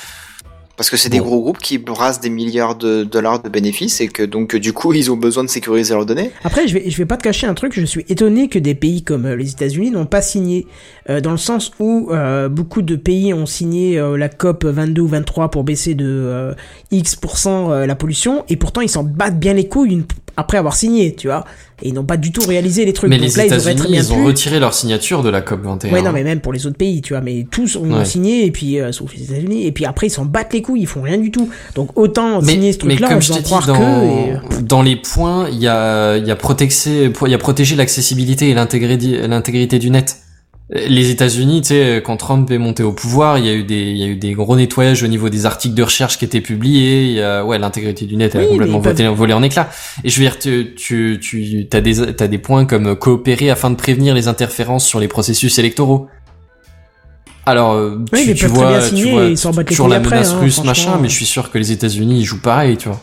C: Parce que c'est des
E: Bon.
C: gros groupes qui brassent des milliards de dollars de bénéfices et que donc du coup ils ont besoin de sécuriser leurs données.
A: Après, je vais, je vais pas te cacher un truc, je suis étonné que des pays comme euh, les États-Unis n'ont pas signé, euh, dans le sens où euh, beaucoup de pays ont signé euh, la COP 22 ou 23 pour baisser de euh, X% euh, la pollution, et pourtant ils s'en battent bien les couilles une- après avoir signé, tu vois. Et ils n'ont pas du tout réalisé les trucs.
E: Mais
A: Donc
E: les
A: là, ils auraient
E: États-Unis,
A: très
E: ils,
A: bien
E: ont
A: pu-
E: retiré leur signature de la COP 21.
A: Ouais, non, mais même pour les autres pays, tu vois, mais tous ont
E: Ouais.
A: signé, et puis, euh, sauf les États-Unis, et puis après, ils s'en battent les couilles, ils font rien du tout. Donc, autant
E: Mais-
A: signer ce
E: mais
A: truc-là, en
E: comme je
A: faisant
E: t'ai dit,
A: croire
E: dans,
A: que, et, euh,
E: dans les points, il y a, il y a protexé- il y a protégé l'accessibilité et l'intégré- l'intégrité du net. Les États-Unis, tu sais, quand Trump est monté au pouvoir, il y a eu des, il y a eu des gros nettoyages au niveau des articles de recherche qui étaient publiés. il y a- ouais, l'intégrité du net elle
A: Oui,
E: a
A: mais
E: complètement
A: ils peuvent-
E: volé, volé en éclats. Et je veux dire, tu, tu, tu, t'as des, t'as des points comme coopérer afin de prévenir les interférences sur les processus électoraux. Alors, euh,
A: Oui, mais
E: tu,
A: ils
E: tu
A: peuvent très
E: vois,
A: bien
E: tu
A: signer
E: vois
A: et ils s'en battent les
E: toujours
A: couilles
E: la
A: après,
E: menace
A: hein,
E: russe,
A: franchement.
E: machin, mais je suis sûr que les États-Unis ils jouent pareil, tu vois.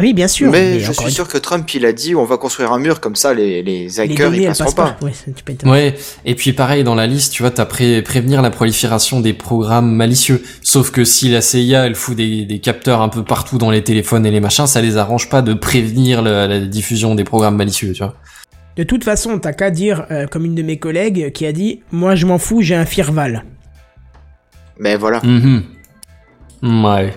A: oui, bien sûr.
C: mais je
A: encore
C: suis
A: une-
C: sûr que Trump il a dit on va construire un mur comme ça les, les
A: les
C: hackers
A: données,
C: ils
A: elles
C: passeront
A: passent
C: pas.
A: Ouais, ça, tu peux être-
E: Ouais, et puis pareil dans la liste, tu vois, t'as pré- prévenir la prolifération des programmes malicieux. Sauf que si la CIA elle fout des, des capteurs un peu partout dans les téléphones et les machins, ça les arrange pas de prévenir le- la diffusion des programmes malicieux, tu vois.
A: De toute façon, t'as qu'à dire, euh, comme une de mes collègues qui a dit Moi, je m'en fous, j'ai un firval.
C: Mais voilà.
E: Mhm. Ouais.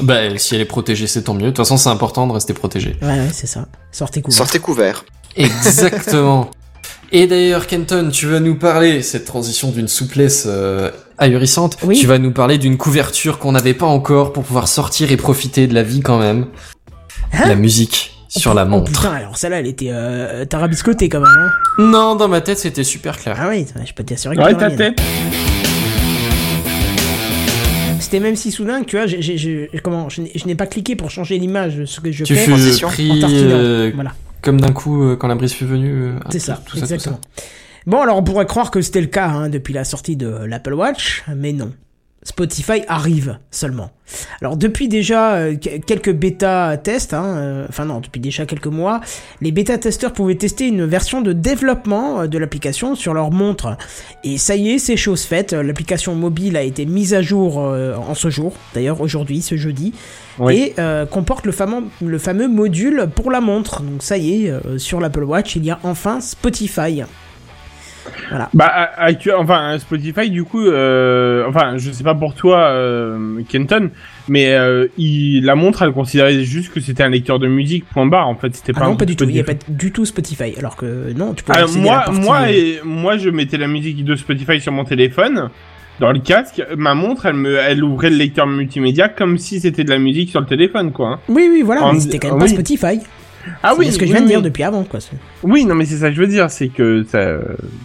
E: Bah si elle est protégée, c'est tant mieux. De toute façon, c'est important de rester protégé.
A: Ouais, ouais, c'est ça. Sortez
E: Mm.
A: couverts.
C: Sortez couverts.
E: Exactement. Et d'ailleurs, Kenton, tu vas nous parler cette transition d'une souplesse euh, ahurissante.
A: Oui.
E: Tu vas nous parler d'une couverture qu'on n'avait pas encore pour pouvoir sortir et profiter de la vie quand même.
A: Hein
E: la musique sur la
A: Oh,
E: montre.
A: putain, alors celle-là, elle était euh, tarabiscotée quand même. Hein.
E: non, dans ma tête, c'était super clair.
A: Ah oui, ça, je peux t'assurer que
D: Ouais,
A: dans la
D: ta
A: mienne.
D: tête.
A: C'était même si soudain que tu vois, j'ai- j'ai- je- comment, je n'ai- je n'ai pas cliqué pour changer l'image de ce que je
E: tu
A: fais.
E: fus
C: transition
A: en
E: pris
A: tartinant.
E: euh,
A: Voilà,
E: comme d'un coup euh, quand la brise fut venue. euh,
A: c'est
E: tout-
A: ça,
E: tout tout
A: exactement. Bon, alors on pourrait croire que c'était le cas hein, depuis la sortie de l'Apple Watch, mais non. Spotify arrive seulement. Alors depuis déjà euh, que- quelques bêta tests, hein, euh, enfin non, depuis déjà quelques mois, les bêta testeurs pouvaient tester une version de développement euh, de l'application sur leur montre. Et ça y est, c'est chose faite. Euh, L'application mobile a été mise à jour euh, en ce jour, d'ailleurs aujourd'hui, ce jeudi,
D: Oui.
A: et euh, comporte le fameux, le fameux module pour la montre. Donc ça y est, euh, sur l'Apple Watch, il y a enfin Spotify.
D: Bah, à- actu- enfin, Spotify, du coup, euh, enfin, je sais pas pour toi, euh, Kenton, mais euh, il, la montre, elle considérait juste que c'était un lecteur de musique, point barre. En fait, c'était
A: Ah
D: pas
A: non,
D: un
A: pas du tout. Il n'y a
D: Spotify.
A: pas du tout Spotify. Alors que non, tu peux
D: Alors,
A: accéder à la
D: Ah, moi,
A: partie-
D: moi, et, moi, je mettais la musique de Spotify sur mon téléphone, dans le casque. Ma montre, elle, me, elle ouvrait le lecteur multimédia comme si c'était de la musique sur le téléphone, quoi.
A: Oui, oui, voilà,
D: En-
A: mais c'était quand même pas
D: oui.
A: Spotify.
D: Ah
A: C'est
D: oui,
A: ce que je
D: oui,
A: viens de
D: oui.
A: dire depuis avant, quoi. C'est-
D: Oui, non, mais c'est ça que je veux dire, c'est que ça,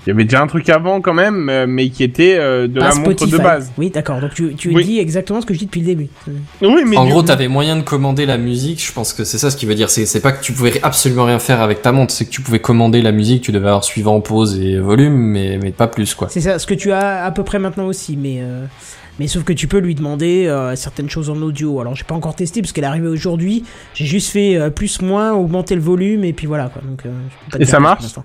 D: il y avait déjà un truc avant quand même, euh, mais qui était euh, de
A: Pas
D: la
A: Spotify.
D: montre de base.
A: Oui, d'accord. Donc tu, tu
D: Oui.
A: dis exactement ce que je dis depuis le début.
D: Oui, mais
E: en
D: du-
E: gros, t'avais moyen de commander la musique. Je pense que c'est ça ce qui veut dire. C'est c'est pas que tu pouvais absolument rien faire avec ta montre. C'est que tu pouvais commander la musique. Tu devais avoir suivant, pause et volume, mais, mais pas plus, quoi.
A: C'est ça, ce que tu as à peu près maintenant aussi, mais. euh, Mais sauf que tu peux lui demander euh, certaines choses en audio. Alors j'ai pas encore testé parce qu'elle est arrivée aujourd'hui. J'ai juste fait euh, plus moins, augmenter le volume et puis voilà quoi. Donc, euh, je peux pas te
D: Et
A: dire
D: ça
A: plus
D: marche
A: pour l'instant.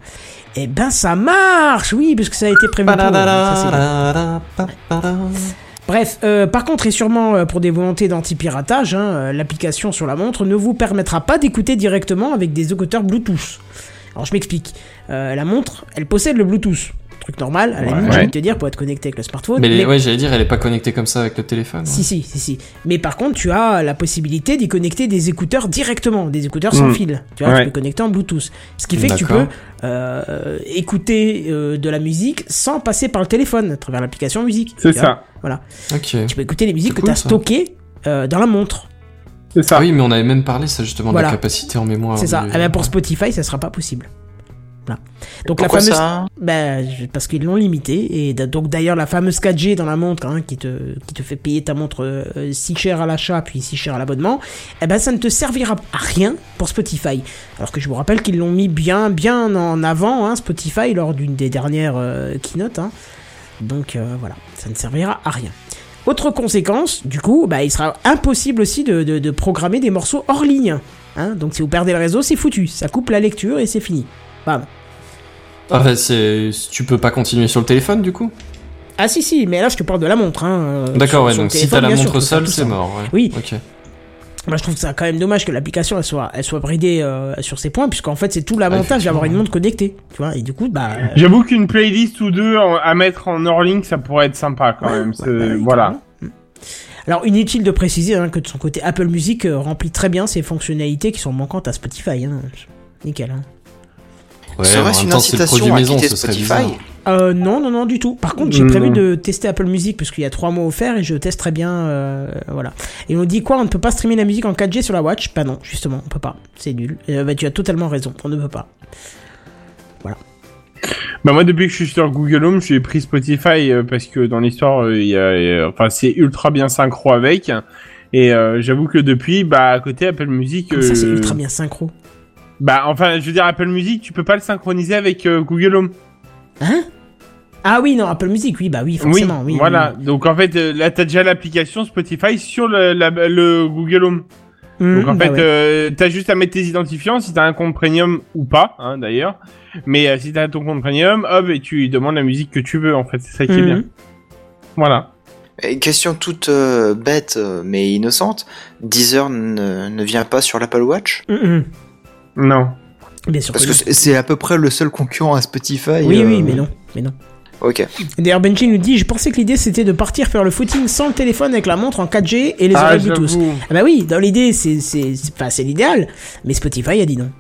A: Eh ben ça marche, oui, parce que ça a été prévu. pour, donc ça, c'est bien. Bref, euh, par contre, et sûrement euh, pour des volontés d'anti-piratage, hein, euh, l'application sur la montre ne vous permettra pas d'écouter directement avec des écouteurs Bluetooth. Alors je m'explique. Euh, la montre, elle possède le Bluetooth. Truc normal, à la
D: Ouais.
A: limite, j'ai
D: Ouais.
A: envie de te dire, pour être connecté avec le smartphone.
E: Mais, les-
A: mais-
E: ouais, j'allais dire, elle est pas connectée comme ça avec le téléphone.
A: Si, si, si, si. Mais par contre, tu as la possibilité d'y connecter des écouteurs directement, des écouteurs sans
D: Mm.
A: fil. Tu vois,
D: Ouais.
A: tu peux connecter en Bluetooth. Ce qui fait que tu peux
E: D'accord.
A: euh, écouter euh, de la musique sans passer par le téléphone, à travers l'application musique.
D: C'est
A: Tu vois.
D: ça,
E: Ok.
A: Tu peux écouter les musiques
E: C'est
A: que
E: cool,
A: tu as
E: ça.
A: stockées euh, dans la montre.
D: c'est ça.
E: Ah oui, mais on avait même parlé ça justement
A: Voilà.
E: de la capacité en mémoire.
A: C'est ça.
E: du-
A: Eh ben, pour Spotify, ça sera pas possible. Voilà. Donc
C: Pourquoi
A: la fameuse,
C: ça
A: bah, je- parce qu'ils l'ont limité et d- donc d'ailleurs la fameuse 4G dans la montre hein, qui te qui te fait payer ta montre euh, si cher à l'achat puis si cher à l'abonnement, eh ben ça ne te servira à rien pour Spotify. Alors que je vous rappelle qu'ils l'ont mis bien bien en avant hein, Spotify lors d'une des dernières euh, keynotes. hein. Donc euh, voilà, ça ne servira à rien. Autre conséquence, du coup, bah, il sera impossible aussi de, de- de programmer des morceaux hors ligne. hein. Donc si vous perdez le réseau, c'est foutu. Ça coupe la lecture et c'est fini. Bam.
E: Ah bah, c'est, tu peux pas continuer sur le téléphone du coup
A: Ah si si, mais là je te parle de la montre. hein, euh, sur-
E: D'accord, ouais,
A: sur le
E: donc si
A: téléphone,
E: t'as la
A: bien sûr, tu
E: montre
A: peux faire
E: seule,
A: tout
E: c'est
A: ça.
E: mort, ouais.
A: Oui.
E: Ok.
A: Moi je trouve ça quand même dommage que l'application elle soit, elle soit bridée euh, sur ces points, puisqu'en fait c'est tout l'avantage d'avoir une montre connectée. Tu vois, et du coup, bah... euh,
D: J'avoue qu'une playlist ou deux en- à mettre en hors ligne, ça pourrait être sympa quand même. c'est- voilà.
A: Alors inutile de préciser hein, que de son côté Apple Music euh, remplit très bien ses fonctionnalités qui sont manquantes à Spotify. hein. Nickel. hein.
E: Ouais,
C: Ça
E: en
C: reste
E: même
C: une
E: temps, c'est le
C: incitation
E: produit
C: à
E: maison,
C: quitter
E: ce serait
C: Spotify.
E: bizarre.
A: Euh, non, non, non, du tout. Par contre, j'ai
D: Mm.
A: prévu de tester Apple Music parce qu'il y a trois mois offerts et je teste très bien. euh, voilà. Et on dit quoi On ne peut pas streamer la musique en 4G sur la Watch Bah non, justement, on peut pas. C'est nul. Euh, bah, tu as totalement raison. On ne peut pas.
D: Bah moi, depuis que je suis sur Google Home, j'ai pris Spotify euh, parce que dans l'histoire, euh, il y a, euh, enfin, c'est ultra bien synchro avec. Et euh, j'avoue que depuis, bah à côté Apple Music,
A: Comme Ah, ça, c'est
D: euh,
A: ultra bien synchro.
D: bah enfin, je veux dire Apple Music, tu peux pas le synchroniser avec euh, Google Home.
A: Hein Ah oui, non, Apple Music, oui, bah oui, forcément. Oui,
D: voilà. Donc en fait, euh, là, t'as déjà l'application Spotify sur le, la- le Google Home.
A: oui. Mm,
D: Donc en
A: bah
D: fait,
A: ouais.
D: euh, t'as juste à mettre tes identifiants si t'as un compte premium ou pas, hein, d'ailleurs. Mais euh, si t'as ton compte premium, hop, et tu lui demandes la musique que tu veux, en fait, euh, c'est ça qui est
A: Mm.
D: bien. Voilà.
C: Et question toute euh, bête euh, mais innocente, Deezer ne, ne vient pas sur l'Apple Watch
A: Mm, mm.
D: Non.
A: Bien sûr.
C: Parce
A: que
C: que c'est c'est à peu près le seul concurrent à Spotify.
A: non. oui,
C: euh,
A: oui, mais non. Mais non.
C: Ok.
A: D'ailleurs, Benji nous dit Je pensais que l'idée c'était de partir faire le footing sans le téléphone avec la montre en 4G et les
D: Ah,
A: oreilles Bluetooth.
D: j'avoue.
A: Ah bah oui, dans l'idée, c'est c'est- c'est- enfin, c'est l'idéal, mais Spotify a dit non.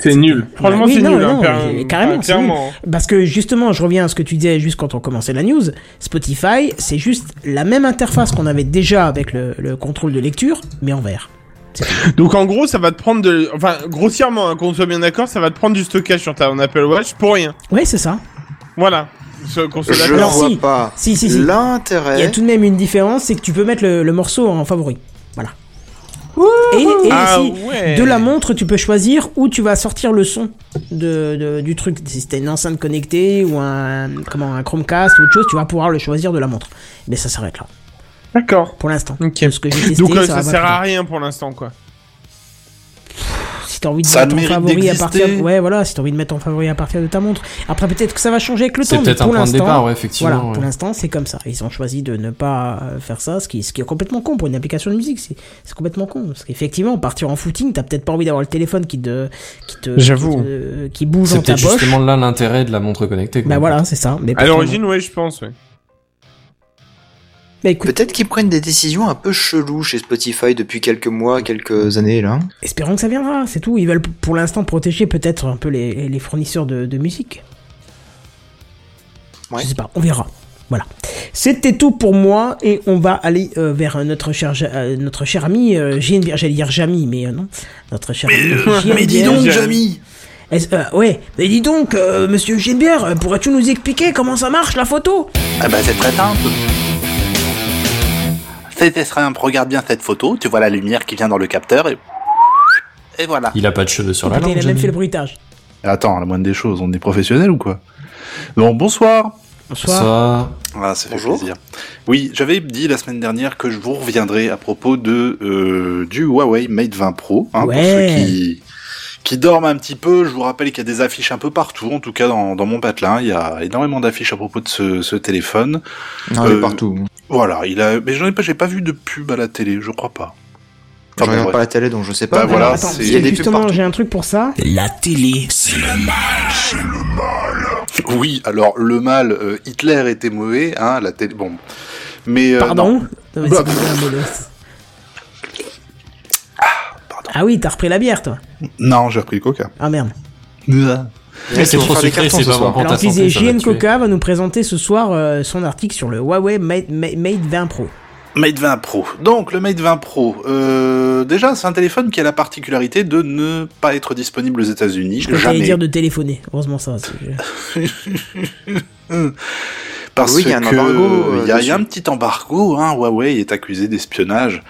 D: C'est nul. Franchement,
A: oui,
D: c'est
A: non,
D: nul.
A: non,
D: hein, per-
A: mais carrément,
D: enfin,
A: c'est nul.
D: clairement. hein.
A: Parce que justement, je reviens à ce que tu disais juste quand on commençait la news Spotify, c'est juste la même interface qu'on avait déjà avec le, le contrôle de lecture, mais en vert.
D: Donc en gros, ça va te prendre de, enfin grossièrement, hein, qu'on soit bien d'accord, ça va te prendre du stockage sur ta ton Apple Watch pour rien.
A: Ouais, c'est ça.
D: Voilà. Se- Qu'on soit
C: Je
D: d'accord.
A: Alors,
C: vois
A: si.
C: pas
A: Si, si, si. Il y a
C: l'intérêt.
A: tout de même une différence c'est que tu peux mettre le, le morceau en favori. Voilà. Et, et
D: Ah
A: si-
D: ouais.
A: De la montre, tu peux choisir où tu vas sortir le son de, de- du truc. Si c'était une enceinte connectée ou un, comment, un Chromecast ou autre chose, tu vas pouvoir le choisir de la montre. Mais ça s'arrête là,
D: D'accord.
A: pour l'instant.
D: Ok.
A: Parce que j'ai testé,
D: Donc euh,
A: ça,
D: ça
A: va
D: sert
A: pas
D: à rien pour l'instant, quoi.
A: plus. Si t'as envie de
H: Ça a
A: mettre
H: le
A: en
H: mérite
A: favori à
H: d'exister.
A: partir, ouais, voilà, si t'as envie de mettre en favori à partir de ta montre. Après, peut-être que ça va changer avec le temps.
E: C'est
A: mais
E: peut-être un
A: pour
E: point de
A: l'instant,
E: départ, ouais,
A: Voilà,
E: effectivement.
A: pour
E: ouais.
A: l'instant, c'est comme ça. Ils ont choisi de ne pas euh, faire ça, ce qui, ce qui est complètement con pour une application de musique. C'est c'est complètement con. Parce qu'effectivement, partir en footing, t'as peut-être pas envie d'avoir le téléphone qui te, qui te,
D: J'avoue.
A: qui, te- qui bouge dans
E: C'est
A: ta
E: peut-être
A: poche.
E: justement là l'intérêt de la montre connectée. quoi.
A: Bah voilà, c'est ça. Mais
D: À
A: pourtant,
D: l'origine, ouais, je pense. Ouais.
A: non. Bah écoute,
C: Peut-être qu'ils prennent des décisions un peu cheloues chez Spotify depuis quelques mois, quelques années là.
A: espérons que ça viendra, c'est tout. Ils veulent pour l'instant protéger peut-être un peu les, les fournisseurs de, de musique.
C: Ouais.
A: Je sais pas, on verra. Voilà. C'était tout pour moi et on va aller euh, vers euh, notre cher, euh, notre cher ami euh, JNBR. J'allais dire Jamy, mais euh, non. Notre cher
H: euh,
A: ami. euh,
D: mais dis donc,
C: Jamy
A: Est-ce- euh, ouais, mais dis donc, euh, monsieur JNBR, euh, pourrais-tu nous expliquer comment ça marche la photo
H: Ah bah c'est très simple. C'était simple, regarde bien cette photo, tu vois la lumière qui vient dans le capteur et... Et voilà.
E: Il a pas de cheveux sur la
A: Putain,
E: langue.
A: Il a même
E: Johnny.
A: fait le bruitage.
H: Attends, la moindre des choses, on est professionnel ou quoi Bon, bonsoir
A: Bonsoir.
E: Ça,
H: Ah, ça fait
C: Bonjour.
H: plaisir. Oui, j'avais dit la semaine dernière que je vous reviendrai à propos de euh, du Huawei Mate 20 Pro. hein, Pour
A: Ouais.
H: ceux qui, qui dorment un petit peu, je vous rappelle qu'il y a des affiches un peu partout, en tout cas dans, dans mon patelin. Il y a énormément d'affiches à propos de ce, ce téléphone.
C: Non, il est
H: Euh,
C: partout.
H: Voilà, il a. Mais j'en ai pas, j'ai pas vu de pub à la télé, je crois pas.
C: Je
H: Enfin, bon,
C: regarde
H: bref.
C: pas la télé donc je sais
H: Bah
C: pas. mais
H: voilà,
A: Attends, parce
H: c'est- il
A: que
H: y a des pubs
A: justement,
H: partout.
A: j'ai un truc pour ça.
G: La télé, c'est le mal.
H: Oui, alors le mal, euh, Hitler était mauvais, hein, la télé. Bon, mais euh, non.
A: Pardon Non, mais c'est
H: Bah,
A: pas bien, mais le-
H: pardon.
A: Ah oui, t'as repris la bière, toi.
H: Non, j'ai repris le coca.
A: Ah merde.
C: Mais
E: c'est
C: ils vont
E: trop
C: faire des
E: sucré,
C: cartons
E: c'est
C: ce
E: pas
C: soir.
E: bon. Pour
A: Alors,
E: ta
A: tu disais,
E: santé, ça va
A: JN
E: te tuer.
A: Coca va nous présenter ce soir euh, son article sur le Huawei Mate, Ma- Mate 20 Pro.
H: Mate 20 Pro. Donc le Mate 20 Pro, euh, déjà c'est un téléphone qui a la particularité de ne pas être disponible aux États-Unis.
A: Je t'allais
H: Jamais.
A: dire de téléphoner. Heureusement, ça. c'est-
H: Parce
C: Oui, il y a un
H: que
C: embargo, euh,
H: il y a- il y,
C: dessus.
H: a un petit embargo. Hein, Huawei est accusé d'espionnage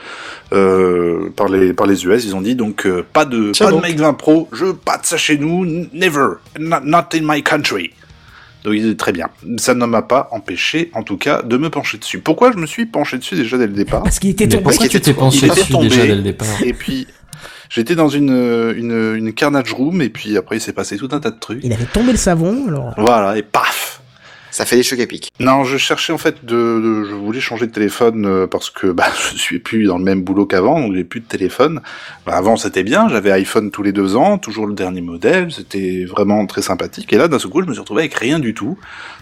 H: euh, par les par les US. Ils ont dit donc euh, pas de
C: C'est
H: pas
C: bon.
H: de Mate 20 Pro. Je veux pas de ça chez nous. n- Never. Not, not in my country. Donc il est très bien. Ça ne m'a pas empêché, en tout cas, de me pencher dessus. Pourquoi je me suis penché dessus déjà dès le départ
A: Parce qu'il était
E: Mais
A: tombé.
E: pourquoi
H: qu'il
E: tu t'es
H: était-
E: penché
H: il était
E: dessus
H: tombé,
E: déjà dès le départ
H: Et puis, j'étais dans une, euh, une, une carnage room, et puis après, il s'est passé tout un tas de trucs.
A: Il avait tombé le savon,
H: Euh,
A: alors.
H: Voilà, et paf
C: Ça fait des chocs à pic.
H: Non, je cherchais en fait de, de- je voulais changer de téléphone euh, parce que bah je suis plus dans le même boulot qu'avant, donc j'ai plus de téléphone. Bah, avant c'était bien, j'avais iPhone tous les deux ans, toujours le dernier modèle, c'était vraiment très sympathique. Et là d'un seul coup, je me suis retrouvé avec rien du tout.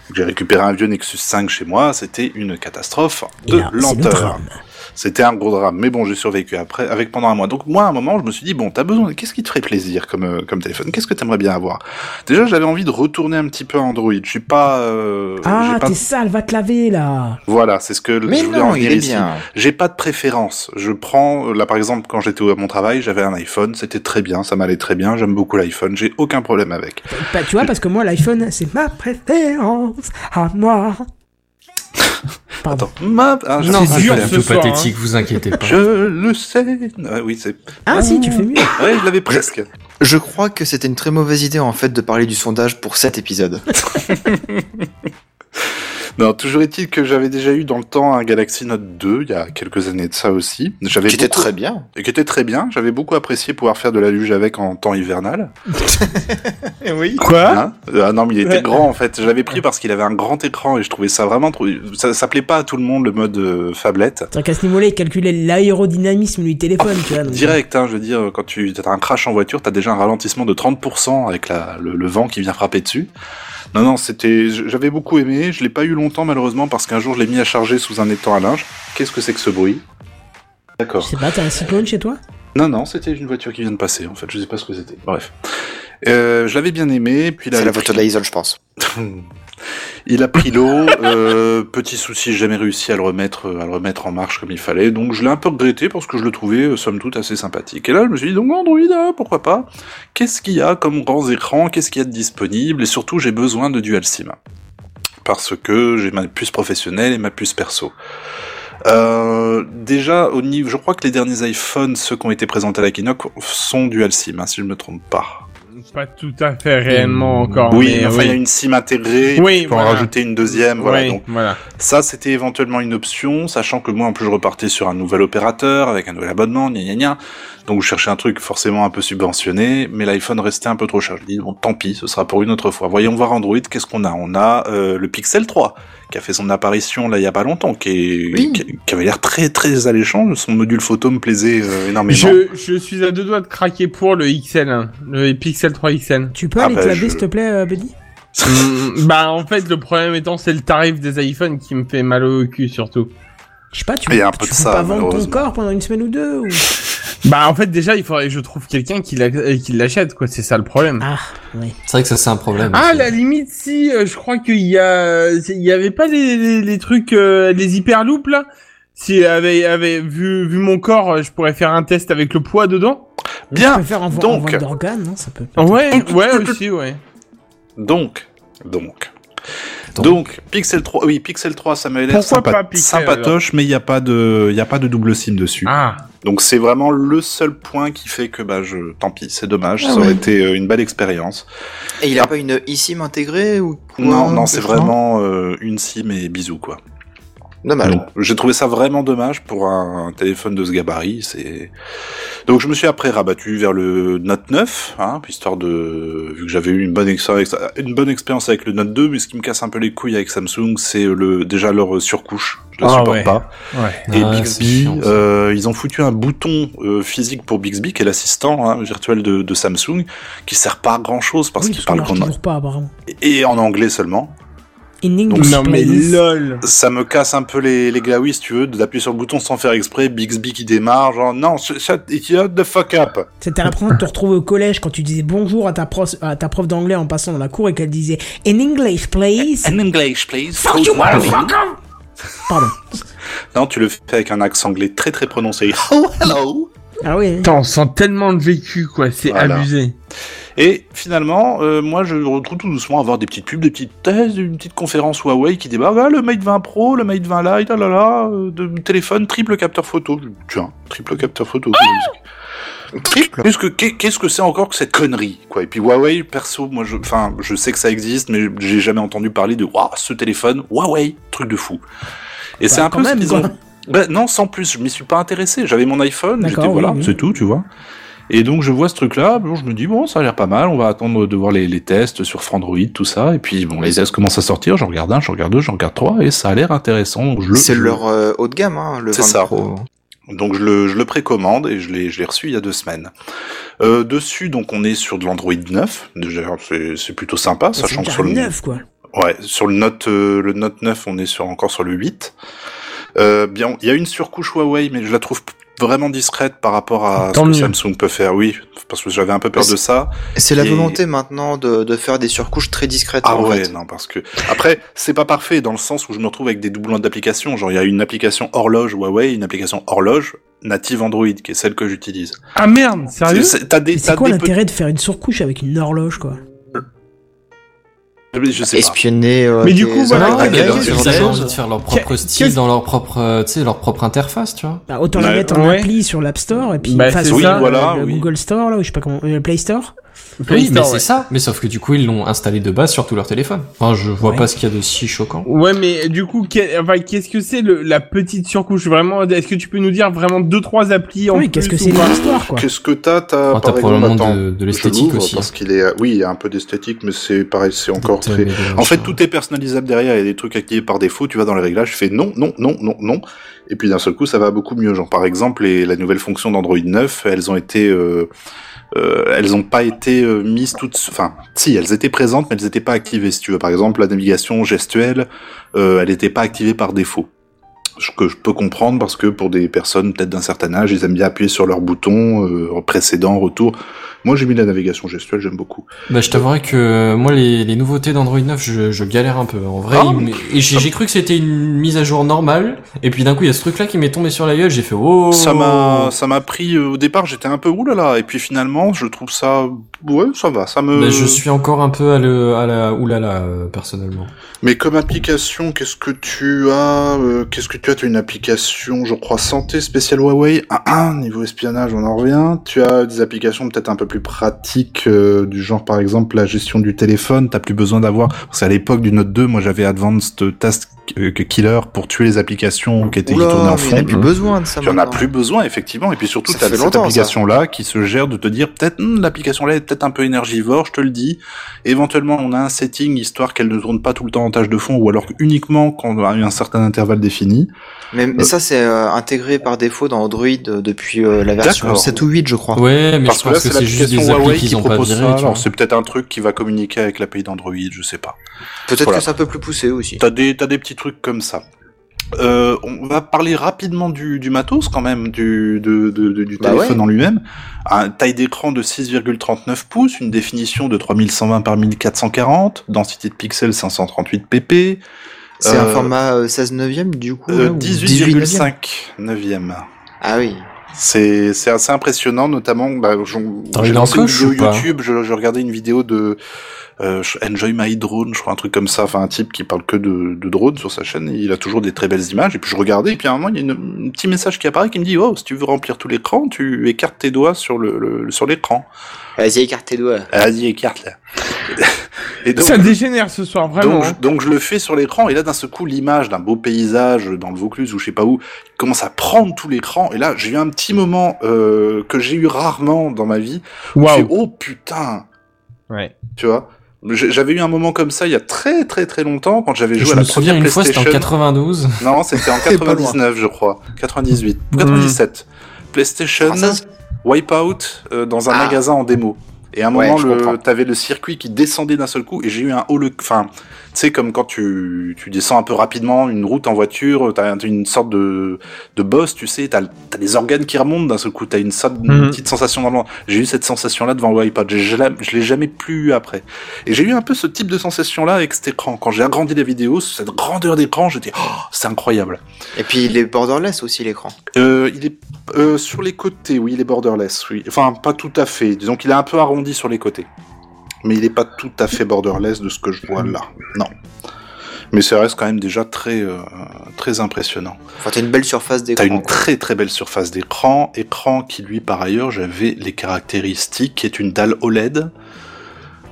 H: Donc, J'ai récupéré un vieux Nexus 5 chez moi, c'était une catastrophe
A: Et
H: de
A: là, c'est le
H: lenteur.
A: drame.
H: C'était un gros drame, mais bon, j'ai survécu après, avec pendant un mois. Donc moi, à un moment, je me suis dit bon, t'as besoin, qu'est-ce qui te ferait plaisir comme euh, comme téléphone Qu'est-ce que t'aimerais bien avoir Déjà, j'avais envie de retourner un petit peu à Android. Je suis pas, euh,
A: Ah,
H: j'ai pas
A: t'es sale, va te laver, là.
H: voilà, c'est ce que
C: Mais
H: je voulais
C: non,
H: en
C: il
H: venir
C: est
H: ici.
C: bien.
H: J'ai pas de préférence. Je prends, euh, là par exemple, quand j'étais à mon travail, j'avais un iPhone, c'était très bien, ça m'allait très bien, j'aime beaucoup l'iPhone, j'ai aucun problème avec.
A: Bah, tu vois, parce que moi, l'iPhone, c'est ma préférence à moi. Pardon.
H: Attends, ma- ah, je-
E: Non,
H: je-
E: c'est
D: dur,
E: pas du
D: ce
E: tout
D: soir,
E: pathétique, vous inquiétez pas.
H: je le sais. Ah oui, c'est.
A: Ah, si, tu fais mieux.
H: Ouais, je l'avais presque.
C: Je crois que c'était une très mauvaise idée en fait de parler du sondage pour cet épisode.
H: Non, toujours est-il que j'avais déjà eu dans le temps un Galaxy Note 2 il y a quelques années de ça aussi. J'avais
C: Qui était
H: beaucoup-
C: très bien.
H: qui était très bien. J'avais beaucoup apprécié pouvoir faire de la luge avec en temps hivernal.
D: Eh
C: oui.
D: Quoi
H: Hein Ah non, mais il était
D: Ouais.
H: grand en fait. Je l'avais pris parce qu'il avait un grand écran et je trouvais ça vraiment trop. Ça, ça plaît pas à tout le monde le mode euh, phablette.
A: C'est vrai qu'à ce niveau-là, il calculait l'aérodynamisme du téléphone, tu vois. donc-
H: Direct, hein, je veux dire, quand tu as un crash en voiture, t'as déjà un ralentissement de 30% avec la, le, le vent qui vient frapper dessus. Non, non, c'était, je- j'avais beaucoup aimé. Je l'ai pas eu longtemps malheureusement parce qu'un jour je l'ai mis à charger sous un étang à linge. Qu'est-ce que c'est que ce bruit
A: Je
H: D'accord.
A: sais pas, t'as un cyclone chez toi
H: Non, non, c'était une voiture qui vient de passer. En fait, je sais pas ce que c'était. Bref, euh, je l'avais bien aimé. Puis là,
C: C'est
H: le
C: la voiture de la isole, je pense.
H: Il a pris l'eau, euh, petit souci, j'ai jamais réussi à le remettre, euh, à le remettre en marche comme il fallait, donc je l'ai un peu regretté parce que je le trouvais euh, somme toute assez sympathique. Et là, je me suis dit donc Android, hein, pourquoi pas Qu'est-ce qu'il y a comme grands écrans Qu'est-ce qu'il y a de disponible Et surtout, j'ai besoin de dual SIM parce que j'ai ma puce professionnelle et ma puce perso. Euh, déjà au niveau, je crois que les derniers iPhones, ceux qui ont été présentés à la Keynote, sont dual SIM, hein, si je ne me trompe pas.
D: Pas tout à fait réellement encore.
H: oui,
D: mais
H: enfin il y a une SIM intégrée, et
D: Oui,
H: puis tu peux en
D: voilà.
H: rajouter une deuxième, voilà.
D: Oui,
H: donc
D: voilà.
H: ça, c'était éventuellement une option, sachant que moi, en plus, je repartais sur un nouvel opérateur avec un nouvel abonnement, gna gna gna. Donc, je cherchais un truc forcément un peu subventionné, mais l'iPhone restait un peu trop cher. Je dis, bon, tant pis, ce sera pour une autre fois. Voyons voir Android, qu'est-ce qu'on a On a euh, le Pixel 3, qui a fait son apparition là il y a pas longtemps, qui, est-
C: Oui.
H: qui, qui avait l'air très très alléchant. Son module photo me plaisait euh, énormément.
D: Je, je suis à deux doigts de craquer pour le XL1, le Pixel 3 XL.
A: Tu peux
H: Ah
A: aller te
H: bah,
A: laver,
H: je-
A: s'il te plaît, euh, Buddy
D: Mm, bah en fait le problème étant c'est le tarif des iPhones qui me fait mal au cul surtout.
A: Je sais pas, tu,
H: Il y a un
A: tu
H: peu de
A: peux
H: ça,
A: pas vendre ton
H: malheureusement.
A: corps pendant une semaine ou deux ou...
D: Bah en fait déjà il faudrait que je trouve quelqu'un qui l'a- euh, qui l'achète quoi, c'est ça le problème.
A: Ah, ouais.
E: C'est vrai que ça c'est un problème.
D: Ah à
E: aussi.
D: la limite si euh, je crois qu'il y a il y avait pas les, les, les trucs euh, les hyperloops là si avait avait vu vu mon corps euh, je pourrais faire un test avec le poids dedans.
A: Tu
H: Bien,
A: peux faire en, vente- en
H: Ah, donc, euh,
A: vente d'organes, non Ça peut.
D: Ah Ouais ouais aussi ouais.
H: donc, donc.
E: Donc.
H: Donc, Pixel 3, oui, Pixel 3, ça m'avait l'air
D: Pourquoi
H: sympa-
D: pas Pixel,
H: sympatoche, mais il n'y a pas de, il y a pas de double SIM dessus.
D: Ah
H: Donc c'est vraiment le seul point qui fait que bah je tant pis, c'est dommage,
C: Ah
H: ça aurait
C: ouais.
H: été euh, une belle expérience.
C: Et il a pas une eSIM intégrée ou quoi
H: non, non, c'est
C: Non.
H: vraiment euh, une sim et bisous quoi.
C: Dommage.
H: Donc, Bah, j'ai trouvé ça vraiment dommage pour un, téléphone de ce gabarit, c'est Donc je me suis après rabattu vers le Note 9 hein, histoire de vu que j'avais eu une bonne expérience une bonne expérience avec le Note 2, mais ce qui me casse un peu les couilles avec Samsung, c'est le déjà leur euh, surcouche, je la
D: Ah
H: supporte
D: ouais.
H: pas.
D: ouais.
H: Et
E: Ah, c'est
H: Bixby,
E: chiant, ça.
H: euh, ils ont foutu un bouton euh, physique pour Bixby, qui est l'assistant hein, virtuel de, de Samsung, qui sert pas à grand chose parce
A: oui,
H: qu'il
A: qu'on
H: parle
A: marche
H: qu'en
A: toujours pas, apparemment.
H: et en anglais seulement.
A: In English,
D: Non mais
A: please.
D: lol.
H: Ça me casse un peu les, les glaouis, si tu veux, d'appuyer sur le bouton sans faire exprès, Bixby qui démarre, genre non, shut, shut- shut the fuck up.
A: C'était à l'apprendre de te retrouver au collège quand tu disais bonjour à ta, prof- à ta prof d'anglais en passant dans la cour et qu'elle disait In English, please.
H: In English, please.
A: Fuck you, motherfucker Pardon.
H: Non, tu le fais avec un accent anglais très très prononcé. Oh, hello.
A: Ah oui.
D: Putain, on sent tellement de vécu quoi, c'est
H: Voilà.
D: abusé.
H: Et finalement, euh, moi, je retrouve tout doucement à avoir des petites pubs, des petites thèses, une petite conférence Huawei qui débat ah, le Mate 20 Pro, le Mate 20 Lite, ah
A: Ah
H: là là, euh, de téléphone triple capteur photo. Je dis, Tiens, triple capteur photo. c'est logique.
C: Triple
H: Qu'est-ce que qu'est- qu'est-ce que c'est encore que cette connerie quoi Et puis Huawei, perso, moi, je, enfin, je sais que ça existe, mais j'ai jamais entendu parler de waouh ce téléphone Huawei, truc de fou. Et c'est un
A: quand
H: peu ce
A: même,
H: qu'ils
A: quoi.
H: ont. Bah, non, sans plus, je m'y suis pas intéressé. J'avais mon iPhone, j'étais
A: D'accord, oui,
H: voilà,
A: oui.
H: c'est tout, tu vois. Et donc je vois ce truc-là, bon, je me dis bon, ça a l'air pas mal. On va attendre de voir les, les tests sur Frandroid, tout ça. Et puis bon, les S commencent à sortir. J'en regarde un, j'en regarde deux, j'en regarde trois, et ça a l'air intéressant. donc Je le,
C: C'est
H: je-
C: leur euh, haut de gamme, hein, le
H: C'est
C: 20
H: ça.
C: Pro.
H: donc je le, je le précommande et je l'ai, je l'ai reçu il y a deux semaines. Euh, dessus, donc on est sur de l'Android 9. Déjà, c'est, c'est plutôt sympa,
A: C'est
H: sachant que
A: déjà
H: sur le,
A: neuf, quoi.
H: ouais, sur le Note, euh, le Note 9, on est sur encore sur le 8. Euh, bien, il y a une surcouche Huawei, mais je la trouve p- vraiment discrète par rapport à
D: Tant
H: ce que
D: mieux.
H: Samsung peut faire. Oui, parce que j'avais un peu peur
C: Mais
H: de ça.
C: C'est la
H: Et-
C: volonté maintenant de, de faire des surcouches très discrètes.
H: Ah
C: en
H: ouais,
C: fait.
H: non, parce que après, c'est pas parfait dans le sens où je me retrouve avec des doublons d'applications. Genre, il y a une application horloge Huawei, une application horloge native Android, qui est celle que j'utilise.
D: Ah merde, sérieux
H: C'est- c'est- T'as des,
A: Mais
H: t'as
A: c'est quoi
H: des petits-
A: l'intérêt de faire une surcouche avec une horloge, quoi
H: Je sais pas.
C: Espionner. euh,
D: Mais du
C: des
D: coup, voilà,
C: oreilles,
E: Ah,
D: mais
C: des
D: alors,
E: ils
C: oreilles,
E: avaient
C: des
E: envie
C: choses.
E: de faire leur propre style
D: qu'est-ce-
E: dans leur propre, euh, tu sais, leur propre interface, tu vois.
A: Bah, autant la
H: Ouais.
A: mettre en
D: Ouais.
A: appli sur l'App Store et puis
D: Bah,
A: enfin,
D: c'est
A: sur
H: ça,
A: le-
H: voilà,
A: le
H: oui.
A: Google Store là, ou je sais pas comment, euh, le Play Store.
E: Oui, mais
D: Store,
E: c'est
D: ouais.
E: ça. Mais sauf que du coup, ils l'ont installé de base sur tout leur téléphone. Enfin, je vois
A: Ouais.
E: pas ce qu'il y a de si choquant.
D: Ouais, mais du coup, que- enfin, qu'est-ce que c'est le- la petite surcouche vraiment Est-ce que tu peux nous dire vraiment deux trois applis en
A: oui,
D: plus
A: qu'est-ce que
D: ou
A: c'est
D: pas
A: l'App Store, quoi
H: Qu'est-ce que t'as, t'as,
E: Enfin, Oh, t'as
H: par exemple,
E: probablement
H: attends,
E: de, de
H: je
E: l'esthétique
H: l'ouvre
E: aussi. hein.
H: Parce qu'il est, oui, il y a un peu d'esthétique, mais c'est pareil, c'est encore
E: Putain,
H: très,
E: mais dommage,
H: en fait,
E: Euh, ça.
H: tout est personnalisable derrière. Il y a des trucs activés par défaut. Tu vas dans les réglages, tu fais non, non, non, non, non. Et puis d'un seul coup, ça va beaucoup mieux. Genre, par exemple, les, la nouvelle fonction d'Android 9, elles ont été, euh, euh, elles ont pas été euh, mises toutes, enfin, si, elles étaient présentes, mais elles n'étaient pas activées. Si tu veux, par exemple, la navigation gestuelle, euh, elle n'était pas activée par défaut. Ce que je peux comprendre parce que pour des personnes peut-être d'un certain âge, ils aiment bien appuyer sur leur bouton euh, précédent, retour. Moi, j'ai mis la navigation gestuelle, j'aime beaucoup.
E: Bah, je t'avouerai que euh, moi, les, les nouveautés d'Android 9, je, je galère un peu. En vrai,
H: Ah,
E: il m- et j'ai j'ai cru que c'était une mise à jour normale. Et puis d'un coup, il y a ce truc-là qui m'est tombé sur la gueule. J'ai fait oh.
H: Ça m'a, ça m'a pris euh, au départ, j'étais un peu oulala, et puis finalement, je trouve ça, ouais, ça va, ça me.
E: Bah, je suis encore un peu à, le, à la oulala euh, personnellement.
H: Mais comme application, qu'est-ce que tu as euh, Qu'est-ce que tu as Tu as une application, je crois, santé spéciale Huawei. Ah, ah, niveau espionnage, on en revient. Tu as des applications peut-être un peu plus pratiques, euh, du genre par exemple la gestion du téléphone. T'as plus besoin d'avoir. C'est à l'époque du Note 2, moi j'avais Advanced Task euh, Killer pour tuer les applications qui étaient qui tournaient
C: Oula,
H: en
C: mais
H: fond.
C: il n'y a plus besoin de ça.
H: Tu en as
C: maintenant.
H: plus besoin, effectivement. Et puis surtout,
C: Ça
H: tu as
C: fait
H: cette
C: longtemps, ça.
H: application-là qui se gère de te dire peut-être hmm, l'application-là est peut-être un peu énergivore, je te le dis. Éventuellement, on a un setting histoire qu'elle ne tourne pas tout le temps en tâche de fond ou alors uniquement quand on a eu un certain intervalle défini.
C: Mais, mais ça, c'est euh, intégré par défaut dans Android euh, depuis euh, la version
H: D'accord.
C: 7 ou 8, je crois.
E: Ouais, mais
H: parce
E: je
H: que là,
E: pense que,
H: c'est
E: c'est juste
H: l'application
E: des
H: Huawei
E: applis
H: qui
E: qu'ils ont pas
H: propose
E: viré.
H: ça.
E: tu vois.
H: Alors, c'est peut-être un truc qui va communiquer avec l'API d'Android, je sais pas.
C: Peut-être
H: Voilà. Euh,
C: que c'est un peu plus poussé aussi.
H: T'as des, t'as des petits trucs comme ça. Euh, on va parler rapidement du, du matos quand même, du, de- de- de- du
C: Bah
H: téléphone
C: ouais.
H: en lui-même. Un taille d'écran de 6,39 pouces, une définition de 3120 par 1440, densité de pixels 538 pp,
C: C'est un
H: euh,
C: format euh, 16 neuvième du coup.
H: euh,
C: là, ou
H: 18,5 neuvième.
C: Ah oui.
H: C'est c'est assez impressionnant, notamment. Bah, j'en-
E: T'as
H: j'ai
E: une
H: lancé une
E: encoche
H: vidéo
E: ou pas
H: YouTube. Je, je regardais une vidéo de euh, je- Enjoy My Drone, je crois un truc comme ça. Enfin, un type qui parle que de, de drone sur sa chaîne. Il a toujours des très belles images. Et puis je regardais. Et puis à un moment, il y a une- un petit message qui apparaît qui me dit Oh, si tu veux remplir tout l'écran, tu écartes tes doigts sur le, le- sur l'écran.
C: Vas-y, écarte tes doigts.
H: Vas-y, écarte là. et donc,
D: Ça dégénère ce soir, vraiment.
H: donc, je-
D: hein.
H: donc je le fais sur l'écran et là d'un seul coup l'image d'un beau paysage dans le Vaucluse ou je sais pas où commence à prendre tout l'écran et là j'ai eu un petit moment euh, que j'ai eu rarement dans ma vie. où je fais,
D: Waouh.
H: Oh putain,
D: Ouais.
H: tu vois. J'ai- J'avais eu un moment comme ça il y a très très très longtemps quand j'avais joué
E: Je
H: à la
E: me souviens
H: première
E: une fois, c'était
H: PlayStation.
E: en 92.
H: Non, c'était en
C: C'est pas loin.
H: 99 je crois, 98, 97.
E: Mmh.
H: PlayStation.
C: Française
H: Wipeout euh, dans un
C: Ah.
H: magasin en démo. Et à un
C: Ouais,
H: moment,
C: je
H: le
C: comprends.
H: t'avais le circuit qui descendait d'un seul coup et j'ai eu un haut le, enfin, tu sais comme quand tu tu descends un peu rapidement une route en voiture, t'as t'as une sorte de de boss, tu sais, t'as as les organes qui remontent d'un seul coup, t'as une, sorte- une
D: Mhm.
H: petite sensation dans le ventre. J'ai eu cette sensation là devant Wipeout, J'ai- je l'ai- je l'ai jamais plus eu après. Et j'ai eu un peu ce type de sensation là avec cet écran. Quand j'ai agrandi la vidéo, cette grandeur d'écran, j'étais, oh, c'est incroyable.
C: Et puis il est borderless aussi l'écran.
H: Euh, il est euh, sur les côtés, oui, il est borderless, oui. Enfin, pas tout à fait. Disons qu'il est un peu arrondi sur les côtés. Mais il n'est pas tout à fait borderless de ce que je vois là. Non. Mais ça reste quand même déjà très, euh, très impressionnant.
C: Enfin, t'as une belle surface d'écran.
H: T'as une très très belle surface d'écran, écran qui lui par ailleurs j'avais les caractéristiques, qui est une dalle OLED.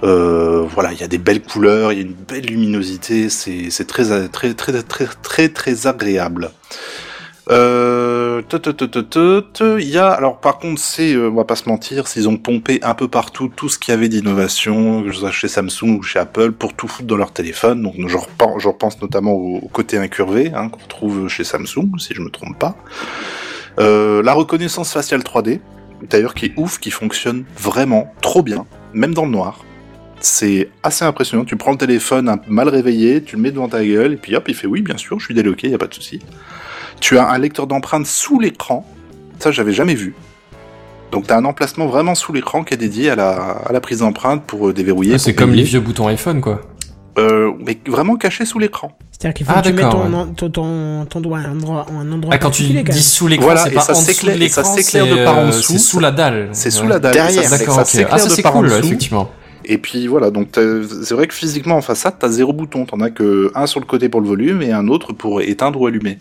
H: Euh, voilà, il y a des belles couleurs, il y a une belle luminosité, c'est c'est très a- très très très très très agréable. Euh, tut, tut, tut, tut, tut, Il y a, alors par contre, c'est, euh, on va pas se mentir, s'ils ont pompé un peu partout tout ce qu'il y avait d'innovation, que ce soit chez Samsung ou chez Apple, pour tout foutre dans leur téléphone. Donc je repen- je repense notamment au, au côté incurvé hein, qu'on retrouve chez Samsung, si je me trompe pas. Euh, la reconnaissance faciale 3D, d'ailleurs qui est ouf, qui fonctionne vraiment trop bien, même dans le noir. C'est assez impressionnant. Tu prends le téléphone un peu mal réveillé, tu le mets devant ta gueule, et puis hop, il fait oui, bien sûr, je suis déloqué, y a pas de souci. Tu as un lecteur d'empreintes sous l'écran. Ça, j'avais jamais vu. Donc, tu as un emplacement vraiment sous l'écran qui est dédié à la, à la prise d'empreintes pour euh, déverrouiller.
E: Ah, c'est
H: pour
E: comme
H: payer.
E: les vieux boutons iPhone, quoi.
H: Euh, mais vraiment caché sous l'écran.
A: C'est-à-dire qu'il faut
E: Ah,
A: que tu mets
E: d'accord,
A: ton, ton, ton, ton doigt à un endroit, à un endroit
E: Ah, quand tu
A: particulier, quand
E: dis
A: même.
E: sous l'écran,
H: Voilà,
E: c'est
H: et
E: pas
H: ça
E: en dessous
H: s'éclaire-
E: de
H: et ça
E: l'écran,
H: s'éclaire
E: c'est,
H: de par en
E: euh,
H: dessous.
E: C'est sous la dalle.
H: C'est
E: Ouais.
H: sous la dalle.
C: Derrière,
H: ça s'éclaire
E: D'accord,
H: ça
E: ok.
H: s'éclaire
E: Ah, ça
H: de
E: c'est
H: par en
E: cool,
H: dessous.
E: effectivement.
H: Et puis voilà, donc t'as- c'est vrai que physiquement en façade, t'as zéro bouton. T'en as que un sur le côté pour le volume et un autre pour éteindre ou allumer.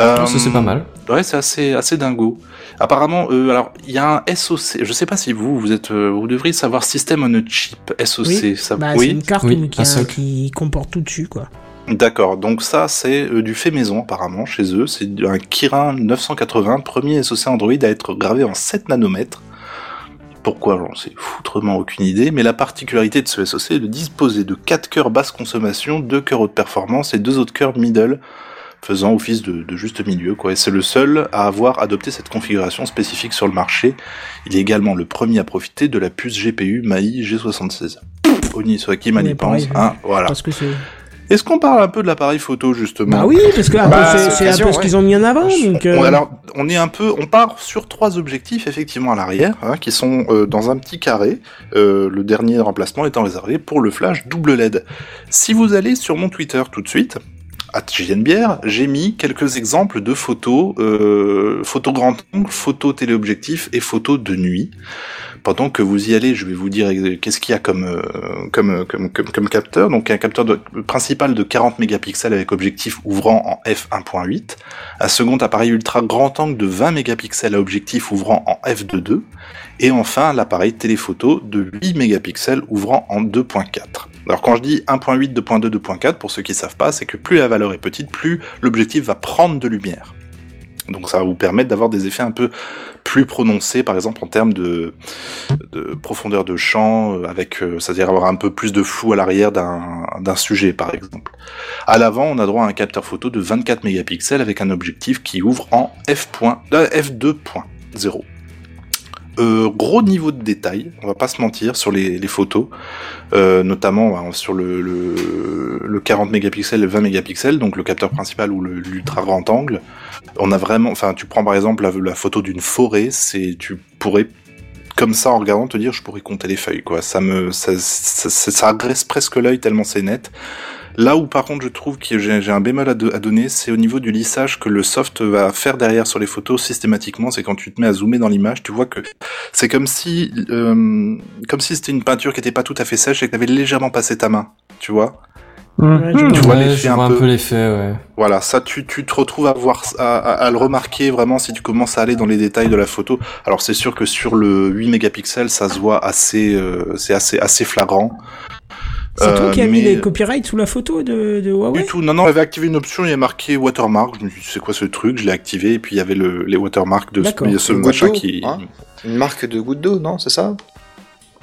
H: Euh,
E: Non, Ça c'est pas mal.
H: Ouais, c'est assez, assez dingo. Apparemment, euh, alors il y a un SOC. Je sais pas si vous, vous êtes, euh, vous devriez savoir système on a chip SOC.
A: Oui,
H: ça,
A: Bah,
H: oui.
A: c'est une carte
E: Oui,
A: où- qui,
E: un
A: a-
E: socle.
A: qui comporte tout dessus, quoi.
H: D'accord, donc ça c'est euh, du fait maison apparemment chez eux, c'est un Kirin 980, premier SoC Android à être gravé en 7 nanomètres. Pourquoi J'en sais foutrement aucune idée, mais la particularité de ce SoC est de disposer de 4 cœurs basse consommation, 2 cœurs haute performance et 2 autres cœurs middle, faisant office de, de juste milieu. Quoi. Et c'est le seul à avoir adopté cette configuration spécifique sur le marché. Il est également le premier à profiter de la puce GPU MAI G76. Onisoaki, Manipens,
A: pareil, je-
H: hein, voilà.
A: Parce que c'est.
H: Est-ce qu'on parle un peu de l'appareil photo justement
A: Bah oui, parce que Apple,
D: Bah,
A: c'est- c'est un
C: occasion,
A: peu ce qu'ils ont mis en avant. Donc, euh,
H: On- alors, on est un peu, on part sur trois objectifs effectivement à l'arrière, hein, qui sont euh, dans un petit carré. euh, le dernier remplacement étant réservé pour le flash double LED. Si vous allez sur mon Twitter tout de suite. À JNBR, j'ai mis quelques exemples de photos, euh, photo grand angle, photo téléobjectif et photo de nuit. Pendant que vous y allez, je vais vous dire euh, qu'est-ce qu'il y a comme, euh, comme, euh, comme, comme, comme capteur. Donc un capteur de- principal de 40 mégapixels avec objectif ouvrant en f1.8, un second appareil ultra grand angle de 20 mégapixels à objectif ouvrant en f2.2, et enfin l'appareil téléphoto de 8 mégapixels ouvrant en 2.4. Alors quand je dis 1.8, 2.2, 2.4, pour ceux qui savent pas, c'est que plus la valeur est petite, plus l'objectif va prendre de lumière. Donc ça va vous permettre d'avoir des effets un peu plus prononcés, par exemple en termes de, de profondeur de champ, euh, avec euh, c'est-à-dire avoir un peu plus de flou à l'arrière d'un d'un sujet, par exemple. À l'avant, on a droit à un capteur photo de 24 mégapixels avec un objectif qui ouvre en f point- euh, f2.0. Euh, gros niveau de détail, on va pas se mentir sur les, les photos, euh, notamment hein, sur le, le, le 40 mégapixels et le 20 mégapixels, donc le capteur principal ou le- l'ultra grand angle. On a vraiment, enfin, tu prends par exemple la, la photo d'une forêt, c'est tu pourrais comme ça en regardant te dire je pourrais compter les feuilles quoi. Ça me ça ça, ça- ça agresse presque l'œil tellement c'est net. Là où par contre je trouve que j'ai j'ai un bémol à, do- à donner, c'est au niveau du lissage que le soft va faire derrière sur les photos systématiquement. C'est quand tu te mets à zoomer dans l'image, tu vois que c'est comme si euh, comme si c'était une peinture qui était pas tout à fait sèche et que t'avais légèrement passé ta main. Tu vois
A: ouais,
D: Hum.
A: je
H: Tu
A: vois.
H: vois
E: Hmm. Ouais,
H: l'effet
E: je
H: un
E: vois un
H: peu.
E: peu l'effet, ouais.
H: Voilà, ça tu, tu te retrouves à voir à, à- à le remarquer vraiment si tu commences à aller dans les détails de la photo. Alors c'est sûr que sur le 8 mégapixels, ça se voit assez euh, c'est assez assez flagrant.
A: c'est toi
H: Euh,
A: qui as mis
H: mais-
A: les copyrights sous la photo de, de
H: Du
A: Huawei
H: tout. Non, non, j'avais activé une option, il y a marqué watermark. Je me suis dit, c'est quoi ce truc Je l'ai activé et puis il y avait le, les watermarks de
A: D'accord.
H: ce, ce
C: Godot,
H: machin qui.
C: hein. Une marque de goutte d'eau, non C'est ça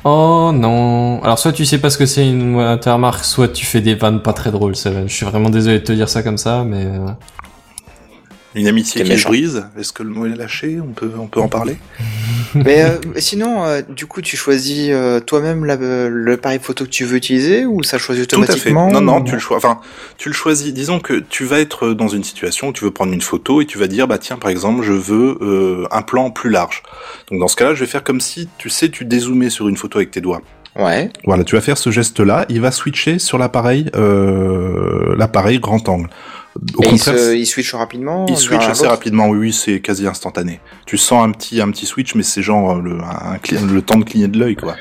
E: Oh non. Alors soit tu sais pas ce que c'est une watermark, soit tu fais des vannes pas très drôles, Seven. Je suis vraiment désolé de te dire ça comme ça, mais euh,
H: Une amitié
C: T'es
H: qui
C: méchant.
H: brise. Est-ce que le mot est lâché On peut, on peut en parler.
C: Mais euh, sinon, euh, du coup, tu choisis euh, toi-même la- euh, l'appareil photo que tu veux utiliser ou ça choisit
H: Tout à fait.
C: automatiquement
H: Non, non,
C: ou-
H: tu le choisis. Enfin, tu le choisis. Disons que tu vas être euh, dans une situation où tu veux prendre une photo et tu vas dire, bah tiens, par exemple, je veux euh, un plan plus large. Donc dans ce cas-là, je vais faire comme si, tu sais, tu dézoomais sur une photo avec tes doigts.
C: Ouais.
H: Voilà, tu vas faire ce geste-là. Il va switcher sur l'appareil, euh, l'appareil grand angle. Au
C: Et il,
H: contraire,
C: se, il switch
A: Oh
C: rapidement
H: Il
C: d'un
H: switch
C: à
H: assez
C: l'autre
H: rapidement, oui, oui, c'est quasi euh, instantané. Tu sens un petit, un petit switch, mais c'est genre le, un cli- le temps de cligner de l'œil, quoi.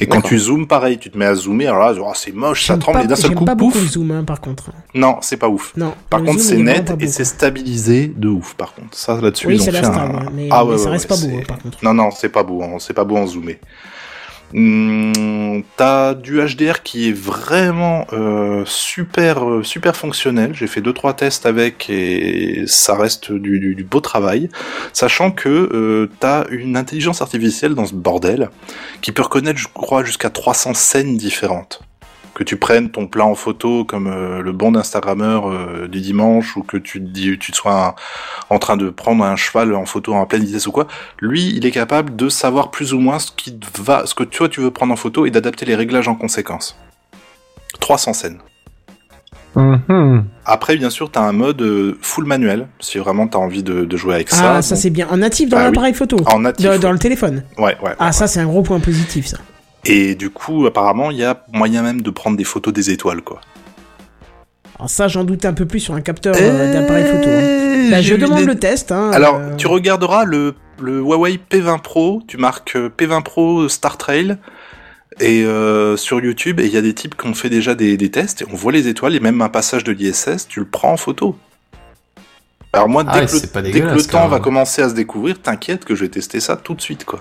H: Et quand tu zoomes, pareil, tu te mets à zoomer, alors là, oh, c'est moche, ça
A: J'aime
H: tremble,
A: pas-
H: et d'un seul
A: j'aime
H: coup,
A: pas beaucoup
H: pouf
A: le zoom, hein, par contre.
H: Non, c'est pas ouf.
A: Non,
H: Par
A: le
H: contre,
A: zoom,
H: c'est
A: il est
H: net
A: vraiment pas
H: et
A: beau.
H: c'est stabilisé de ouf, par contre. Ça, là-dessus,
A: Oui,
H: ils ont
A: c'est la
H: fait
A: star,
H: un...
A: ouais, mais-
H: ah,
A: mais
H: ouais,
A: ça
H: ouais,
A: reste pas beau,
H: c'est-
A: hein, par contre.
H: Non, non, c'est pas beau, hein, c'est pas beau en zoomé. Hum, T'as du HDR qui est vraiment euh, super euh, super fonctionnel. J'ai fait deux trois tests avec et ça reste du, du- du beau travail, sachant que euh, t'as une intelligence artificielle dans ce bordel qui peut reconnaître, je crois, jusqu'à 300 scènes différentes. Que tu prennes ton plat en photo comme euh, le bon Instagrammeur euh, du dimanche ou que tu te dis tu te sois un- en train de prendre un cheval en photo en pleine vitesse ou quoi, lui, il est capable de savoir plus ou moins ce qui te va, ce que toi tu veux prendre en photo et d'adapter les réglages en conséquence. 300 scènes.
A: Mhm.
H: Après, bien sûr, t'as un mode euh, full manuel, si vraiment t'as envie de, de jouer avec ça.
A: ah, ça
H: Bon.
A: c'est bien. En natif dans
H: Ah oui.
A: l'appareil photo.
H: En natif,
A: Dans,
H: ouais.
A: dans le téléphone.
H: Ouais, ouais.
A: Ah, ça c'est un gros point positif, ça.
H: Et du coup, apparemment, il y a moyen même de prendre des photos des étoiles, quoi.
A: Alors ça, j'en doute un peu plus sur un capteur euh, d'appareil photo. hein. Bah, je
H: j'ai eu
A: demande
H: des-
A: le test. hein,
H: Alors,
A: euh,
H: tu regarderas le, le Huawei P20 Pro, tu marques euh, P20 Pro Star Trail et euh, sur YouTube, et il y a des types qui ont fait déjà des, des tests, et on voit les étoiles, et même un passage de l'ISS, tu le prends en photo. Alors moi, dès,
E: Ah ouais,
H: que, le-
E: c'est pas
H: dès que
E: dégueulasse,
H: le
E: quand
H: temps
E: même.
H: va commencer à se découvrir, t'inquiète que je vais tester ça tout de suite, quoi.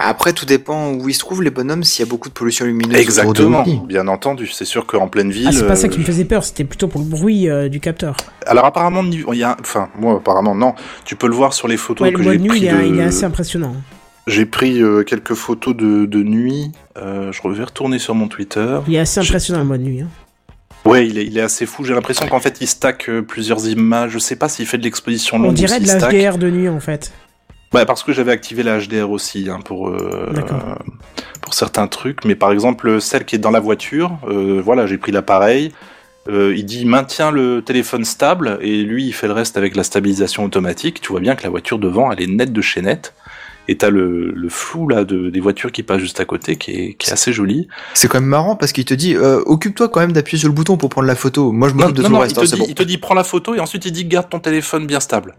C: Après, tout dépend où ils se trouvent, les bonhommes, s'il y a beaucoup de pollution lumineuse.
H: Exactement,
C: autour d'eux.
H: bien entendu. C'est sûr qu'en pleine ville...
A: Ah, c'est pas ça qui
H: euh,
A: me faisait peur, c'était plutôt pour le bruit euh, du capteur.
H: Alors apparemment, il y a... Enfin, moi, apparemment, non. Tu peux le voir sur les photos
A: Ouais, le
H: que
A: bois
H: j'ai
A: de nuit,
H: prises
A: il, est-
H: de...
A: il est assez impressionnant.
H: J'ai pris euh, quelques photos de, de nuit. Euh, je vais retourner sur mon Twitter.
A: Il est assez impressionnant le bois de nuit. hein.
H: Ouais, il est, il est assez fou. J'ai l'impression qu'en fait, il stack euh, plusieurs images. Je sais pas s'il fait de l'exposition longue
A: On
H: ou
A: dirait de
H: s'il
A: la
H: stack.
A: HDR de nuit en fait.
H: Ouais, parce que j'avais activé la HDR aussi hein, pour euh,
A: D'accord.
H: euh, pour certains trucs. Mais par exemple, celle qui est dans la voiture, euh, voilà, j'ai pris l'appareil. Euh, il dit maintiens le téléphone stable et lui il fait le reste avec la stabilisation automatique. Tu vois bien que la voiture devant elle est nette de chez nette et t'as le, le flou là de, des voitures qui passent juste à côté qui est, qui est assez joli.
C: C'est quand même marrant parce qu'il te dit euh, occupe-toi quand même d'appuyer sur le bouton pour prendre la photo. Moi, je
H: Non,
C: m'occupe de
H: non,
C: tout
H: non,
C: le
H: il,
C: reste,
H: te
C: hein,
H: dit,
C: c'est bon.
H: il te dit prends la photo et ensuite il dit garde ton téléphone bien stable.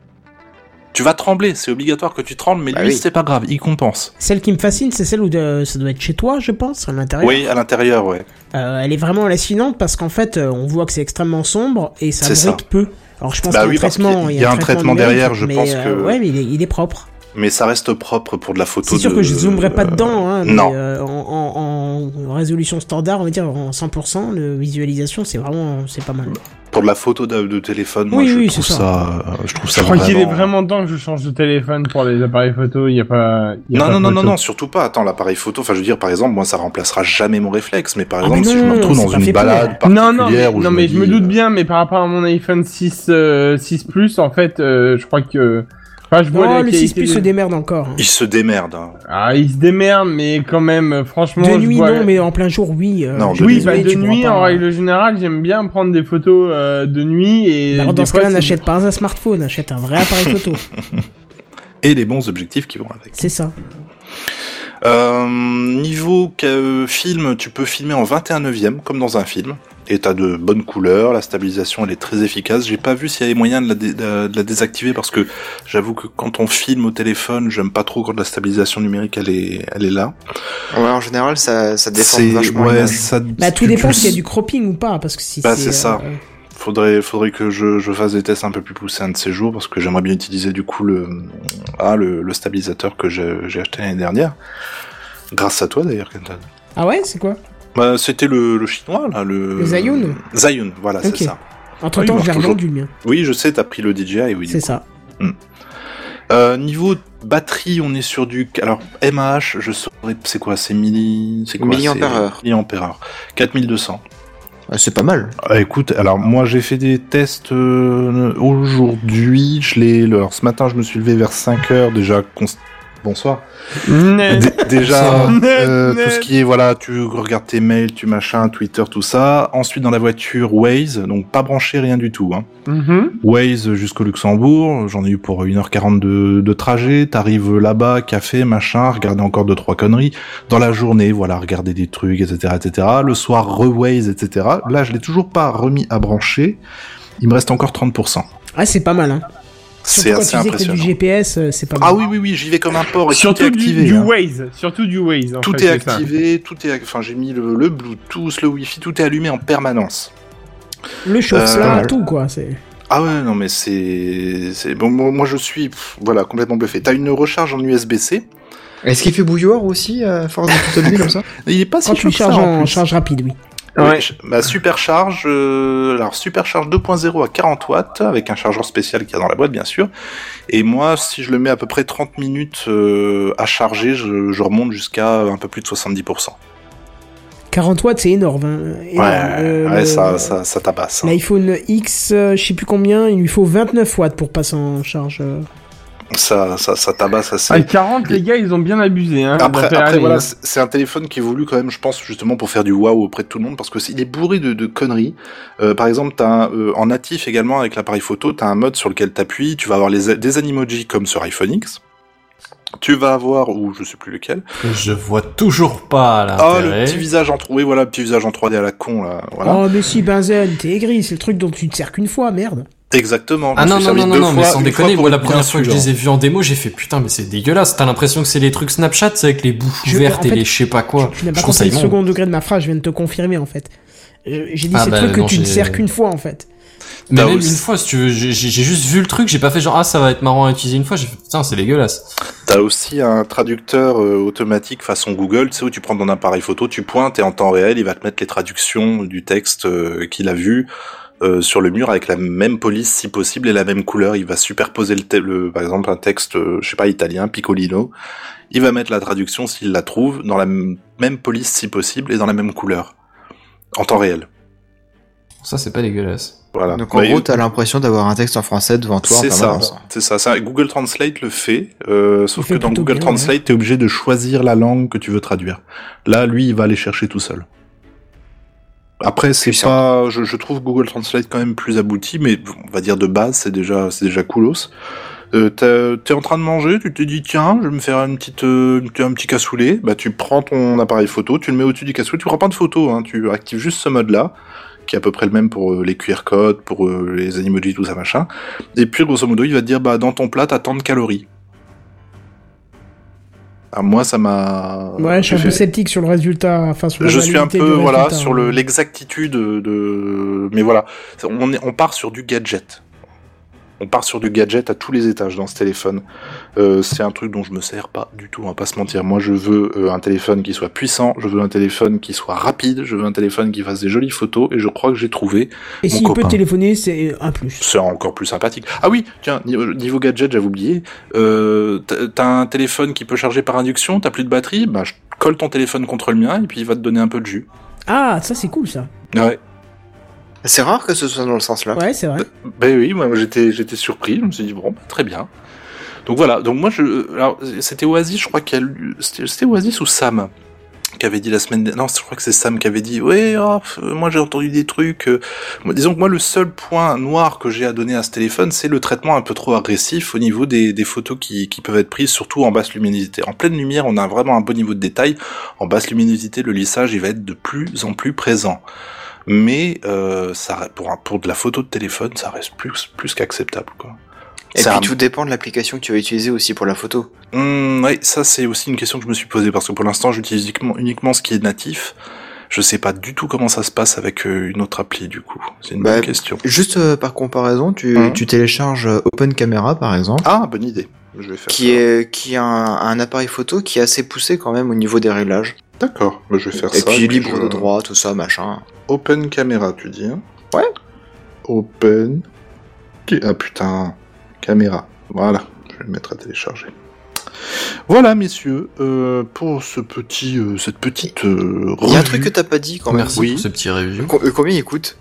H: Tu vas trembler, c'est obligatoire que tu trembles, mais
C: Bah
H: lui
C: oui.
H: c'est pas grave, il compense.
A: Celle qui me fascine, c'est celle où de- ça doit être chez toi, je pense, à l'intérieur.
H: Oui, à l'intérieur, ouais.
A: Euh, elle est vraiment hallucinante parce qu'en fait, euh, on voit que c'est extrêmement sombre et ça
H: C'est ça.
A: brille peu. Alors je pense
H: Bah
A: qu'il y a
H: oui,
A: un
H: parce
A: traitement,
H: qu'il y a un traitement
A: numérique,
H: derrière, je
A: mais,
H: pense
A: euh,
H: que-
A: Ouais, mais il est, il est propre.
H: Mais ça reste propre pour de la photo.
A: C'est sûr
H: de-
A: que je zoomerai pas dedans, hein, mais
H: non.
A: euh, en, en- en résolution standard, on va dire en 100%, le visualisation, c'est vraiment, c'est pas mal.
H: Pour de la photo de, de téléphone, moi
A: Oui,
H: je,
A: oui,
H: trouve
A: c'est
H: ça.
A: ça.
H: euh, je trouve
D: Je
H: ça
D: crois
H: vraiment...
D: qu'il est vraiment temps que je change de téléphone pour les appareils photo. Il y a pas. il y a
H: Non,
D: pas
H: non, non, non,
D: photo.
H: non, surtout pas. Attends, l'appareil photo, enfin je veux dire, par exemple, moi ça remplacera jamais mon réflexe, mais par
A: Ah,
H: exemple,
A: mais
H: si je me
A: non,
H: retrouve
A: c'est
H: dans
A: pas
H: une
A: fait pour.
H: balade
D: Non, non, mais,
H: particulière où
D: non, mais je me
H: dis,
D: doute
H: euh,
D: bien, mais par rapport à mon iPhone 6, euh, 6 Plus, en fait, euh, je crois que. Enfin, je vois
A: Oh,
D: la
A: le
D: qualité
A: 6 Plus
D: des-
A: se démerde encore. hein.
H: Il se démerde. hein.
D: Ah, il se démerde, mais quand même, euh, franchement.
A: De
D: je
A: nuit,
D: vois-
A: non, mais en plein jour, oui. euh,
H: Non,
A: je suis
D: Oui,
H: de
D: bah,
A: désolé,
D: de
A: tu pourras
D: nuit,
A: pas-
D: en règle générale, j'aime bien prendre des photos euh, de nuit et.
A: Alors,
D: des
A: Bah, dans ce
D: fois,
A: cas-là,
D: c'est-
A: n'achète pas un smartphone, achète un vrai appareil photo.
H: Et les bons objectifs qui vont avec.
A: C'est ça.
H: Euh, niveau ca- euh, film, tu peux filmer en 21 neuvième, comme dans un film. Et t'as de bonnes couleurs, la stabilisation elle est très efficace. J'ai pas vu s'il y avait moyen de la, dé- de la- de la désactiver parce que j'avoue que quand on filme au téléphone, j'aime pas trop quand la stabilisation numérique elle est, elle est là.
C: Ouais, en général, ça, ça
H: C'est-
C: déforme vachement.
H: ouais,
C: l'image.
H: ça.
A: Bah, tout
H: tu-
A: dépend
H: tu-
A: s'il y a du cropping ou pas, parce que si
H: Bah,
A: c'est.
H: c'est ça.
A: euh,
H: Faudrait, faudrait que je, je fasse des tests un peu plus poussés un de ces jours parce que j'aimerais bien utiliser du coup le, ah, le, le stabilisateur que j'ai j'ai acheté l'année dernière. Grâce à toi d'ailleurs, Kenton.
A: Ah ouais, c'est quoi
H: Bah, c'était le, le chinois, là, le...
A: Le Zhiyun
H: Zhiyun, voilà,
A: Ok.
H: c'est ça.
A: Entre
H: Oui,
A: temps,
H: bah,
A: je l'ai
H: toujours.
A: revendu le mien.
H: Oui, je sais, t'as pris le DJI, oui. du
A: C'est
H: coup.
A: ça.
H: Euh, niveau batterie, on est sur du... Alors, MAH, je saurais... C'est quoi C'est milli... C'est quoi
C: Milliampères
H: c'est-
C: heure.
H: Milliampères heure. 4200.
C: Ah, C'est pas mal.
H: Ah, écoute, alors moi j'ai fait des tests euh, aujourd'hui, je l'ai... Alors, ce matin, je me suis levé vers 5h, déjà... const- Bonsoir.
D: Net.
H: Dé- déjà
D: Net,
H: euh,
D: net.
H: tout ce qui est voilà tu regardes tes mails tu machin Twitter tout ça ensuite dans la voiture Waze donc pas branché rien du tout hein.
D: Mhm.
H: Waze jusqu'au Luxembourg j'en ai eu pour 1h40 de, de trajet t'arrives là-bas café machin regarder encore deux trois conneries dans la journée voilà regarder des trucs etc etc le soir re Waze etc là je l'ai toujours pas remis à brancher il me reste encore 30%
A: Ah, c'est pas mal, hein.
H: C'est
A: Surtout quand
H: assez
A: tu disais que
H: impressionnant.
A: du GPS, euh, c'est pas
H: Ah
A: mal.
H: oui, oui, oui, j'y vais comme un porc. et
D: Surtout
H: tout est
D: du,
H: activé,
D: du
H: hein.
D: Waze. Surtout du Waze. en
H: Tout
D: fait,
H: est
D: c'est ça.
H: activé, tout est. Enfin, j'ai mis le, le Bluetooth, le Wi-Fi, tout est allumé en permanence.
A: Le chauffe
H: Euh, pas
A: là,
H: mal.
A: tout quoi. C'est
H: Ah ouais, non, mais c'est. c'est- Bon, moi, moi, je suis pff, voilà, complètement bluffé. T'as une recharge en USB-C.
C: Est-ce qu'il fait bouilloire aussi, euh, à force de toute nuit comme ça
H: Il est pas si
A: quand tu
H: chaud que ça,
A: charges
H: en
A: en,
H: plus.
A: charge rapide, oui.
H: Ouais,
D: Ouais.
H: ch- Ma supercharge, euh, alors supercharge 2.0 à 40 watts avec un chargeur spécial qu'il y a dans la boîte bien sûr. Et moi, si je le mets à peu près 30 minutes euh, à charger, je, je remonte jusqu'à un peu plus de 70%.
A: 40 watts, c'est énorme. hein.
H: Ouais,
A: Énorme. Euh,
H: ouais,
A: le-
H: ça, ça, ça tabasse. hein.
A: L'iPhone X, euh, je sais plus combien, il lui faut 29 watts pour passer en charge. euh.
H: Ça, ça, ça tabasse assez.
D: Ah, 40, les gars, ils ont bien abusé. Hein,
H: Après,
D: d'affaires
H: après,
D: aller,
H: voilà,
D: hein.
H: c'est c'est un téléphone qui est voulu quand même, je pense, justement pour faire du waouh auprès de tout le monde, parce que c'est- il est bourré de, de conneries. Euh, par exemple, t'as un, euh, en natif également avec l'appareil photo, t'as un mode sur lequel t'appuies, tu vas avoir les, a- des animojis comme sur iPhone X. Tu vas avoir, ou je sais plus lequel.
E: Je vois toujours pas
H: Ah, le
E: l'intérêt.
H: petit visage en 3D, voilà, le petit visage en 3D à la con, là, voilà.
A: Oh, mais si, Benzen, t'es aigri, c'est le truc dont tu te sers qu'une fois, merde.
H: Exactement. je
E: Ah
H: me
E: non,
H: suis
E: non,
H: servi
E: non,
H: deux
E: non, mais
H: fois,
E: sans
H: une fois
E: déconner,
H: pour
E: moi la
H: être
E: première
H: bien
E: fois que je
H: sûr.
E: les ai vus en démo, j'ai fait putain, mais c'est dégueulasse. T'as l'impression que c'est les trucs Snapchat, c'est avec les bouches
A: Je-
E: ouvertes
A: en
E: et
A: fait,
E: les je sais pas quoi.
A: Tu n'as
E: Je
A: pas
E: trouve ça
A: compris le
E: immonde.
A: second degré de ma phrase, je viens de te confirmer en fait. Euh, J'ai dit
E: Ah,
A: ces
H: ben,
E: bah,
A: trucs que
E: non,
A: tu ne
E: j'ai-
A: sers qu'une fois en fait.
E: Mais
H: Bah,
E: même
H: aussi.
E: une fois, si tu veux, j'ai j'ai- j'ai juste vu le truc, j'ai pas fait genre ah ça va être marrant à utiliser une fois, j'ai fait putain c'est dégueulasse.
H: T'as aussi un traducteur euh, automatique façon Google, tu sais où tu prends ton appareil photo, tu pointes et en temps réel, il va te mettre les traductions du texte euh, qu'il a vu euh, sur le mur avec la même police si possible et la même couleur. Il va superposer le, te- le- par exemple un texte, euh, je sais pas, italien, piccolino. Il va mettre la traduction s'il la trouve dans la m- même police si possible et dans la même couleur en temps réel.
E: Ça c'est pas dégueulasse.
H: Voilà.
C: Donc en
H: Mais-
C: gros, t'as l'impression d'avoir un texte en français devant toi en
H: Bah, c'est ça,
C: permanence.
H: c'est ça, ça. Google Translate le fait, euh, sauf
A: fait
H: que dans
A: plutôt
H: Google
A: bien,
H: Translate, t'es obligé de choisir la langue que tu veux traduire. Là, lui, il va aller chercher tout seul. Après, c'est
C: Puissant.
H: pas, je, je trouve Google Translate quand même plus abouti, mais on va dire de base, c'est déjà, c'est déjà coolos. Euh, t'as- T'es en train de manger, tu te dis tiens, je vais me faire une petite, euh, une- un petit cassoulet. Bah, tu prends ton appareil photo, tu le mets au-dessus du cassoulet, tu prends pas de photo, hein, tu actives juste ce mode-là, qui est à peu près le même pour euh, les QR codes, pour euh, les animojis, tout ça machin. Et puis, grosso modo, il va te dire, bah, dans ton plat, t'as tant de calories. Ah, moi, ça m'a.
A: Ouais, je suis un
H: j'ai
A: peu
H: fait-
A: sceptique sur le résultat, enfin sur la
H: je suis un
A: validité
H: peu,
A: du
H: voilà,
A: résultat,
H: sur
A: hein.
H: le l'exactitude de, de- Mais voilà, on, est, on part sur du gadget. On part sur du gadget à tous les étages dans ce téléphone. Euh, c'est un truc dont je me sers pas du tout, on va pas se mentir. Moi, je veux euh, un téléphone qui soit puissant, je veux un téléphone qui soit rapide, je veux un téléphone qui fasse des jolies photos, et je crois que j'ai trouvé
A: Et
H: mon
A: s'il peut
H: copain.
A: téléphoner, c'est un plus.
H: c'est encore plus sympathique. Ah oui, tiens, niveau, niveau gadget, j'avais oublié. Euh, t'as- t'as un téléphone qui peut charger par induction, t'as plus de batterie, bah je colle ton téléphone contre le mien et puis il va te donner un peu de jus.
A: Ah, ça c'est cool ça.
H: Ouais.
C: C'est rare que ce soit dans le sens
H: Ah.
C: là.
A: Ouais, c'est vrai.
H: Ben oui, moi j'étais j'étais surpris, je me suis dit bon, bah, très bien. Donc voilà, donc moi je alors c'était Oasis, je crois qu'il y a eu- c'était c'était Oasis ou Sam qui avait dit la semaine dernière. Non, je crois que c'est Sam qui avait dit ouais, oh, pff, moi j'ai entendu des trucs. euh. Moi, disons que moi le seul point noir que j'ai à donner à ce téléphone, c'est le traitement un peu trop agressif au niveau des, des photos qui, qui peuvent être prises surtout en basse luminosité. En pleine lumière, on a vraiment un bon niveau de détail. En basse luminosité, le lissage, il va être de plus en plus présent mais euh, ça, re- pour, un, pour de la photo de téléphone, ça reste plus, plus qu'acceptable. Quoi.
C: Et
H: C'est
C: puis
H: un-
C: tout dépend de l'application que tu vas utiliser aussi pour la photo.
H: Hmm, ouais, ça c'est aussi une question que je me suis posée, parce que pour l'instant j'utilise uniquement, uniquement ce qui est natif. Je sais pas du tout comment ça se passe avec euh, une autre appli du coup. C'est une
C: Bah,
H: bonne question.
C: Juste euh, par comparaison, tu,
H: Mhm.
C: tu télécharges euh, Open Camera par exemple,
H: Ah, bonne idée. Je vais faire
C: qui
H: ça.
C: est qui a un, un appareil photo qui est assez poussé quand même au niveau des réglages.
H: D'accord, bah, je vais faire
C: Et
H: ça.
C: puis
H: puis
C: libre
H: je-
C: de droit, tout ça, machin.
H: Open caméra, tu dis hein
C: Ouais.
H: Open. Qui- Ah putain, caméra. Voilà, je vais le mettre à télécharger. Voilà, messieurs, euh, pour ce petit, euh, cette petite. Euh,
C: Il y a un
H: revue.
C: truc que t'as pas dit quand même.
E: Merci
H: oui.
E: pour ce petit review.
C: Co- euh, combien il coûte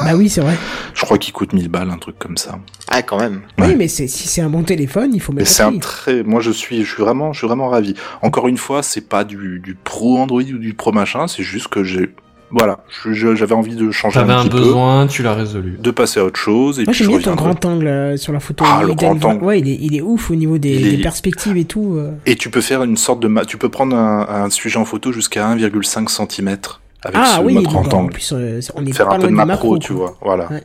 A: Bah oui, c'est vrai.
H: Ah, Je crois qu'il coûte 1000 balles, un truc comme ça.
C: Ah quand même.
A: Oui,
H: Ouais.
A: mais c'est- si c'est un bon téléphone, il faut
H: Mais
A: mettre
H: c'est
A: le
H: un
A: prix.
H: très. Moi, je suis, je suis vraiment, je suis vraiment ravi. Encore une fois, c'est pas du, du pro Android ou du pro machin. C'est juste que j'ai, voilà, je- je- j'avais envie de changer
E: T'avais
H: un
E: un
H: petit
E: besoin, tu l'as résolu.
H: peu, de passer à autre chose. Et
A: Moi
H: puis
A: j'aime
H: je
A: bien ton
H: reviendrai.
A: grand angle euh, sur la photo.
H: Ah, le
A: Il donne
H: grand
A: vra-
H: angle.
A: Ouais, il est, il est ouf au niveau des,
H: Il est-
A: des perspectives et tout. euh.
H: Et tu peux faire une sorte de ma- tu peux prendre un, un sujet en photo jusqu'à 1,5 cm. avec
A: ah
H: ce
A: oui,
H: mode
A: donc, en
H: rectangle.
A: plus, euh, on est
H: Faire
A: pas
H: un peu
A: loin
H: de
A: du
H: macro,
A: macro,
H: tu
A: quoi.
H: vois. Voilà.
A: Ouais.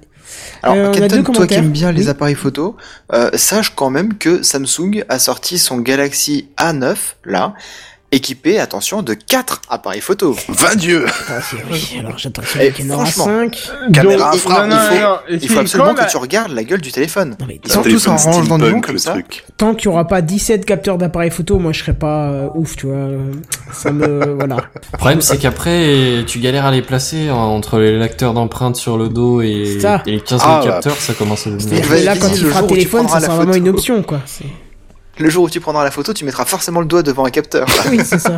C: Alors,
A: Euh, on a
C: Kenton,
A: deux
C: toi qui aimes
A: commentaires.
C: bien les
A: Oui.
C: appareils photo, euh, sache quand même que Samsung a sorti son Galaxy A9, là, équipé, attention, de 4 appareils photo.
H: Va Dieu
A: Attends, c'est- Ah oui, alors j'attends
C: Et
A: qu'il y en aura
C: franchement,
A: 5.
C: Caméra
D: Donc,
C: infra,
D: non,
C: il
D: non,
C: faut,
D: non, et
C: il
D: si,
C: faut absolument
D: quand la-
C: que tu regardes la gueule du téléphone.
A: Non, mais
C: Ils sont
H: Un
C: tous en
H: téléphone
C: range dans le
H: steampunk,
C: monde comme
H: le
C: ça.
H: truc.
A: tant qu'il n'y aura pas 17 capteurs d'appareils photo, moi je serais pas euh, ouf, tu vois. euh, Ça me. voilà.
E: Le problème, c'est qu'après, tu galères à les placer hein, entre les lecteurs d'empreintes sur le dos et,
A: Ça.
E: et 15
H: Ah,
E: 000
H: bah.
E: capteurs, ça commence à devenir...
A: C'est-à-dire
C: vas
A: que là,
C: viser
A: quand il
C: le
A: fera
C: jour où tu
A: téléphone, ça
C: prendras la
A: sera vraiment
C: photo.
A: une option, quoi. C'est-
C: Le jour où tu prendras la photo, tu mettras forcément le doigt devant un capteur.
A: Oui, c'est ça.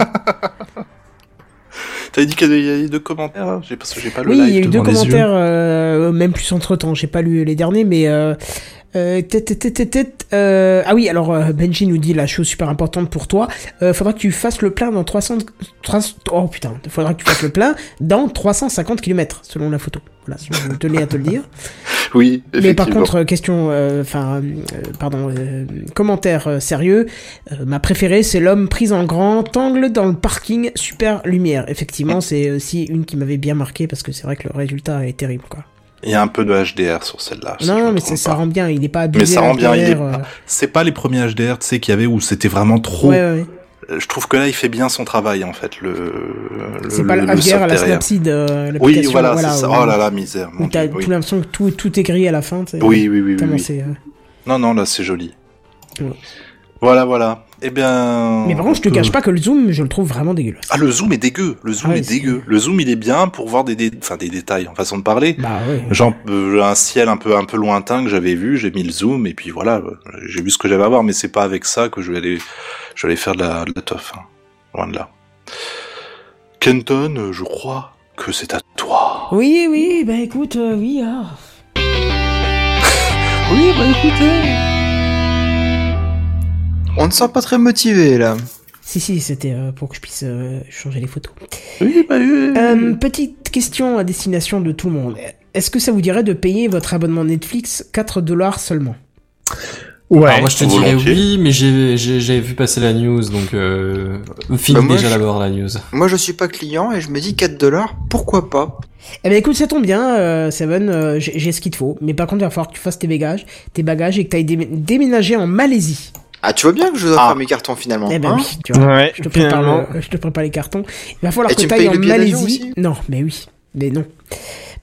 H: T'avais dit qu'il y avait deux commentaires hein J'ai parce que j'ai pas le
A: oui,
H: live
A: il y a eu deux
H: devant les yeux.
A: commentaires, euh, même plus entre temps. J'ai pas lu les derniers, mais. Euh, euh, tête, tête, tête, tête, euh, ah oui, alors euh, Benji nous dit la chose super importante pour toi. Euh, faudra que tu fasses le plein dans 300. 300 oh putain, faudra que tu fasses le plein dans 350 km selon la photo. Voilà, je tenais à te le dire.
H: Oui,
A: Mais par
H: effectivement.
A: contre, euh, question, euh, enfin, euh, pardon, euh, commentaire euh, sérieux. euh, ma préférée, c'est l'homme pris en grand angle dans le parking, super lumière.
H: Mm.
A: Effectivement, c'est aussi une qui m'avait bien marqué parce que c'est vrai que le résultat est terrible, quoi.
H: Il y a un peu de HDR sur celle-là. si je
A: non, non,
H: me
A: mais
H: trompe
A: ça, ça
H: pas.
A: rend bien. Il n'est pas abusé.
H: Mais ça
A: à euh,
H: rend bien. Il est...
A: l'intérieur,
H: pas- C'est pas les premiers HDR, tu sais, qu'il y avait où c'était vraiment
A: euh,
H: trop.
A: Ouais, ouais. ouais.
H: Euh, Je trouve que là, il fait bien son travail, en fait, le. le-
A: C'est pas
H: le-
A: le,
H: le
A: HDR à
H: soft
A: la
H: derrière.
A: Snapseed, euh,
H: Oui,
A: l'application,
H: voilà, c'est ça.
A: où-
H: Oh là là, misère.
A: Où
H: Mon
A: t'as
H: Dieu, oui.
A: tout l'impression que tout, tout est gris à la fin. t'sais.
H: Oui, oui, oui, oui,
A: Tellement
H: oui.
A: c'est, euh,
H: Non, non, là, c'est joli.
A: Ouais.
H: Voilà, voilà. Eh bien.
A: Mais par contre, je te
H: on peut-
A: cache pas que le zoom, je le trouve vraiment dégueulasse.
H: euh. Ah, le zoom est dégueu. Le zoom
A: Ah oui,
H: est
A: c'est-
H: dégueu. Le zoom, il est bien pour voir des, dé- enfin, des détails en façon de parler.
A: Bah ouais.
H: Genre euh, un ciel un peu un peu lointain que j'avais vu, j'ai mis le zoom et puis voilà, euh, j'ai vu ce que j'avais à voir, mais c'est pas avec ça que je vais aller, je vais aller faire de la, de la teuf, hein. loin de là. Kenton, euh, je crois que c'est à toi.
A: Oui, oui, bah écoute, euh, oui. ah.
H: Oui, bah écoutez.
C: On ne sent pas très motivé, là.
A: Si, si, c'était euh, pour que je puisse euh, changer les photos.
H: Oui, bah oui.
D: Mm.
A: Euh, petite question à destination de tout le monde. Est-ce que ça vous dirait de payer votre abonnement Netflix 4 dollars seulement
E: Alors Ah, moi, je te dirais
H: Volontiers.
E: oui, mais j'ai- j'ai j'ai vu passer la news, donc euh, finis
C: Bah, moi,
E: déjà
C: je-
E: d'abord la news.
C: Moi, je suis pas client et je me dis 4 dollars, pourquoi pas
A: Eh ben écoute, ça tombe bien, euh, Seven, euh, j'ai j'ai ce qu'il te faut. Mais par contre, il va falloir que tu fasses tes bagages, tes bagages et que tu ailles déménager en Malaisie.
C: Ah, tu vois bien que je dois
H: Ah.
C: faire mes cartons, finalement.
A: eh ben
C: hein
A: oui, tu vois.
D: Ouais,
A: Je te, prépare le-
D: finalement.
A: je te prépare les cartons. Il va falloir
C: Et
A: que
C: tu me
A: t'ailles
C: payes
A: en
C: le billet d'avion
A: Malaisie.
C: aussi
A: Non, mais oui, mais non.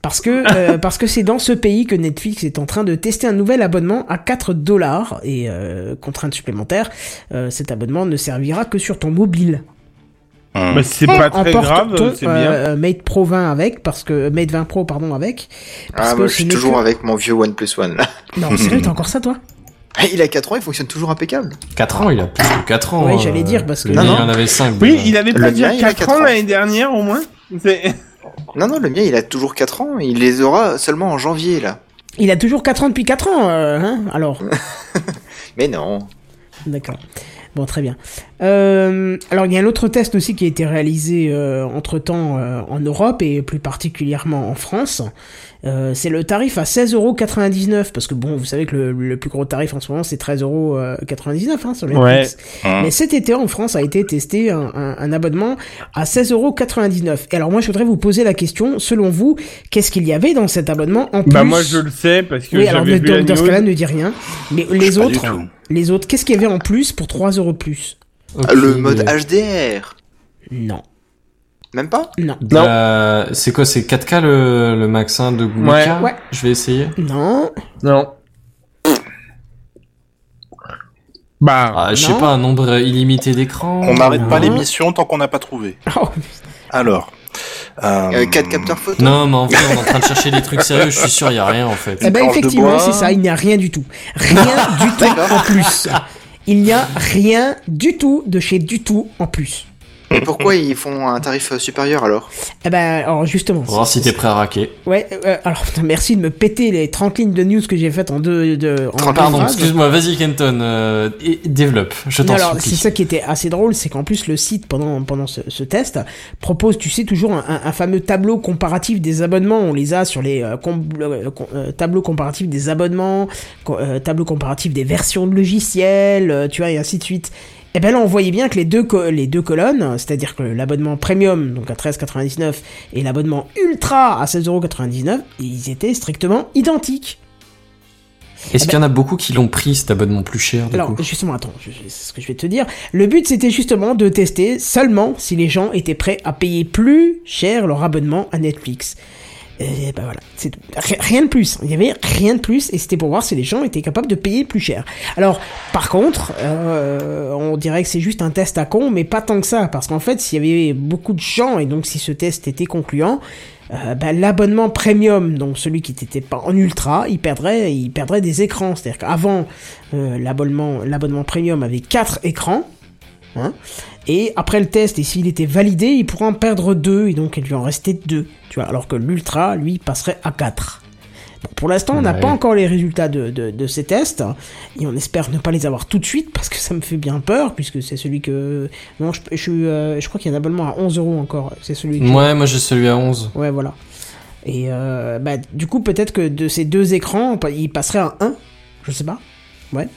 A: Parce que euh, parce que c'est dans ce pays que Netflix est en train de tester un nouvel abonnement à 4 dollars et euh, contrainte supplémentaire, euh, cet abonnement ne servira que sur ton mobile.
H: Hum.
D: Bah, c'est pas très
A: Emporte
D: grave, c'est
A: ton
D: bien.
A: euh, Mate Pro 20 avec parce que Mate 20 Pro pardon avec parce
C: Ah,
A: que
C: moi, je suis
A: ce n'est
C: toujours
A: que-
C: avec mon vieux OnePlus One. là.
A: Non, sérieux, t'as encore ça toi
C: il a 4 ans, il fonctionne toujours impeccable.
E: 4 ans, il a plus de 4 ans.
A: Ouais, j'allais dire, parce que-
E: le
C: Non,
E: mien,
C: non.
E: il en avait 5.
D: Oui, il avait
C: Le mien,
D: pas déjà
C: il a
D: 4
C: quatre
D: ans
C: ans.
D: l'année dernière, au moins. C'est-
C: Non, non, le mien, il a toujours 4 ans. Il les aura seulement en janvier, là.
A: Il a toujours 4 ans depuis 4 ans, euh, hein Alors,
C: Mais non.
A: D'accord. Bon, très bien. Euh, alors, il y a un autre test aussi qui a été réalisé euh, entre-temps euh, en Europe et plus particulièrement en France. Euh, c'est le tarif à 16,99€ parce que, bon, vous savez que le, le plus gros tarif en ce moment, c'est 13,99€ hein, sur Netflix.
H: hum.
A: Mais cet été, en France, a été testé un, un- un abonnement à 16,99€. Et alors, moi, je voudrais vous poser la question, selon vous, qu'est-ce qu'il y avait dans cet abonnement en plus
D: Bah, moi, je le sais, parce que
A: oui, alors
D: j'avais
A: le
D: vu la
A: Dr.
D: news.
A: Scala ne dit rien, mais
H: Je
A: les
H: sais pas du
A: autres,
H: tout.
A: les autres, qu'est-ce qu'il y avait en plus pour 3 euros de plus
C: Ah, Le mode HDR.
A: Non,
C: Même pas
A: non,
D: Non.
E: Bah, C'est quoi, c'est 4K le, le max hein, de Google
D: Ouais.
A: Ouais.
E: Je vais essayer.
A: non.
D: Non. Bah,
E: Ah, je sais
A: Non.
E: pas, un nombre illimité d'écran.
H: On n'arrête pas
A: Non.
H: l'émission tant qu'on n'a pas trouvé.
A: Oh,
H: Alors.
C: Euh, 4 capteurs photo
E: Non, mais en fait, on est en train de chercher des trucs sérieux, je suis sûr, il y a rien en fait.
A: eh ben
H: planche de
A: effectivement,
H: bois.
A: c'est ça, il n'y a rien du tout. Rien du tout en plus. Il n'y a rien du tout de chez du tout en plus.
C: Et pourquoi ils font un tarif euh, supérieur alors
A: Eh ben, alors justement.
E: On va voir si
A: c'est-
E: t'es prêt à raquer.
A: Ouais, euh, alors putain, merci de me péter les 30 lignes de news que j'ai faites en deux. De, en deux
E: Pardon,
A: phrases.
E: excuse-moi, vas-y Kenton, euh, et- développe, je
A: Non,
E: t'en
A: alors, c'est
E: supplie.
A: ça qui était assez drôle, c'est qu'en plus, le site, pendant, pendant ce, ce test, propose, tu sais, toujours un, un- un fameux tableau comparatif des abonnements. On les a sur les euh, com- euh, com- euh, tableaux comparatifs des abonnements, co- euh, tableau comparatif des versions de logiciels, euh, tu vois, et ainsi de suite. Et bien là, on voyait bien que les deux, co- les deux colonnes, c'est-à-dire que l'abonnement premium, donc à 13,99, et l'abonnement ultra à 16,99€, ils étaient strictement identiques.
E: Est-ce qu'il y en a beaucoup qui l'ont pris cet abonnement plus cher
A: Ah
E: du
A: bah- Alors,
E: coup
A: justement, attends, je- je- c'est ce que je vais te dire. Le but, c'était justement de tester seulement si les gens étaient prêts à payer plus cher leur abonnement à Netflix. Et ben voilà, c'est tout. Ri- rien de plus. Il y avait rien de plus, et c'était pour voir si les gens étaient capables de payer plus cher. Alors, par contre, euh, on dirait que c'est juste un test à con, mais pas tant que ça, parce qu'en fait, s'il y avait beaucoup de gens, et donc si ce test était concluant, euh, bah, l'abonnement premium, donc celui qui n'était pas en ultra, il perdrait, il perdrait des écrans. C'est-à-dire qu'avant, euh, l'abonnement, l'abonnement premium avait 4 écrans. hein, et après le test, et s'il était validé, il pourrait en perdre 2, et donc il lui en restait 2. Tu vois, alors que l'ultra, lui, passerait à 4. pour l'instant, on n'a
E: Ouais.
A: pas encore les résultats de, de- de ces tests, et on espère ne pas les avoir tout de suite, parce que ça me fait bien peur, puisque c'est celui que... Non, je, je, suis, euh, je crois qu'il y a un abonnement à 11 euros encore. C'est celui que-
E: Ouais, moi j'ai celui à 11.
A: Ouais, voilà. Et euh, bah, du coup, peut-être que de ces deux écrans, il passerait à 1. Je sais pas. Ouais.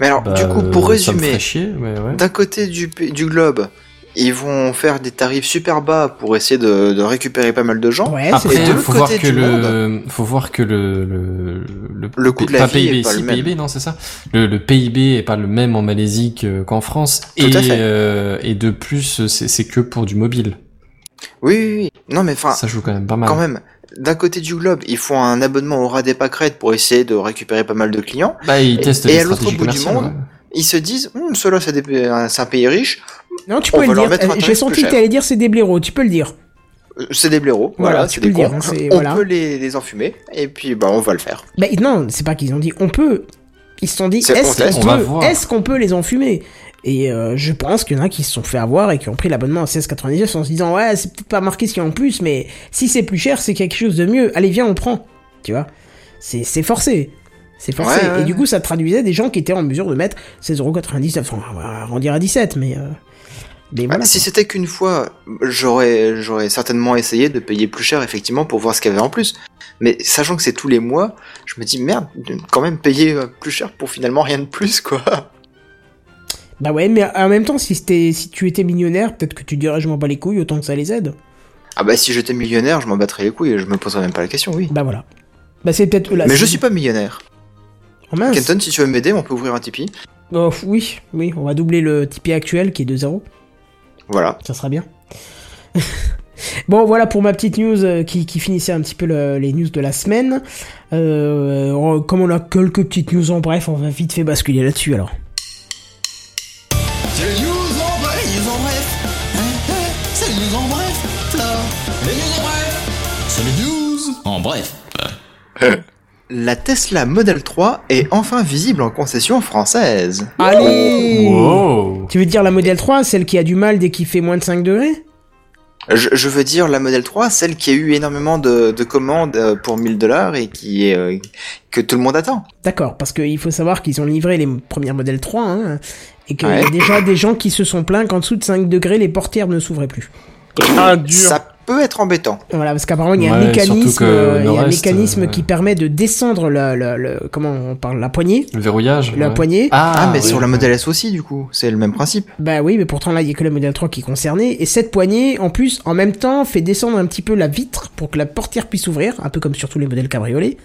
C: Mais alors,
E: Bah,
C: du coup, pour
E: euh, ça me
C: résumer,
E: ferait chier, mais ouais.
C: d'un côté du, p- du globe, ils vont faire des tarifs super bas pour essayer de, de récupérer pas mal de gens.
A: Ouais, c'est
E: Après,
C: Et de l'autre
E: faut voir,
C: côté
E: que
C: du
E: le, faut voir que le le le,
C: Le coût de la
E: pas
C: vie est
E: PIB,
C: pas
E: si,
C: le même.
E: PIB, non, c'est ça. Le, le PIB est pas le même en Malaisie que- qu'en France.
C: Tout
E: et,
C: à fait.
E: euh, et de plus, c'est c'est que pour du mobile.
C: Oui, oui, oui. Non, mais enfin,
E: ça joue quand même pas mal.
C: quand même. D'un côté du globe, ils font un abonnement au rat des pâquerettes pour essayer de récupérer pas mal de clients.
E: Bah, ils testent
C: et
E: les
C: à l'autre
E: stratégies
C: bout du
E: commerciales.
C: monde,
E: ouais.
C: ils se disent, Hum, ceux-là, c'est des- c'est un pays riche,
A: Non, tu
C: On
A: peux
C: va
A: le
C: leur
A: dire.
C: mettre un
A: Euh, J'ai
C: tarif plus
A: senti que
C: cher.
A: t'allais dire c'est des blaireaux. Tu peux le dire.
C: Euh, c'est des blaireaux,
A: Voilà,
C: voilà,
A: tu
C: c'est
A: peux
C: des
A: le dire,
C: cons.
A: hein, c'est-
C: on
A: voilà.
C: peut les, les enfumer, et puis bah, on va le faire.
A: Bah, ils- non, c'est pas qu'ils ont dit. On peut. Ils se sont dit.
C: C'est- on
A: Est-ce
C: teste,
A: qu'on
E: on va
A: peut,
E: voir.
A: est-ce qu'on peut les enfumer Et euh, je pense qu'il y en a qui se sont fait avoir et qui ont pris l'abonnement à 16,99 en se disant ouais c'est peut-être pas marqué ce qu'il y a en plus, mais si c'est plus cher, c'est quelque chose de mieux. Allez, viens, on prend. Tu vois. C'est c'est forcé. C'est forcé.
C: Ouais, ouais,
A: et du
C: ouais.
A: coup, ça traduisait des gens qui étaient en mesure de mettre 16,99€. Enfin, on va arrondir à 17, mais. euh, mais voilà.
C: Si c'était qu'une fois, j'aurais j'aurais certainement essayé de payer plus cher, effectivement, pour voir ce qu'il y avait en plus. Mais sachant que c'est tous les mois, je me dis, merde, quand même payer euh, plus cher pour finalement rien de plus, quoi.
A: Bah ouais, mais en même temps, si, c'était- si tu étais millionnaire, peut-être que tu dirais je m'en bats les couilles autant que ça les aide.
C: Ah bah si j'étais millionnaire, je m'en battrais les couilles, et je me poserais même pas la question, oui.
A: Bah voilà. Bah c'est peut-être. là,
C: Mais
A: c'est-
C: je suis pas millionnaire.
A: Oh mince.
C: Kenton, si tu veux m'aider, on peut ouvrir un Tipeee.
A: Oh, oui, oui, on va doubler le Tipeee actuel qui est de 0.
C: Voilà.
A: Ça sera bien. bon, voilà pour ma petite news euh, qui, qui finissait un petit peu le- les news de la semaine. Euh, on- comme on a quelques petites news en bref, on va vite fait basculer là-dessus alors.
G: En bref.
C: La Tesla Model 3 est enfin visible en concession française.
A: Allez
E: Wow.
A: Tu veux dire la modèle 3, celle qui a du mal dès qu'il fait moins de 5 degrés
C: Je, je veux dire la Model 3, celle qui a eu énormément de, de commandes euh, pour 1000 dollars et qui est euh, que tout le monde attend.
A: D'accord, parce qu'il faut savoir qu'ils ont livré les premières modèles 3, hein, et qu'il y a
C: Ouais.
A: déjà des gens qui se sont plaints qu'en dessous de 5 degrés, les portières ne s'ouvraient plus.
D: Ah, dur.
C: Ça peut être embêtant.
A: Voilà, parce qu'apparemment, il y a un
E: Ouais, surtout
A: mécanisme,
E: que
A: euh, il y a un
E: Nord-Est,
A: mécanisme
E: euh,
A: qui permet de descendre le, le- le- comment on parle, la poignée.
E: Le verrouillage.
A: La
E: ouais.
A: poignée.
C: Ah, mais
E: oui.
C: sur la Model S aussi, du coup, c'est le même principe.
A: Bah oui, mais pourtant là, il y a que la modèle 3 qui est concernée. Et cette poignée, en plus, en même temps, fait descendre un petit peu la vitre pour que la portière puisse ouvrir, un peu comme sur tous les modèles cabriolets.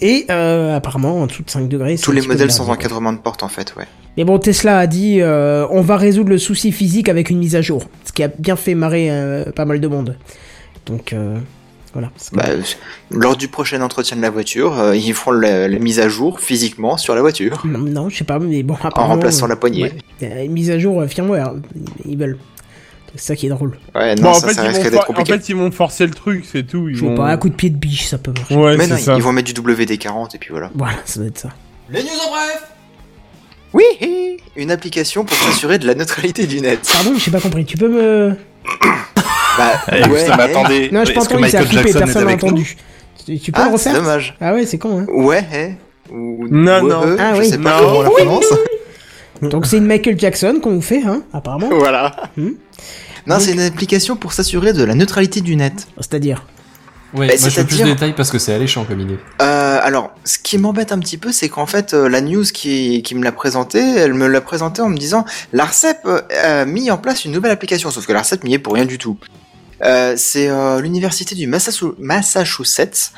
A: Et euh, apparemment, en dessous de 5 degrés... c'est
C: Tous
A: un
C: les
A: petit peu
C: modèles
A: de la
C: sont
A: merde.
C: en encadrement de porte, en fait, ouais.
A: Mais bon, Tesla a dit euh, on va résoudre le souci physique avec une mise à jour, ce qui a bien fait marrer euh, pas mal de monde. Donc euh, voilà. C'est-
C: Bah, euh, lors du prochain entretien de la voiture, euh, ils feront la, la mise à jour physiquement sur la voiture.
A: Non, non, je sais pas, mais bon,
C: En
A: apparemment.
C: remplaçant la poignée.
A: ouais. euh, une mise à jour euh, firmware, ils- ils veulent. C'est ça qui est drôle.
C: Ouais,
D: Bon,
C: non,
D: en,
C: ça,
D: fait,
C: ça
D: ils
C: risque
D: vont
C: d'être
D: for- en
C: compliqué.
D: fait, ils vont forcer le truc, c'est tout. Ils
A: Je sais
D: vont...
A: pas, un coup de pied de biche, ça peut marcher.
D: Ouais,
C: mais non,
D: c'est
C: ils-
D: ça.
C: ils vont mettre du WD-40 et puis voilà.
A: Voilà, ça doit être ça.
E: Les news en bref.
C: Oui, hi, une application pour s'assurer de la neutralité du net.
A: Pardon, j'ai pas compris. Tu peux me.
C: Bah,
H: Eh,
C: ouais,
H: putain, mais
C: mais-
H: attendez,
A: Non, j'ai pas
H: est-ce que
A: entendu, ça a
H: Michael
A: coupé,
H: Jackson est
A: personne n'a
H: avec nous
A: entendu. Tu, tu peux
C: Ah,
A: le
C: c'est
A: refaire
C: dommage.
A: Ah ouais, c'est con, hein.
C: Ouais, hein. Ou-
D: Non,
C: ou-
D: non.
C: euh,
A: Ah
C: je
A: oui.
C: sais pas
D: Non.
C: comment on la prononce.
A: Donc c'est une Michael Jackson qu'on vous fait, hein, apparemment.
C: voilà.
A: Hmm.
C: Non, c'est une application pour s'assurer de la neutralité du net.
A: C'est-à-dire.
E: Ouais,
C: Bah,
E: moi je veux plus
C: c'est-à-dire-
E: de détails parce que c'est alléchant comme idée.
C: Euh, alors, ce qui m'embête un petit peu, c'est qu'en fait, euh, la news qui, qui me l'a présentée, elle me l'a présentée en me disant l'ARCEP euh, a mis en place une nouvelle application, sauf que l'ARCEP E n'y est pour rien du tout. Euh, c'est euh, l'université du Massachu- Massachusetts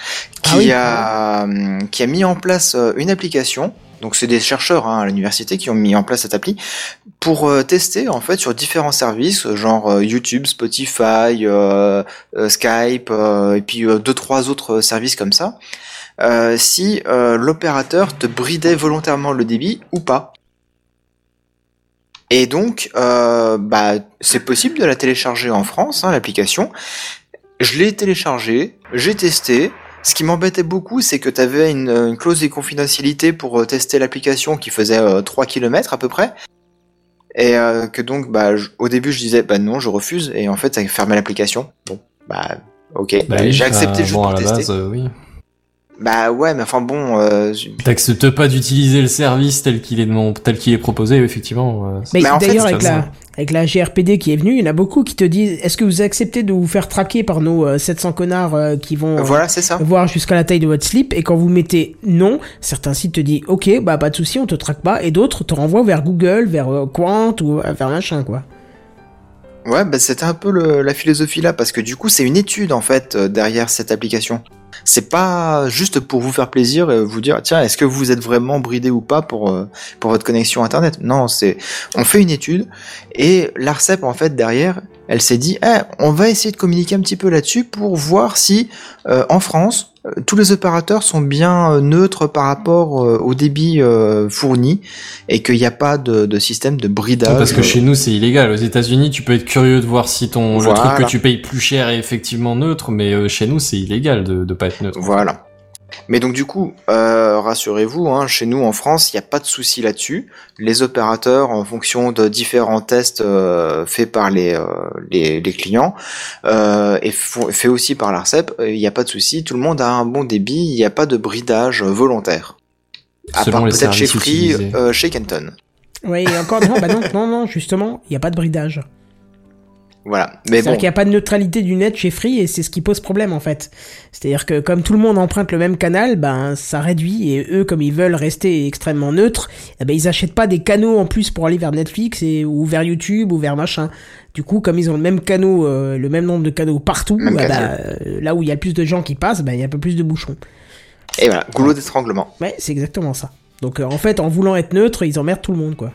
C: qui,
A: Ah oui.
C: a, euh, qui a mis en place euh, une application. Donc c'est des chercheurs hein, à l'université qui ont mis en place cette appli pour euh, tester en fait sur différents services euh, genre euh, YouTube, Spotify, euh, euh, Skype euh, et puis euh, deux trois autres euh, services comme ça euh, si euh, l'opérateur te bridait volontairement le débit ou pas. Et donc, euh, bah, c'est possible de la télécharger en France, hein, l'application. Je l'ai téléchargée, j'ai testé. Ce qui m'embêtait beaucoup, c'est que tu avais une, une clause de confidentialité pour euh, tester l'application qui faisait euh, 3 km à peu près. Et euh, que donc, bah, je- au début, je disais, bah non, je refuse. Et en fait, ça fermait l'application. Bon, bah, ok.
E: Bah
C: Allez,
E: oui,
C: j'ai
E: bah,
C: accepté juste
E: bon,
C: pour
E: à la
C: tester.
E: base, euh, oui.
C: Bah ouais, mais enfin bon, euh, je-
E: T'acceptes pas d'utiliser le service tel qu'il est, demandé- tel qu'il est proposé, effectivement. euh,
A: Mais
C: Bah, en fait,
A: d'ailleurs,
E: c'est
A: avec
E: ça.
A: la, avec la GRPD qui est venue, il y en a beaucoup qui te disent est-ce que vous acceptez de vous faire traquer par nos euh, 700 connards euh, qui vont euh,
C: voilà, c'est ça.
A: voir jusqu'à la taille de votre slip Et quand vous mettez non, certains sites te disent ok, bah pas de souci, on te traque pas, et d'autres te renvoient vers Google, vers euh, Quant ou euh, vers machin, quoi.
C: Ouais, bah, c'était un peu le- la philosophie là, parce que du coup, c'est une étude en fait euh, derrière cette application. C'est pas juste pour vous faire plaisir et vous dire tiens, est-ce que vous êtes vraiment bridé ou pas pour euh, pour votre connexion internet Non, c'est on fait une étude et l'Arcep en fait derrière, elle s'est dit eh, on va essayer de communiquer un petit peu là-dessus pour voir si euh, en France euh, tous les opérateurs sont bien euh, neutres par rapport euh, au débit euh, fourni et qu'il n'y a pas de, de système de bridage.
E: Ouais, parce que chez nous c'est illégal. Aux États-Unis, tu peux être curieux de voir si ton le
C: Voilà.
E: truc que tu payes plus cher est effectivement neutre, mais euh, chez nous c'est illégal de, de pas être neutre.
C: Voilà. Mais donc du coup, euh, rassurez-vous, hein, chez nous en France, il n'y a pas de souci là-dessus. Les opérateurs, en fonction de différents tests euh, faits par les, euh, les, les clients euh, et font- faits aussi par l'ARCEP, euh, il n'y a pas de souci. Tout le monde a un bon débit, il n'y a pas de bridage volontaire. À
E: Selon
C: part
E: les
C: peut-être chez
E: services
C: Free,
E: utilisés.
C: euh, chez Kenton.
A: Oui, et encore non, bah non, non, non, justement, il n'y a pas de bridage.
C: Voilà. Mais
A: C'est-à-dire
C: bon,
A: qu'il n'y a pas de neutralité du net chez Free et c'est ce qui pose problème en fait. C'est-à-dire que comme tout le monde emprunte le même canal, ben ça réduit et eux comme ils veulent rester extrêmement neutres, eh ben ils achètent pas des canaux en plus pour aller vers Netflix et ou vers YouTube ou vers machin. Du coup, comme ils ont le même canot, euh, le même nombre de canaux partout,
C: Même
A: ah bah,
C: canal.
A: euh, là où il y a le plus de gens qui passent, ben il y a un peu plus de bouchons.
C: et voilà, goulot d'étranglement.
A: Ouais, c'est exactement ça. Donc euh, en fait, en voulant être neutre, ils emmerdent tout le monde quoi.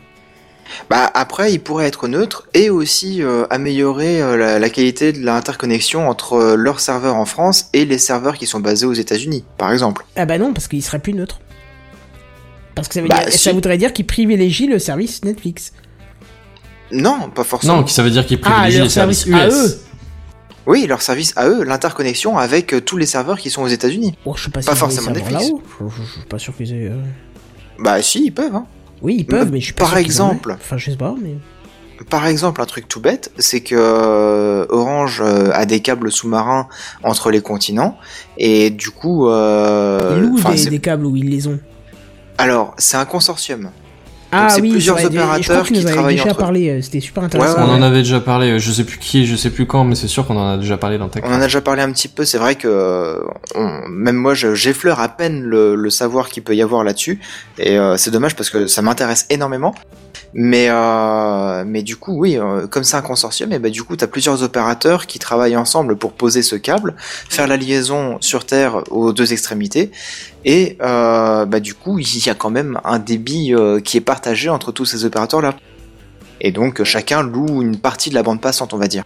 C: Bah après, il pourrait être neutre et aussi euh, améliorer euh, la, la qualité de l'interconnexion entre euh, leurs serveurs en France et les serveurs qui sont basés aux États-Unis, par exemple.
A: Ah bah non, parce qu'ils seraient plus neutres. Parce que ça, veut
C: Bah,
A: dire-
C: si.
A: ça voudrait dire qu'ils privilégient le service Netflix.
C: Non, pas forcément.
E: Non, qui ça veut dire qu'ils
A: Ah,
E: privilégient
A: leur
E: les services US.
A: service à eux.
C: Oui, leur service à eux, l'interconnexion avec euh, tous les serveurs qui sont aux États-Unis.
A: Bon, Oh, je suis pas,
C: Pas
A: sûr qu'ils aient
C: forcément
A: savoir
C: Netflix.
A: là-haut. Je, je- je suis pas sûr qu'ils aient. euh,
C: Bah si, ils peuvent. Hein.
A: Oui, ils peuvent,
C: Euh,
A: mais je suis pas
C: par
A: sûr qu'ils en aient.
C: exemple.
A: Enfin, je sais pas, mais.
C: Par exemple, un truc tout bête, c'est que euh, Orange euh, a des câbles sous-marins entre les continents et du coup,
A: ils
C: euh,
A: louent
C: enfin,
A: des,
C: c'est-
A: des câbles où ils les ont.
C: alors c'est un consortium.
A: Ah
C: c'est
A: oui,
C: plusieurs
A: c'est vrai, des- je crois
C: opérateurs
A: qu'ils nous
C: qui
A: avaient
C: travaillent
A: déjà
C: entre eux.
A: parlé, euh, c'était super intéressant.
E: On
C: Ouais,
E: en
C: ouais.
E: avait déjà parlé. euh, Je sais plus qui, je sais plus quand, mais c'est sûr qu'on en a déjà parlé dans ta.
C: On en a déjà parlé un petit peu, c'est vrai que euh, on- même moi je- j'effleure à peine le, le savoir qu'il peut y avoir là-dessus, et euh, c'est dommage parce que ça m'intéresse énormément. Mais, euh, mais du coup, oui, euh, comme c'est un consortium, et ben du coup, tu as plusieurs opérateurs qui travaillent ensemble pour poser ce câble, faire la liaison sur Terre aux deux extrémités, et euh, bah, du coup, il y a quand même un débit euh, qui est partagé entre tous ces opérateurs-là. Et donc, chacun loue une partie de la bande passante, on va dire.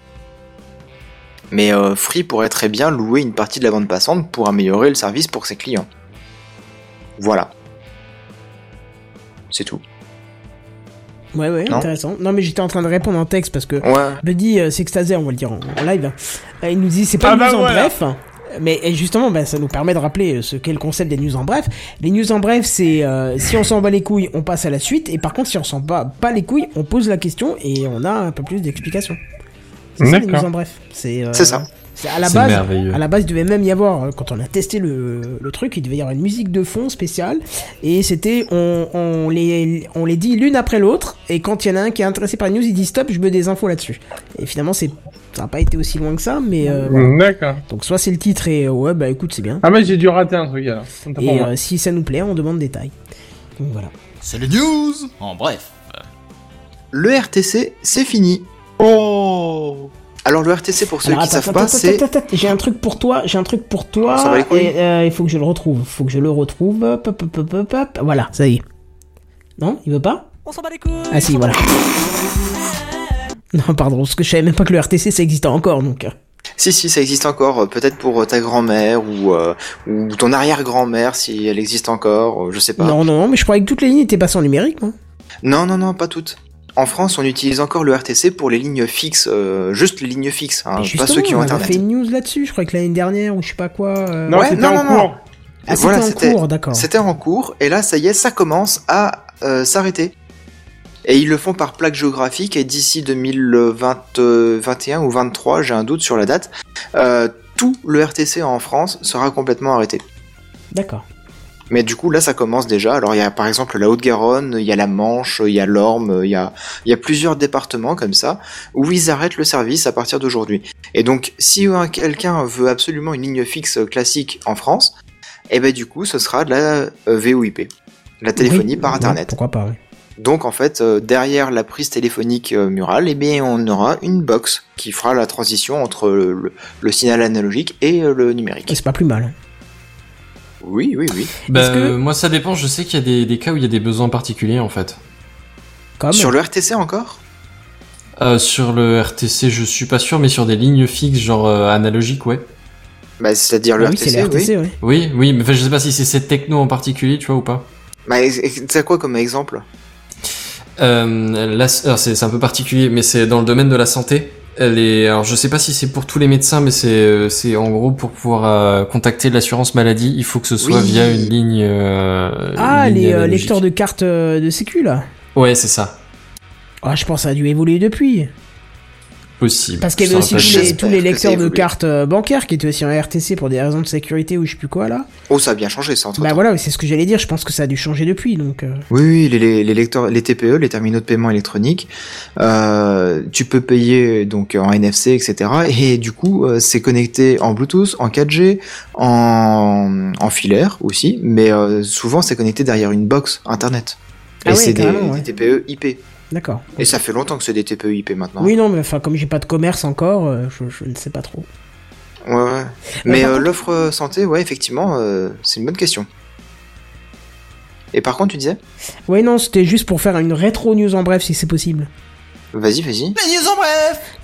C: Mais euh, Free pourrait très bien louer une partie de la bande passante pour améliorer le service pour ses clients. Voilà. C'est tout.
A: Ouais, ouais,
C: Non.
A: intéressant. Non, mais j'étais en train de répondre en texte parce que
C: Ouais.
A: Buddy euh, s'extasait, on va le dire en, en live. Euh, Il nous dit c'est pas
D: Ah
A: une
D: bah
A: news en
D: voilà.
A: bref. Mais et justement, bah, ça nous permet de rappeler euh, ce qu'est le concept des news en bref. Les news en bref, c'est euh, si on s'en bat les couilles, on passe à la suite. Et par contre, si on s'en bat pas les couilles, on pose la question et on a un peu plus d'explications. C'est ça les
D: D'accord.
A: news en bref. C'est euh,
C: C'est ça.
A: C'est à la
E: C'est
A: base,
E: merveilleux.
A: à la base, il devait même y avoir, euh, quand on a testé le, le truc, il devait y avoir une musique de fond spéciale. Et c'était, on, on les, on les dit l'une après l'autre. Et quand il y en a un qui est intéressé par une news, il dit stop, je veux des infos là-dessus. Et finalement, c'est, ça n'a pas été aussi loin que ça, mais euh, voilà.
D: Mm, D'accord.
A: Donc soit c'est le titre et euh, ouais, bah écoute, c'est bien.
D: Ah, mais j'ai dû rater un truc alors. Tant pour
A: Et
D: moi.
A: euh, si ça nous plaît, on demande des détails. Donc voilà.
G: C'est le news En bref.
C: Le RTC, c'est fini. Oh Alors le RTC, pour ceux
A: Alors,
C: qui
A: attends,
C: savent
A: attends,
C: pas,
A: attends,
C: c'est...
A: attends, attends, J'ai un truc pour toi, j'ai un truc pour toi.
C: Ça va les couilles.
A: et, euh, il faut que je le retrouve, il faut que je le retrouve. Hop, hop, hop, hop, hop, hop. Voilà, ça y est. Non, il veut pas On s'en bat les couilles. Ah si, voilà. Non, pardon, parce que je savais même pas que le RTC ça existait encore, donc. euh,
C: Si, si, ça existe encore, euh, peut-être pour euh, ta grand-mère ou, euh, ou ton arrière-grand-mère, si elle existe encore, euh, je sais pas.
A: Non, non, non, mais je croyais que toutes les lignes étaient passées en numérique, moi.
C: Non, non, non, pas toutes. En France, on utilise encore le RTC pour les lignes fixes, euh, juste les lignes fixes, hein,
A: Mais
C: pas
A: justement,
C: ceux qui ont
A: on avait
C: Internet.
A: fait une news là-dessus, je crois que l'année dernière, ou je sais pas quoi. euh,
D: Non,
C: Ouais,
D: c'était
C: non,
D: en
C: non, non.
D: cours.
A: Ah,
C: Voilà,
A: c'était
C: c'était-
A: en cours, d'accord.
C: C'était en cours, et là, ça y est, ça commence à euh, s'arrêter. Et ils le font par plaque géographique, et d'ici 2021 ou 23, j'ai un doute sur la date, euh, tout le RTC en France sera complètement arrêté.
A: D'accord.
C: Mais du coup, là, ça commence déjà. Alors, il y a par exemple la Haute-Garonne, il y a la Manche, il y a l'Orme, il y a, il y a plusieurs départements comme ça où ils arrêtent le service à partir d'aujourd'hui. Et donc, si un- quelqu'un veut absolument une ligne fixe classique en France, eh ben du coup, ce sera de la euh, VOIP, la téléphonie
A: Oui,
C: par
A: ouais,
C: Internet.
A: pourquoi pas, ouais.
C: Donc en fait, euh, derrière la prise téléphonique euh, murale, eh bien, on aura une box qui fera la transition entre le, le- le signal analogique et euh, le
A: Et
C: numérique.
A: C'est pas plus mal.
C: Oui, oui, oui.
E: Bah,
A: que-
E: euh, moi ça dépend, je sais qu'il y a des, des cas où il y a des besoins particuliers en fait.
A: Comme.
C: Sur le RTC encore
E: Euh, sur le RTC, je suis pas sûr, mais sur des lignes fixes, genre euh, analogiques, ouais.
C: bah, C'est-à-dire le
A: Ah oui, c'est
C: RTC,
A: le
C: oui.
A: RTC, ouais.
E: Oui, oui, mais enfin, je sais pas si c'est cette techno en particulier, tu vois, ou pas.
C: Bah, ex- ex- t'as quoi comme exemple
E: Euh, là, c'est alors, c'est c'est un peu particulier, mais c'est dans le domaine de la santé. Elle est, alors je sais pas si c'est pour tous les médecins, mais c'est euh, c'est en gros pour pouvoir euh, contacter l'assurance maladie, il faut que ce soit
C: Oui.
E: via une ligne. euh,
A: Ah,
E: une ligne
A: les euh,
E: analogique.
A: lecteurs de cartes euh, de sécu, là.
E: Ouais, c'est ça.
A: Ah, je pense que ça a dû évoluer depuis.
E: Possible.
A: Parce qu'il y avait aussi
E: Ça va
A: tous
E: pas
A: les,
E: être-
A: tous les
C: J'espère que
A: lecteurs
C: ça
A: de
C: évolue.
A: cartes euh, bancaires qui étaient aussi en RTC pour des raisons de sécurité ou je sais plus quoi là.
C: Oh, ça a bien changé, ça, entre
A: Bah voilà, c'est ce que j'allais dire, je pense que ça a dû changer depuis donc. euh,
C: Oui, oui, les- les, les lecteurs, les TPE, les terminaux de paiement électronique, euh, tu peux payer donc en NFC, etc. Et du coup, euh, c'est connecté en Bluetooth, en 4G, en, en filaire aussi, mais euh, souvent c'est connecté derrière une box Internet.
A: Ah
C: et
A: ouais,
C: c'est des,
A: carrément, ouais.
C: des TPE IP.
A: D'accord.
C: Et ça fait longtemps que c'est des TPE IP maintenant.
A: Oui, non, mais enfin, comme j'ai pas de commerce encore, euh, je, je ne sais pas trop.
C: Ouais, ouais. Mais
A: par
C: euh,
A: contre-
C: l'offre euh, santé, ouais, effectivement, euh, c'est une bonne question. Et par contre, tu disais
A: Ouais, non, c'était juste pour faire une rétro news en bref si c'est possible.
C: Vas-y, vas-y.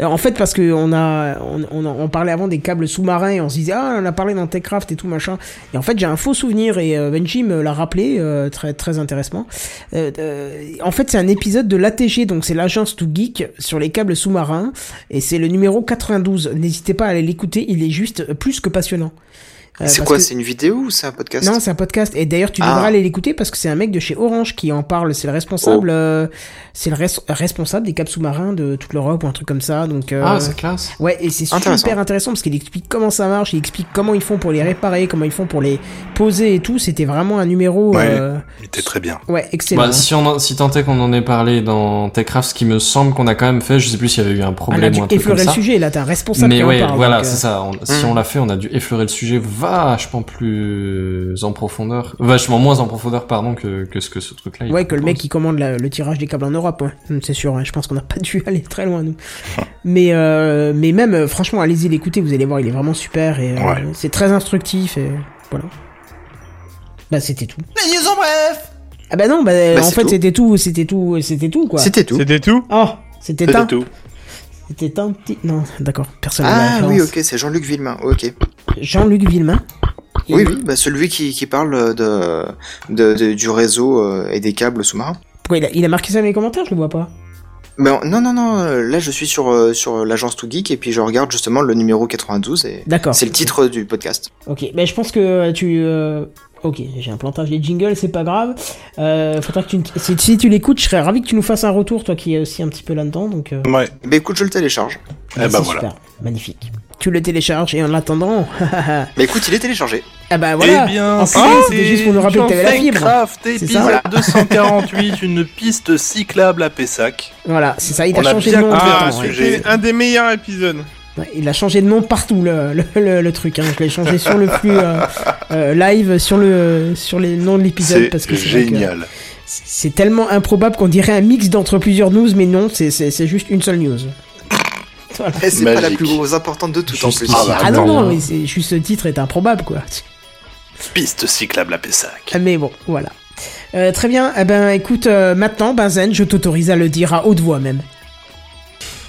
A: Euh, En fait, parce que on a, on, on, en- on parlait avant des câbles sous-marins et on se disait, ah, on en a parlé dans Techcraft et tout machin. Et en fait, j'ai un faux souvenir et euh, Benji me l'a rappelé, euh, très, très intéressant. Euh, euh, en fait, c'est un épisode de l'ATG, donc c'est l'agence tout geek sur les câbles sous-marins et c'est le numéro 92. N'hésitez pas à aller l'écouter, il est juste plus que passionnant. Euh,
C: c'est
A: parce
C: quoi
A: que-
C: C'est une vidéo ou c'est un podcast
A: Non, c'est un podcast. Et d'ailleurs, tu
C: Ah.
A: devras aller l'écouter parce que c'est un mec de chez Orange qui en parle. C'est le responsable,
C: Oh.
A: euh, c'est le res- responsable des câbles sous-marins de toute l'Europe ou un truc comme ça. Donc, euh,
E: Ah, c'est classe.
A: Ouais, et c'est
C: Intéressant.
A: super intéressant parce qu'il explique comment ça marche, il explique comment ils font pour les réparer, comment ils font pour les poser et tout. C'était vraiment un numéro.
H: Ouais.
A: euh,
H: Il était très bien.
A: ouais, excellent.
E: Bah, si on en- si tant est qu'on en ait parlé dans Techcraft, ce qui me semble qu'on a quand même fait, je sais plus s'il y avait eu un
A: Ah, là,
E: problème
A: tu
E: ou un truc comme
A: effleurais le
E: ça.
A: sujet, là, t'as un responsable
E: Mais
A: qui en
E: ouais,
A: parle.
E: voilà,
A: donc, euh,
E: c'est ça. On- Si on l'a fait, on a dû effleurer le sujet vachement plus en profondeur, vachement moins en profondeur, pardon, que, que ce que ce truc-là. il
A: euh, Ouais, que le mec
E: propose.
A: qui commande la- le tirage des câbles en Europe, ouais. Hum, c'est sûr. hein, je pense qu'on n'a pas dû aller très loin nous. mais euh, mais même euh, franchement, allez-y l'écouter, vous allez voir, il est vraiment super et euh,
H: Ouais.
A: c'est très instructif et voilà. Bah c'était tout.
G: Les news en bref
A: Ah bah non, bah,
C: Bah,
A: en
C: c'est
A: fait
C: tout.
A: c'était tout, c'était tout, c'était tout quoi.
C: C'était tout.
D: C'était tout
A: Oh, c'était un,
H: tout.
A: c'était un petit. Non, d'accord, personne. n'a la
C: Ah
A: référence.
C: oui, ok, c'est Jean-Luc Villemain, ok.
A: Jean-Luc Villemain.
C: Oui, oui, bah celui qui, qui parle euh, de, de- de- du réseau euh, et des câbles sous-marins.
A: Pourquoi il a, il a marqué ça dans les commentaires Je le vois pas.
C: Mais on- non, non, non, euh, là je suis sur, euh, sur l'agence Too Geek et puis je regarde justement le numéro 92 et
A: D'accord.
C: c'est le titre du podcast.
A: Ok, mais je pense que euh, tu. euh, Ok, j'ai un plantage des jingles, c'est pas grave. Euh, faudra que tu... Si, si tu l'écoutes, je serais ravi que tu nous fasses un retour, toi qui es aussi un petit peu là-dedans. Donc, euh,
H: Ouais.
C: Bah écoute, je le télécharge.
H: Eh ben
A: c'est
H: voilà.
A: super, magnifique. Tu le télécharges et en l'attendant,
C: Bah écoute, il est téléchargé.
A: ah bah voilà.
H: Eh bien,
A: en plus, c'était juste pour nous rappeler que t'avais la fibre.
H: Craft,
A: ça
H: épisode 248, une piste cyclable à Pessac.
A: Voilà, c'est ça. Il
H: On
A: a
H: a
A: changé
H: bien
A: de nom.
H: compris
A: entre-temps,
D: Ah,
H: le
A: ouais.
H: sujet.
D: c'était un des meilleurs épisodes.
A: Ouais, il a changé de nom partout le, le, le- le truc. Hein. Je l'ai changé sur le flux euh, euh, live, sur le sur les noms de l'épisode
H: C'est
A: parce que c'est vrai que
H: génial.
A: c'est- C'est tellement improbable qu'on dirait un mix d'entre plusieurs news, mais non, c'est c'est c'est juste une seule news. Voilà.
C: Et c'est pas la
H: Magique.
C: plus grosse importante de toutes en
E: Juste
C: plus.
E: ici.
H: bah,
A: Ah non
E: attends.
A: non, mais c'est juste ce titre est improbable quoi.
H: Piste cyclable à Pessac.
A: Ah, Mais bon, voilà. Euh, très bien. Eh ben, écoute, euh, maintenant, Benzen, je t'autorise à le dire à haute voix même.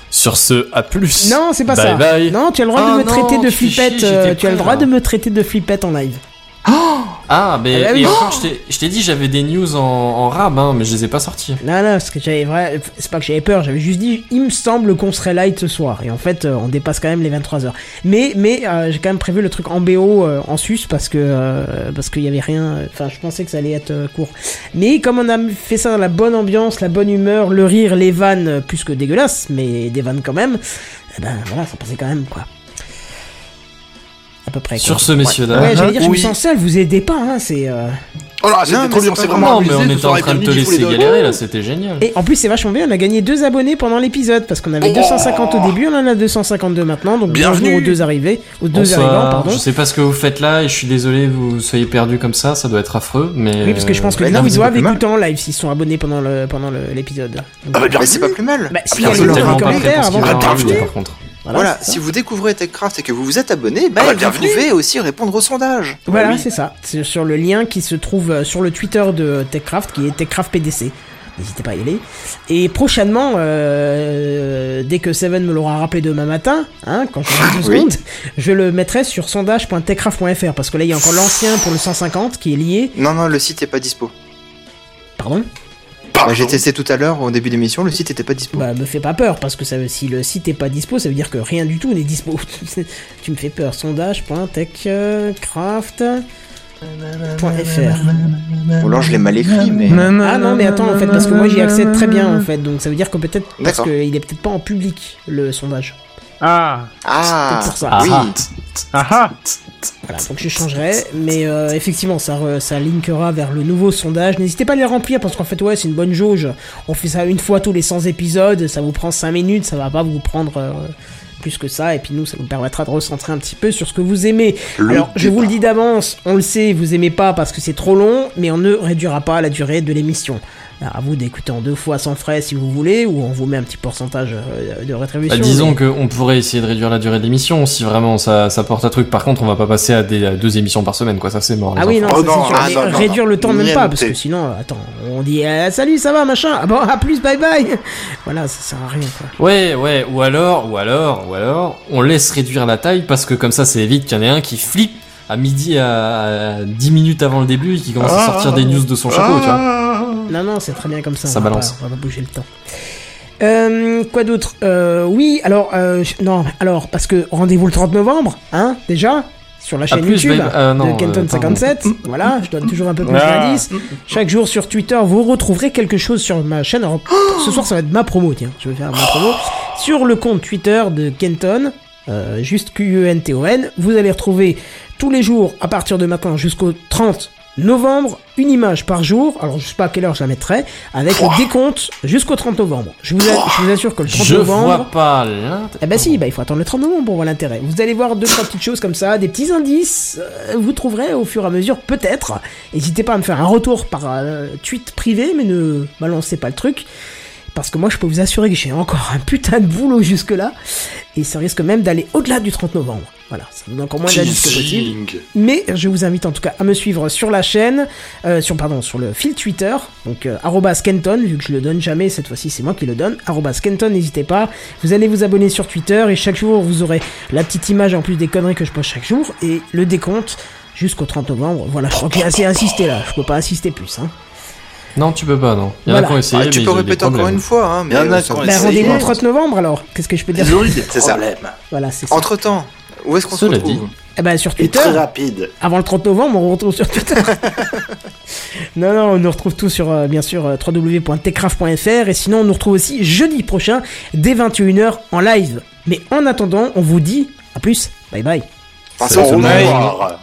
E: Sur ce, à plus.
A: Non, c'est pas
E: Bye
A: ça.
E: bye.
A: Non, tu as le droit
E: Ah
A: de me
E: non,
A: traiter de
E: tu fais chier,
A: flippette. euh,
E: j'étais
A: tu as le
E: prêt,
A: droit
E: là.
A: de me traiter de flippette en live.
E: Ah, mais
A: Ah bah oui.
E: et encore, je t'ai- je t'ai dit, j'avais des news en, en rab, hein, mais je les ai pas sorties.
A: Non, non, parce que j'avais vrai. C'est pas que j'avais peur, j'avais juste dit, il me semble qu'on serait light ce soir. Et en fait, euh, on dépasse quand même les 23h. Mais, mais euh, j'ai quand même prévu le truc en BO euh, en sus parce que euh, parce qu'il y avait rien. euh, Enfin, je pensais que ça allait être euh, court. Mais comme on a fait ça dans la bonne ambiance, la bonne humeur, le rire, les vannes, euh, plus que dégueulasses, mais des vannes quand même, eh ben voilà, ça passait quand même, quoi. À peu près. quoi.
E: Sur ce, Uh-huh. messieurs, dames.
A: Ouais, j'allais dire, je me
H: Oui.
A: sens seul, vous aidez pas, hein, c'est. euh,
H: Oh là,
C: Non,
H: c'était
C: mais
H: trop bien,
C: c'est
H: c'est
C: pas
H: vraiment
E: Non, mais
H: amusé
E: on
H: de
E: était
H: faire
E: en
H: les
E: train de te
H: bienvenus tous
E: laisser
H: les deux.
E: galérer, là, c'était génial.
A: Et en plus, c'est vachement bien, on a gagné deux abonnés pendant l'épisode parce qu'on avait 250 au début, on en a 252 maintenant, donc
H: Bienvenue.
A: bonjour aux deux arrivés, aux deux arrivants,
E: Bonsoir.
A: pardon.
E: Je sais pas ce que vous faites là et je suis désolé vous soyez perdus comme ça, ça doit être affreux, mais.
A: Oui, parce que je pense que
C: Mais
E: euh,
A: du
C: non,
A: coup, ils
C: vous
A: doivent
C: êtes mal.
A: écouter en live s'ils sont abonnés pendant le pendant le- l'épisode. Donc,
H: Ah bah
C: Mais c'est
H: bienvenue.
C: pas plus mal.
A: Bah,
C: Ah,
A: si,
C: bien
A: allez
C: sûr.
E: Vous
A: voir
E: êtes tellement
A: en
E: pas prêts
A: commentaire
E: pour ce qui
A: avant
E: va
A: de-
E: arriver, par contre.
C: Voilà,
A: c'est ça.
C: si vous découvrez TechCraft et que vous vous êtes abonné, bah,
H: Ah bah,
C: vous
H: bienvenue.
C: pouvez aussi répondre au sondage.
A: Voilà,
H: Oui.
A: c'est ça. C'est sur le lien qui se trouve euh, sur le Twitter de TechCraft, qui est TechCraft PDC. N'hésitez pas à y aller. Et prochainement, euh, dès que Seven me l'aura rappelé demain matin, hein, quand j'aurai 12
C: Oui.
A: secondes, je le mettrai sur sondage.techcraft.fr parce que là, il y a encore l'ancien pour le 150 qui est lié.
C: Non, non, le site est pas dispo.
A: Pardon
C: Bah, J'ai testé tout à l'heure au début de l'émission, le site était pas dispo.
A: Bah, me fais pas peur parce que ça, veut- si le site est pas dispo, ça veut dire que rien du tout n'est dispo. tu me fais peur. Sondage.techcraft.fr
C: Ou alors je l'ai mal
E: bah,
C: écrit, mais.
A: Ah non mais attends en fait parce que moi j'y accède très bien en fait donc ça veut dire que peut-être parce
C: D'accord.
A: qu'il est peut-être pas en public le sondage.
D: Ah,
C: Ah,
A: C'est pour ça.
C: oui.
D: ah ah.
A: Voilà donc je changerai mais euh, effectivement ça re- ça linkera vers le nouveau sondage. N'hésitez pas à les remplir parce qu'en fait ouais c'est une bonne jauge. On fait ça une fois tous les 100 épisodes ça vous prend 5 minutes ça va pas vous prendre euh, plus que ça et puis nous ça nous permettra de recentrer un petit peu sur ce que vous aimez.
H: Le
A: Alors, je vous le
H: départ.
A: dis d'avance, on le sait, vous aimez pas parce que c'est trop long, mais on ne réduira pas la durée de l'émission. Alors, à vous d'écouter en deux fois sans frais si vous voulez, ou on vous met un petit pourcentage euh, de rétribution.
E: Bah, disons qu'on pourrait essayer de réduire la durée de l'émission si vraiment ça, ça porte à truc. Par contre, on va pas passer à, des, à deux émissions par semaine, quoi. Ça c'est mort. les
A: Ah oui, non,
E: enfants.
H: Oh
A: ça,
H: non,
A: c'est sûr,
H: ah
A: mais
H: non, non,
A: réduire
H: non.
A: le temps même
H: Rien
A: pas,
H: noté.
A: parce que sinon, euh, attends, on dit euh, salut, ça va, machin, ah bon, à plus, bye bye. Voilà, ça sert à rien, quoi.
E: Ouais, ouais. Ou alors, ou alors, ou alors, on laisse réduire la taille parce que comme ça, c'est évite qu'il y en ait un qui flippe à midi à, à 10 minutes avant le début et qui commence à
H: Ah,
E: sortir des news de son chapeau, tu vois.
A: Non, non, c'est très bien comme ça.
E: Ça
A: on va
E: balance.
A: pas- on va pas bouger le temps. Euh, quoi d'autre Euh, Oui, alors, euh, je- non, alors, parce que rendez-vous le 30 novembre, hein, déjà, sur la chaîne
E: plus,
A: YouTube
E: babe, euh, non,
A: de Kenton
E: euh, pardon.
A: 57. Voilà, je donne toujours un peu plus
D: Ah.
A: d'indices. Chaque jour sur Twitter, vous retrouverez quelque chose sur ma chaîne. Alors, ce soir, ça va être ma promo, tiens, je vais faire ma promo. Sur le compte Twitter de Kenton, euh, juste Q-E-N-T-O-N, vous allez retrouver tous les jours, à partir de maintenant jusqu'au 30 novembre, une image par jour. Alors, je sais pas à quelle heure je la mettrai, avec le décompte jusqu'au 30 novembre. Je vous, a- je vous assure que le 30
E: Je
A: novembre.
E: vois pas l'int-
A: Eh ben si, bah, il faut attendre le 30 novembre pour voir l'intérêt. Vous allez voir deux, trois petites choses comme ça, des petits indices, euh, vous trouverez au fur et à mesure, peut-être. N'hésitez pas à me faire un retour par euh, tweet privé, mais ne balancez pas le truc. Parce que moi, je peux vous assurer que j'ai encore un putain de boulot jusque-là. Et ça risque même d'aller au-delà du 30 novembre. Voilà, ça vous donne encore moins d'indices que possible.
H: Teasing.
A: Mais je vous invite en tout cas à me suivre sur la chaîne, euh, sur pardon, sur le fil Twitter, donc euh, arobase @kenton vu que je le donne jamais cette fois-ci, c'est moi qui le donne. arobase @kenton, n'hésitez pas. Vous allez vous abonner sur Twitter et chaque jour vous aurez la petite image en plus des conneries que je poste chaque jour et le décompte jusqu'au 30 novembre. Voilà, je crois que j'ai assez insisté là, je peux pas insister plus. Hein.
E: Non, tu peux pas, non. Il y en
A: Voilà.
E: a qui ont essayé,
C: Ah, tu
E: mais
C: peux
E: ils ont eu des
C: répéter encore
E: problèmes.
C: une fois, hein, mais
H: Il y en a Bah,
C: euh,
H: qui
C: sans-
H: ont
A: Ben,
H: essayé.
A: rendez-vous le 30 novembre alors. Qu'est-ce que je peux dire
H: Ils ont eu des
C: C'est ça.
H: problèmes.
A: Voilà, c'est ça.
C: Entre temps, où est-ce qu'on se
E: Cela
C: retrouve
E: dit.
A: Eh Eh ben, sur
C: Et
A: Twitter.
C: très rapide.
A: Avant le 30 novembre, on retrouve sur Twitter. non, non, on nous retrouve tout sur, euh, bien sûr, euh, www.techcraft.fr. Et sinon, on nous retrouve aussi jeudi prochain, dès 21h, en live. Mais en attendant, on vous dit à plus. Bye bye.
C: Vincent
E: Ça, ça
C: Roux
E: m'a-
C: Noir.